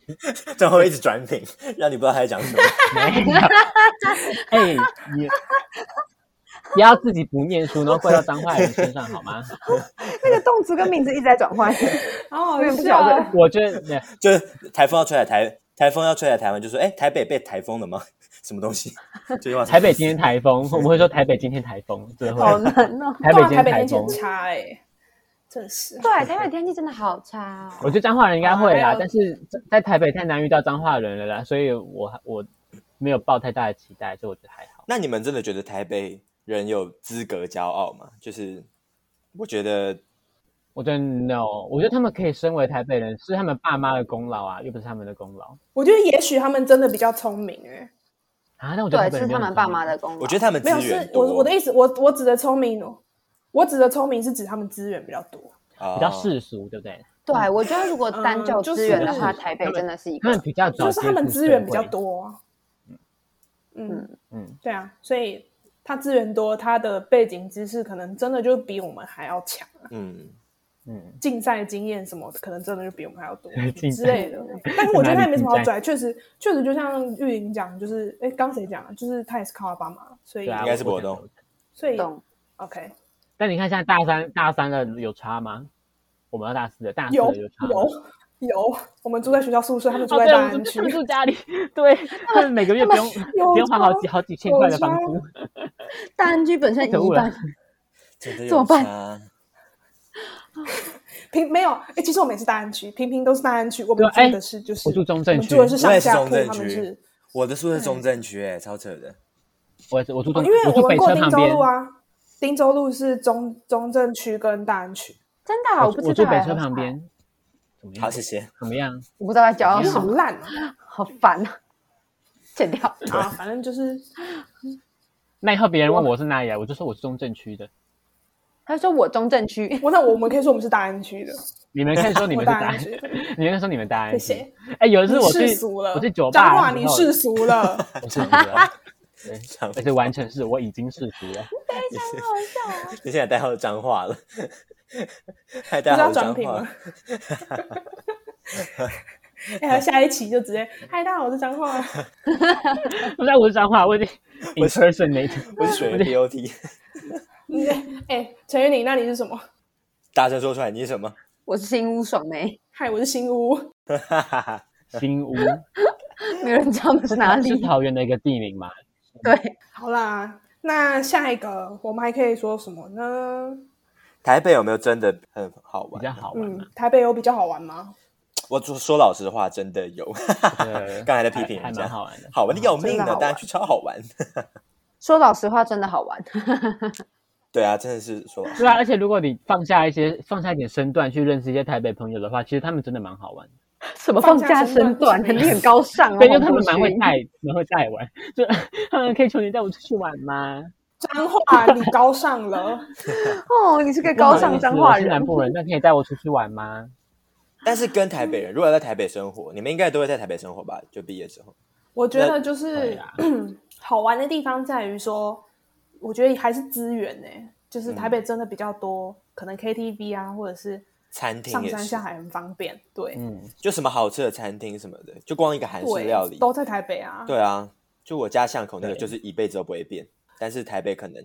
[SPEAKER 3] 这样会不会一直转品，让你不知道他在讲什么。
[SPEAKER 4] 没有。 哎， 你不要自己不念书，然后怪到彰化人身上好吗？
[SPEAKER 5] 那个动词跟名字一直在转换。
[SPEAKER 2] 好
[SPEAKER 5] 我
[SPEAKER 2] 好
[SPEAKER 5] 也不
[SPEAKER 2] 笑
[SPEAKER 5] 晓得
[SPEAKER 2] 哦，
[SPEAKER 4] 我觉得
[SPEAKER 3] 就是台风要吹来台，台风要吹来台湾，就说哎台北被台风了吗？ 什么东 西？这句话是
[SPEAKER 4] 台北今天台 风，我们会说台北今天台风，真的
[SPEAKER 5] 好
[SPEAKER 4] 会。
[SPEAKER 5] 难哦。
[SPEAKER 4] 台北
[SPEAKER 2] 对啊
[SPEAKER 4] 今
[SPEAKER 2] 台
[SPEAKER 4] 天
[SPEAKER 2] 北
[SPEAKER 4] 台
[SPEAKER 2] 天气
[SPEAKER 4] 风
[SPEAKER 2] 很，差哎，真是。
[SPEAKER 5] 对，台北天气真的好差
[SPEAKER 4] 我
[SPEAKER 5] 哦。
[SPEAKER 4] 觉得彰化人应该会
[SPEAKER 2] 哎
[SPEAKER 4] 啦
[SPEAKER 2] 呦，
[SPEAKER 4] 但是在在台北太难遇到彰化人了啦，所以我我没有抱太大的期待，所以我觉得还好。
[SPEAKER 3] 那你们真的觉得台北人有资格骄傲吗？就是我觉得
[SPEAKER 4] 我觉得 no，我觉得他们可以身为台北人，是他们爸妈的功劳啊，又不是他们的功劳
[SPEAKER 2] 我觉得也许他们真的比较聪明哎，
[SPEAKER 4] 啊。那我觉得
[SPEAKER 5] 对，
[SPEAKER 4] 台北
[SPEAKER 5] 是
[SPEAKER 4] 人
[SPEAKER 5] 他
[SPEAKER 4] 没有
[SPEAKER 5] 们
[SPEAKER 4] 很
[SPEAKER 5] 爸
[SPEAKER 4] 聪明
[SPEAKER 5] 妈的功劳。
[SPEAKER 3] 我觉得他们
[SPEAKER 2] 没有
[SPEAKER 3] 资源
[SPEAKER 2] 是
[SPEAKER 3] 多，
[SPEAKER 2] 我我的意思，我我指的聪明哦，我指的聪明是指他们资源比较多。
[SPEAKER 3] 啊
[SPEAKER 4] 比较世俗，对不对？
[SPEAKER 2] 哦
[SPEAKER 5] 对，我觉得如果单
[SPEAKER 2] 嗯
[SPEAKER 5] 就
[SPEAKER 2] 就
[SPEAKER 5] 资源的
[SPEAKER 2] 是
[SPEAKER 5] 话，台北
[SPEAKER 4] 他们
[SPEAKER 5] 真的是一
[SPEAKER 4] 他
[SPEAKER 5] 个
[SPEAKER 4] 们比较早
[SPEAKER 2] 就是他们
[SPEAKER 4] 接触
[SPEAKER 2] 资源比
[SPEAKER 4] 社
[SPEAKER 2] 较
[SPEAKER 4] 会，
[SPEAKER 2] 多、啊。嗯，
[SPEAKER 4] 嗯，
[SPEAKER 2] 对啊，所以他资源多，他的背景知识可能真的就比我们还要强、啊，
[SPEAKER 3] 嗯，
[SPEAKER 4] 嗯，
[SPEAKER 2] 竞赛经验什么的，可能真的就比我们还要多
[SPEAKER 4] 竞
[SPEAKER 2] 之
[SPEAKER 4] 赛
[SPEAKER 2] 类的。但是我觉得他也没什么好
[SPEAKER 4] 哪
[SPEAKER 2] 拽，确实确实就像玉莹讲，就是哎，刚谁讲啊？就是他也是靠阿爸妈，所以、
[SPEAKER 4] 对啊，
[SPEAKER 3] 应该是
[SPEAKER 4] 我
[SPEAKER 3] 博东。
[SPEAKER 4] 我
[SPEAKER 2] 所以
[SPEAKER 5] 动。
[SPEAKER 2] OK
[SPEAKER 4] 但你看现在大三大三的有差吗？我们要大四的，大四
[SPEAKER 2] 有
[SPEAKER 4] 的差吗。
[SPEAKER 2] 有有，我们住在学校宿舍，他们住
[SPEAKER 4] 哦，
[SPEAKER 2] 在大
[SPEAKER 4] 对，我们
[SPEAKER 2] 安
[SPEAKER 4] 住
[SPEAKER 2] 区
[SPEAKER 4] 他。们住家里，对他们每个月不用
[SPEAKER 2] 有
[SPEAKER 4] 不用花好几
[SPEAKER 2] 差
[SPEAKER 4] 好几千
[SPEAKER 2] 有
[SPEAKER 4] 块的
[SPEAKER 2] 差
[SPEAKER 4] 房租，
[SPEAKER 5] 大安居本身
[SPEAKER 4] 可
[SPEAKER 5] 一
[SPEAKER 4] 恶了
[SPEAKER 5] 半，
[SPEAKER 3] 真的有
[SPEAKER 5] 怎么办
[SPEAKER 3] 差？
[SPEAKER 2] 平没有哎，其实我们也是大安区，平平都是大安区，我
[SPEAKER 4] 对
[SPEAKER 2] 们
[SPEAKER 4] 哎
[SPEAKER 2] 住的是就是
[SPEAKER 4] 我住中
[SPEAKER 2] 我
[SPEAKER 4] 正
[SPEAKER 2] 们
[SPEAKER 4] 区
[SPEAKER 2] 住，的是
[SPEAKER 3] 我也
[SPEAKER 2] 上下
[SPEAKER 3] 是中
[SPEAKER 2] 铺，
[SPEAKER 3] 正
[SPEAKER 2] 他们
[SPEAKER 3] 区
[SPEAKER 2] 是。
[SPEAKER 3] 我的宿舍是中正区，哎，超扯的。
[SPEAKER 4] 我也是我住
[SPEAKER 2] 哦
[SPEAKER 4] 中，
[SPEAKER 2] 因为
[SPEAKER 4] 我住
[SPEAKER 2] 我们
[SPEAKER 4] 北
[SPEAKER 2] 过
[SPEAKER 4] 车
[SPEAKER 2] 汀
[SPEAKER 4] 旁
[SPEAKER 2] 州
[SPEAKER 4] 边
[SPEAKER 2] 路，啊，汀州路是中中正区跟大安区，
[SPEAKER 5] 真的啊、
[SPEAKER 4] 我
[SPEAKER 5] 不
[SPEAKER 4] 住
[SPEAKER 5] 知道、
[SPEAKER 4] 我住北
[SPEAKER 5] 哎
[SPEAKER 4] 车旁，边，怎么
[SPEAKER 2] 哎
[SPEAKER 3] 好，
[SPEAKER 4] 样？
[SPEAKER 3] 谢谢。
[SPEAKER 4] 怎么样？
[SPEAKER 5] 我不知道在骄傲
[SPEAKER 2] 你
[SPEAKER 5] 什
[SPEAKER 2] 好
[SPEAKER 5] 么，
[SPEAKER 2] 烂啊！
[SPEAKER 5] 好烦啊！剪掉，
[SPEAKER 2] 啊，反正就是
[SPEAKER 4] 那以后别人问我是哪里来，啊我就说我是中正区的。
[SPEAKER 5] 他说我中正区，
[SPEAKER 2] 我那我们可以说我们是大安区的，
[SPEAKER 4] 你们可以说你
[SPEAKER 2] 我
[SPEAKER 4] 们是
[SPEAKER 2] 大
[SPEAKER 4] 答
[SPEAKER 2] 安
[SPEAKER 4] 案，
[SPEAKER 2] 区的，
[SPEAKER 4] 你们可以说你们答案
[SPEAKER 2] 谢
[SPEAKER 4] 是。
[SPEAKER 2] 谢。
[SPEAKER 4] 哎，有一次
[SPEAKER 2] 你
[SPEAKER 4] 我去
[SPEAKER 2] 世俗了，
[SPEAKER 4] 我去酒
[SPEAKER 2] 彰
[SPEAKER 4] 吧
[SPEAKER 2] 化
[SPEAKER 4] 的
[SPEAKER 2] 你
[SPEAKER 4] 时候，
[SPEAKER 2] 世俗了，
[SPEAKER 4] 我世俗了， 对，
[SPEAKER 3] 彰
[SPEAKER 4] 而且完全是我已经世俗了。
[SPEAKER 3] 你现在代号脏话了， 还
[SPEAKER 2] 不知
[SPEAKER 3] 代号
[SPEAKER 2] 道
[SPEAKER 3] 脏
[SPEAKER 2] 转品吗
[SPEAKER 3] 话？？
[SPEAKER 2] 哎，下一期就直接嗨，大家好，我是彰化。
[SPEAKER 4] 不是我是彰化，我已经 impersonate。
[SPEAKER 3] 我是属于 BOT。
[SPEAKER 2] 你哎，陈玉玲，那你是什么？
[SPEAKER 3] 大声说出来，你是什么？
[SPEAKER 5] 我是新屋爽梅，
[SPEAKER 2] 嗨，我是新屋。
[SPEAKER 3] 哈哈哈。
[SPEAKER 4] 新 屋
[SPEAKER 2] 啊
[SPEAKER 5] 没有人知道那是哪
[SPEAKER 4] 是
[SPEAKER 5] 里。
[SPEAKER 4] 桃园的一个地名嘛？
[SPEAKER 5] 对，
[SPEAKER 2] 好啦，那下一个我们还可以说什么呢？
[SPEAKER 3] 台北有没有真的很好
[SPEAKER 4] 比
[SPEAKER 3] 玩
[SPEAKER 4] 较
[SPEAKER 3] 啊？
[SPEAKER 4] 好玩嘛
[SPEAKER 2] 嗯。，台北有比较好玩吗？
[SPEAKER 3] 我说说老实话，真的有。
[SPEAKER 2] 嗯
[SPEAKER 4] 对
[SPEAKER 3] 刚才的批评
[SPEAKER 4] 还
[SPEAKER 3] 人
[SPEAKER 4] 蛮
[SPEAKER 3] 家，
[SPEAKER 4] 好玩的。
[SPEAKER 3] 好玩的要命
[SPEAKER 5] 真的好
[SPEAKER 3] 啊！
[SPEAKER 5] 玩
[SPEAKER 3] 当然去超好玩。
[SPEAKER 5] 说老实话，真的好玩。
[SPEAKER 3] 对啊，真的是说老实
[SPEAKER 4] 对啊，而且如果你放下一些放下一点身段去认识一些台北朋友的话，其实他们真的蛮好玩的。
[SPEAKER 5] 什么
[SPEAKER 2] 放
[SPEAKER 5] 放
[SPEAKER 2] 下
[SPEAKER 5] 下
[SPEAKER 2] 身段
[SPEAKER 5] 身段，
[SPEAKER 2] 是什
[SPEAKER 5] 你
[SPEAKER 2] 么意思
[SPEAKER 5] 很高尚哦。
[SPEAKER 4] 对，因为
[SPEAKER 5] 黄
[SPEAKER 4] 他们
[SPEAKER 5] 国
[SPEAKER 4] 蛮会
[SPEAKER 5] 勋
[SPEAKER 4] 带，蛮会带玩。就 他们可以求你带我出去玩吗？
[SPEAKER 2] 脏话你高尚了，
[SPEAKER 5] 哦，你是个
[SPEAKER 4] 不好
[SPEAKER 5] 高
[SPEAKER 4] 意
[SPEAKER 5] 尚
[SPEAKER 4] 思
[SPEAKER 5] 脏
[SPEAKER 4] 我
[SPEAKER 5] 话
[SPEAKER 4] 是南
[SPEAKER 5] 人。
[SPEAKER 4] 部人，那可以带我出去玩吗？
[SPEAKER 3] 但是跟台北人，如果要在台北生活，你们应该都会在台北生活吧？就毕业之后，
[SPEAKER 2] 我觉
[SPEAKER 3] 那
[SPEAKER 2] 得就
[SPEAKER 4] 对
[SPEAKER 2] 是、
[SPEAKER 4] 啊
[SPEAKER 2] 好玩的地方在于说，我觉得还是资源呢、就是台
[SPEAKER 3] 嗯
[SPEAKER 2] 北真的比较多，可能 KTV 啊，或者是
[SPEAKER 3] 餐厅
[SPEAKER 2] 上
[SPEAKER 3] 也
[SPEAKER 2] 山
[SPEAKER 3] 是
[SPEAKER 2] 下，海很方便，对、
[SPEAKER 4] 嗯，
[SPEAKER 3] 就什么好吃的餐厅什么的，就光一个韩式料理
[SPEAKER 2] 对，，都在台北啊，
[SPEAKER 3] 对啊，就我家巷口那个，
[SPEAKER 4] 对
[SPEAKER 3] 就是一辈子都不会变。但是台北可能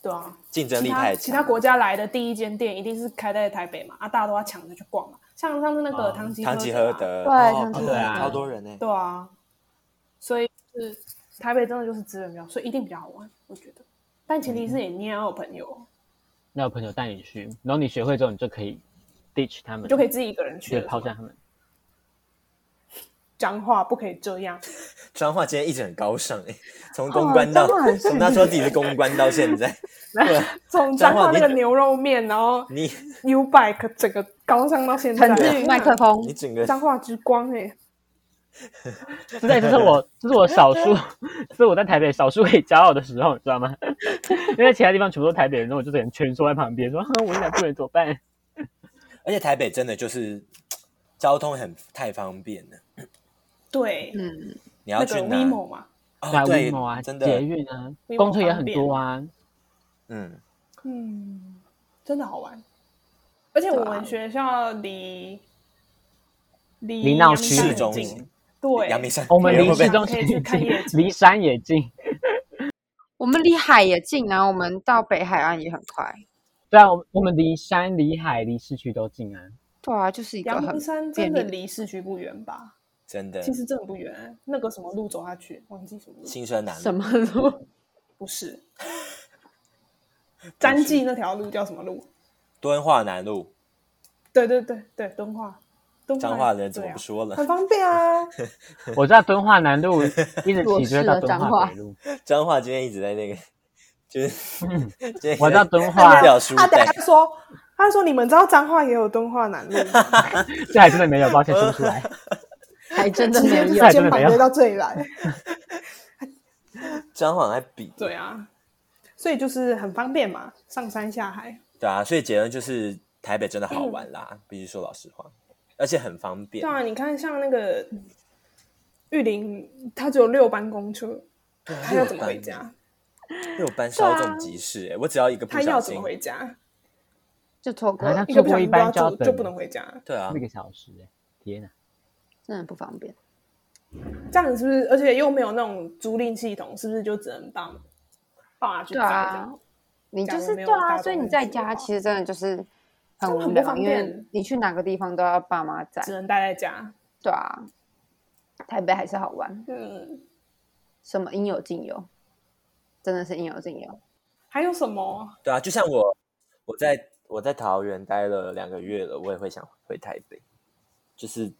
[SPEAKER 2] 对啊，
[SPEAKER 3] 竞争
[SPEAKER 2] 其
[SPEAKER 3] 力
[SPEAKER 2] 他
[SPEAKER 3] 太
[SPEAKER 2] 其他
[SPEAKER 3] 强，
[SPEAKER 2] 国家来的第一间店一定是开在台北嘛，啊，大家都要抢着去逛嘛。像上次那个
[SPEAKER 4] 哦
[SPEAKER 2] 唐吉
[SPEAKER 3] 堂吉
[SPEAKER 2] 诃德
[SPEAKER 3] 诃
[SPEAKER 5] 对
[SPEAKER 2] 啊，
[SPEAKER 3] 德，哦
[SPEAKER 5] 堂吉
[SPEAKER 4] 诃德啊
[SPEAKER 3] 超多人欸呢。
[SPEAKER 2] 对啊，所以是台北真的就是资源比较，所以一定比较好玩，我觉得。但前提是
[SPEAKER 3] 嗯
[SPEAKER 2] 你你也要有朋友，
[SPEAKER 4] 那有朋友带你去，然后你学会之后，你就可以 ditch 他们，
[SPEAKER 2] 你就可以自己一个人去
[SPEAKER 4] 对
[SPEAKER 2] 了。
[SPEAKER 4] 抛下他们。
[SPEAKER 2] 脏话不可以这样，
[SPEAKER 3] 彰化今天一直很高尚哎，从公
[SPEAKER 5] 哦
[SPEAKER 3] 关到
[SPEAKER 5] 彰化很
[SPEAKER 3] 从那时候自己是公关到现在，对啊
[SPEAKER 2] 从
[SPEAKER 3] 彰
[SPEAKER 2] 脏
[SPEAKER 3] 化
[SPEAKER 2] 话那
[SPEAKER 3] 你
[SPEAKER 2] 个牛肉面，然后
[SPEAKER 3] 你
[SPEAKER 2] U Bike 整个高尚到现在，
[SPEAKER 5] 陈志宇麦克
[SPEAKER 3] 你
[SPEAKER 5] 风，
[SPEAKER 3] 整个
[SPEAKER 2] 脏话之光哎、
[SPEAKER 4] 对，这是我，这是我少数， 这是我在台北少数可以骄傲的时候，你知道吗？ 因为其他地方全部都是台北人，然后我就只能蜷缩在旁边，说：“我是南部人，怎么办
[SPEAKER 3] 而且台北真的就是交通很太方便了，
[SPEAKER 2] 对，
[SPEAKER 5] 嗯，
[SPEAKER 3] 你要
[SPEAKER 2] 那
[SPEAKER 3] 去
[SPEAKER 2] 个
[SPEAKER 3] 哪？
[SPEAKER 2] WeMo 嘛，
[SPEAKER 3] 哦，？”对
[SPEAKER 4] WeMo 啊，
[SPEAKER 3] 真
[SPEAKER 4] 捷
[SPEAKER 3] 的，
[SPEAKER 4] 运啊，
[SPEAKER 2] WeMo
[SPEAKER 4] 公车也很多啊。
[SPEAKER 3] 嗯，
[SPEAKER 2] 嗯，真的好玩。而且我们学校离离
[SPEAKER 4] 离
[SPEAKER 2] 阳
[SPEAKER 4] 闹
[SPEAKER 2] 明
[SPEAKER 4] 区
[SPEAKER 2] 山
[SPEAKER 3] 市
[SPEAKER 2] 很
[SPEAKER 3] 中
[SPEAKER 2] 近
[SPEAKER 3] 心，
[SPEAKER 2] 对，
[SPEAKER 3] 阳明山，
[SPEAKER 4] 我们
[SPEAKER 3] 你
[SPEAKER 4] 离
[SPEAKER 3] 会不会
[SPEAKER 4] 市中
[SPEAKER 2] 可
[SPEAKER 4] 心
[SPEAKER 2] 以去看夜
[SPEAKER 4] 近，
[SPEAKER 2] 景
[SPEAKER 4] 离山也近。
[SPEAKER 5] 我们离海也近啊，我们到北海岸也很快。
[SPEAKER 4] 对啊，我们我们离山、离海、离市区都 近啊。
[SPEAKER 5] 对啊，就是一个
[SPEAKER 2] 阳
[SPEAKER 5] 很
[SPEAKER 2] 明山
[SPEAKER 5] 便
[SPEAKER 2] 真的
[SPEAKER 5] 利的。
[SPEAKER 2] 离市区不远吧？
[SPEAKER 3] 真的
[SPEAKER 2] 其实真的不远，那个什么路走下去，忘记什么路，
[SPEAKER 3] 新生南
[SPEAKER 5] 什
[SPEAKER 3] 路
[SPEAKER 5] 么路？
[SPEAKER 2] 不是 詹记那条路叫什么路？
[SPEAKER 3] 敦化南路，
[SPEAKER 2] 对对对对，敦化，敦化
[SPEAKER 3] 彰化人怎么
[SPEAKER 2] 对啊
[SPEAKER 3] 不说 了？
[SPEAKER 2] 很方便啊，
[SPEAKER 4] 我知道敦化南路一直
[SPEAKER 5] 弱
[SPEAKER 4] 骑就会
[SPEAKER 5] 势
[SPEAKER 4] 到
[SPEAKER 5] 的
[SPEAKER 4] 敦
[SPEAKER 5] 彰
[SPEAKER 4] 化
[SPEAKER 5] 化
[SPEAKER 4] 北路，
[SPEAKER 3] 彰化今天一直在那个，就是
[SPEAKER 4] 嗯
[SPEAKER 3] 今天一直
[SPEAKER 4] 我知道
[SPEAKER 3] 在
[SPEAKER 4] 敦化
[SPEAKER 3] 掉书
[SPEAKER 2] 他等
[SPEAKER 3] 袋
[SPEAKER 2] 下，就说，他就说你们知道彰化也有敦化南路吗，
[SPEAKER 4] 这还真的没有，抱歉说不出 来。
[SPEAKER 5] 还真的
[SPEAKER 2] 直
[SPEAKER 5] 没
[SPEAKER 2] 接就是
[SPEAKER 5] 有
[SPEAKER 4] 在。
[SPEAKER 2] 肩膀堆到这里 来。
[SPEAKER 3] 彰化在比，
[SPEAKER 2] 对啊，所以就是很方便嘛，上山下海。
[SPEAKER 3] 对啊，所以结论就是台北真的好玩啦，必须说老实话，而且很方
[SPEAKER 2] 嗯
[SPEAKER 3] 便
[SPEAKER 2] 对。啊，你看像那个玉林，它只有六班公车，
[SPEAKER 3] 对啊
[SPEAKER 2] 他要怎么回？家？啊
[SPEAKER 3] 六班六班稍纵即逝，哎，我只要一个不
[SPEAKER 2] 他要
[SPEAKER 3] 小
[SPEAKER 2] 怎
[SPEAKER 3] 心
[SPEAKER 2] 么，回家？
[SPEAKER 5] 就错过
[SPEAKER 4] 啊
[SPEAKER 5] 了
[SPEAKER 4] 那，
[SPEAKER 2] 一个
[SPEAKER 4] 错
[SPEAKER 2] 不
[SPEAKER 4] 过
[SPEAKER 2] 小
[SPEAKER 4] 一
[SPEAKER 2] 心都要
[SPEAKER 4] 班就要
[SPEAKER 2] 走，就
[SPEAKER 4] 等
[SPEAKER 2] 不能回家。
[SPEAKER 3] 对啊
[SPEAKER 4] 四，个小时、欸，天哪！
[SPEAKER 5] 真的不方便。
[SPEAKER 2] 这样子是不是？而且又没有那种租赁系统，是不是就只能爸爸妈去
[SPEAKER 5] 对
[SPEAKER 2] 载这
[SPEAKER 5] 啊
[SPEAKER 2] 样？，
[SPEAKER 5] 你
[SPEAKER 2] 假
[SPEAKER 5] 就
[SPEAKER 2] 如
[SPEAKER 5] 是
[SPEAKER 2] 没
[SPEAKER 5] 对
[SPEAKER 2] 有大
[SPEAKER 5] 啊，
[SPEAKER 2] 众
[SPEAKER 5] 所以你
[SPEAKER 2] 运
[SPEAKER 5] 在
[SPEAKER 2] 输的
[SPEAKER 5] 家
[SPEAKER 2] 话
[SPEAKER 5] 其实真的就是很
[SPEAKER 2] 真的
[SPEAKER 5] 无
[SPEAKER 2] 很不
[SPEAKER 5] 聊，
[SPEAKER 2] 方
[SPEAKER 5] 因为
[SPEAKER 2] 便
[SPEAKER 5] 你去哪个地方都要爸妈在。
[SPEAKER 2] 只能待在家。
[SPEAKER 5] 对啊，台北还是好玩，
[SPEAKER 2] 嗯，
[SPEAKER 5] 什么应有尽有，真的是应有尽有。
[SPEAKER 2] 还有什么？
[SPEAKER 3] 对啊，就像我，我在我在桃园待了两个月了，我也会想回台北，就是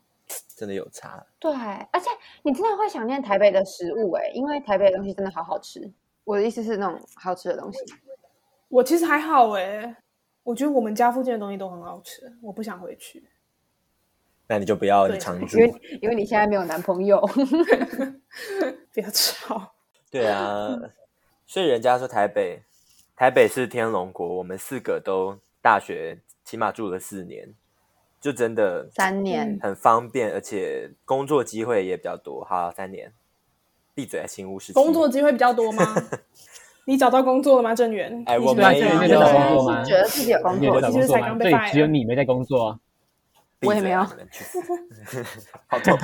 [SPEAKER 3] 真的有差。
[SPEAKER 5] 对，而且你真的会想念台北的食物哎、因为台北的东西真的好好吃。我的意思是那种好吃的东西，
[SPEAKER 2] 我其实还好哎、我觉得我们家附近的东西都很好吃，我不想回去。
[SPEAKER 3] 那你就不要
[SPEAKER 2] 对
[SPEAKER 3] 常住
[SPEAKER 5] 因，为因为你现在没有男朋友，
[SPEAKER 2] 不要吵，
[SPEAKER 3] 对啊。所以人家说台北，台北是天龙国，我们四个都大学起码住了四年，就真的
[SPEAKER 5] 三年
[SPEAKER 2] 嗯
[SPEAKER 3] 很方便，而且工作机会也比较多。好，三年，闭嘴，啊新屋时期
[SPEAKER 2] 工作机会比较多 吗？你找到工作了吗，郑源？
[SPEAKER 3] 哎
[SPEAKER 2] 你
[SPEAKER 3] 我
[SPEAKER 2] 是不是
[SPEAKER 3] 没
[SPEAKER 2] 在
[SPEAKER 3] 有
[SPEAKER 2] 找
[SPEAKER 5] 我
[SPEAKER 3] 你
[SPEAKER 5] 真
[SPEAKER 3] 有找
[SPEAKER 5] 的是
[SPEAKER 3] 工作
[SPEAKER 4] 吗
[SPEAKER 5] 觉得自己有工
[SPEAKER 4] 你有
[SPEAKER 5] 作
[SPEAKER 2] 我
[SPEAKER 4] 找
[SPEAKER 2] 其
[SPEAKER 4] 工
[SPEAKER 2] 实
[SPEAKER 4] 作
[SPEAKER 2] 才
[SPEAKER 4] 吗？
[SPEAKER 2] 刚被
[SPEAKER 4] 对，只有
[SPEAKER 2] fire
[SPEAKER 4] 你没在工作。
[SPEAKER 3] 闭
[SPEAKER 5] 我也
[SPEAKER 3] 嘴
[SPEAKER 5] 没
[SPEAKER 3] 啊
[SPEAKER 5] 有
[SPEAKER 3] 你们去死 好痛，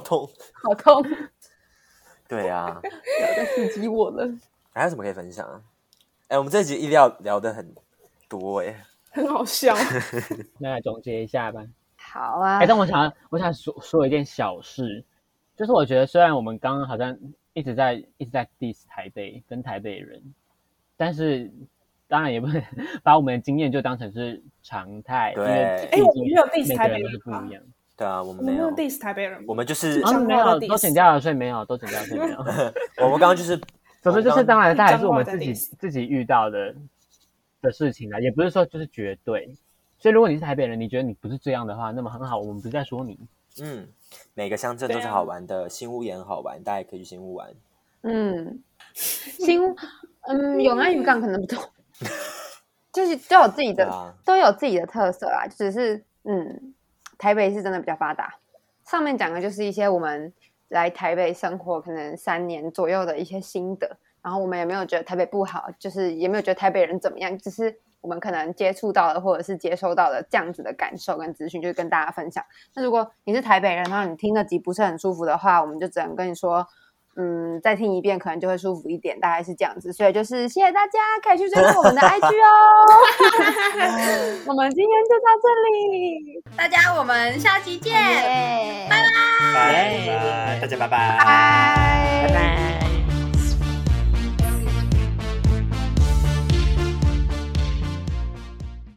[SPEAKER 3] 痛。
[SPEAKER 5] 好痛，
[SPEAKER 3] 对啊，
[SPEAKER 5] 刺激我了。
[SPEAKER 3] 还有什么可以分享啊？哎，我们这集意料聊的很多哎、
[SPEAKER 2] 很好笑。
[SPEAKER 4] 那来总结一下吧。
[SPEAKER 5] 好啊
[SPEAKER 4] 哎、，但我想要，我想说说一件小事，就是我觉得虽然我们刚刚好像一直在一直在 diss 台北跟台北人，但是当然也不能把我们的经验就当成是常态，因为
[SPEAKER 3] 对
[SPEAKER 2] 哎我
[SPEAKER 4] 毕
[SPEAKER 2] 们
[SPEAKER 4] 竟
[SPEAKER 2] 没有 diss
[SPEAKER 4] 每个
[SPEAKER 2] 台北
[SPEAKER 4] 人都
[SPEAKER 2] 人
[SPEAKER 4] 是不
[SPEAKER 2] 吧
[SPEAKER 4] 一样。
[SPEAKER 3] 对啊，我
[SPEAKER 2] 我
[SPEAKER 3] 们
[SPEAKER 2] 们
[SPEAKER 3] 没
[SPEAKER 2] 没
[SPEAKER 3] 有
[SPEAKER 2] 有，diss 台北人，
[SPEAKER 3] 我们就是
[SPEAKER 2] 啊
[SPEAKER 4] 啊，没有，
[SPEAKER 2] diss
[SPEAKER 4] 都剪掉了，所以没有，都剪掉了，所以没有。
[SPEAKER 3] 我们刚刚就是
[SPEAKER 4] 总之就是，当然，它还是我们自己
[SPEAKER 2] 脏
[SPEAKER 4] 自己遇到的的事情啦，也不是说就是绝对。所以，如果你是台北人，你觉得你不是这样的话，那么很好，我们不是在说你。
[SPEAKER 3] 嗯，每个乡镇都是
[SPEAKER 2] 对啊
[SPEAKER 3] 好玩的，新屋也很好玩，大家也可以去新屋玩。
[SPEAKER 5] 嗯，新嗯永安渔港可能不多，就是都有自己
[SPEAKER 3] 对
[SPEAKER 5] 的、
[SPEAKER 3] 啊，
[SPEAKER 5] 都有自己的特色啦，只是嗯，台北是真的比较发达。上面讲的就是一些我们来台北生活可能三年左右的一些心得，然后我们也没有觉得台北不好，就是也没有觉得台北人怎么样，只是我们可能接触到的或者是接收到的这样子的感受跟资讯，就是跟大家分享。那如果你是台北人，然后你听得集不是很舒服的话，我们就只能跟你说，嗯，再听一遍可能就会舒服一点，大概是这样子。所以就是谢谢大家，可以去追踪我们的 IG 哦。我们今天就到这里，
[SPEAKER 1] 大家我们下期见。
[SPEAKER 5] 耶，
[SPEAKER 3] 拜拜，大家拜拜
[SPEAKER 5] 拜拜。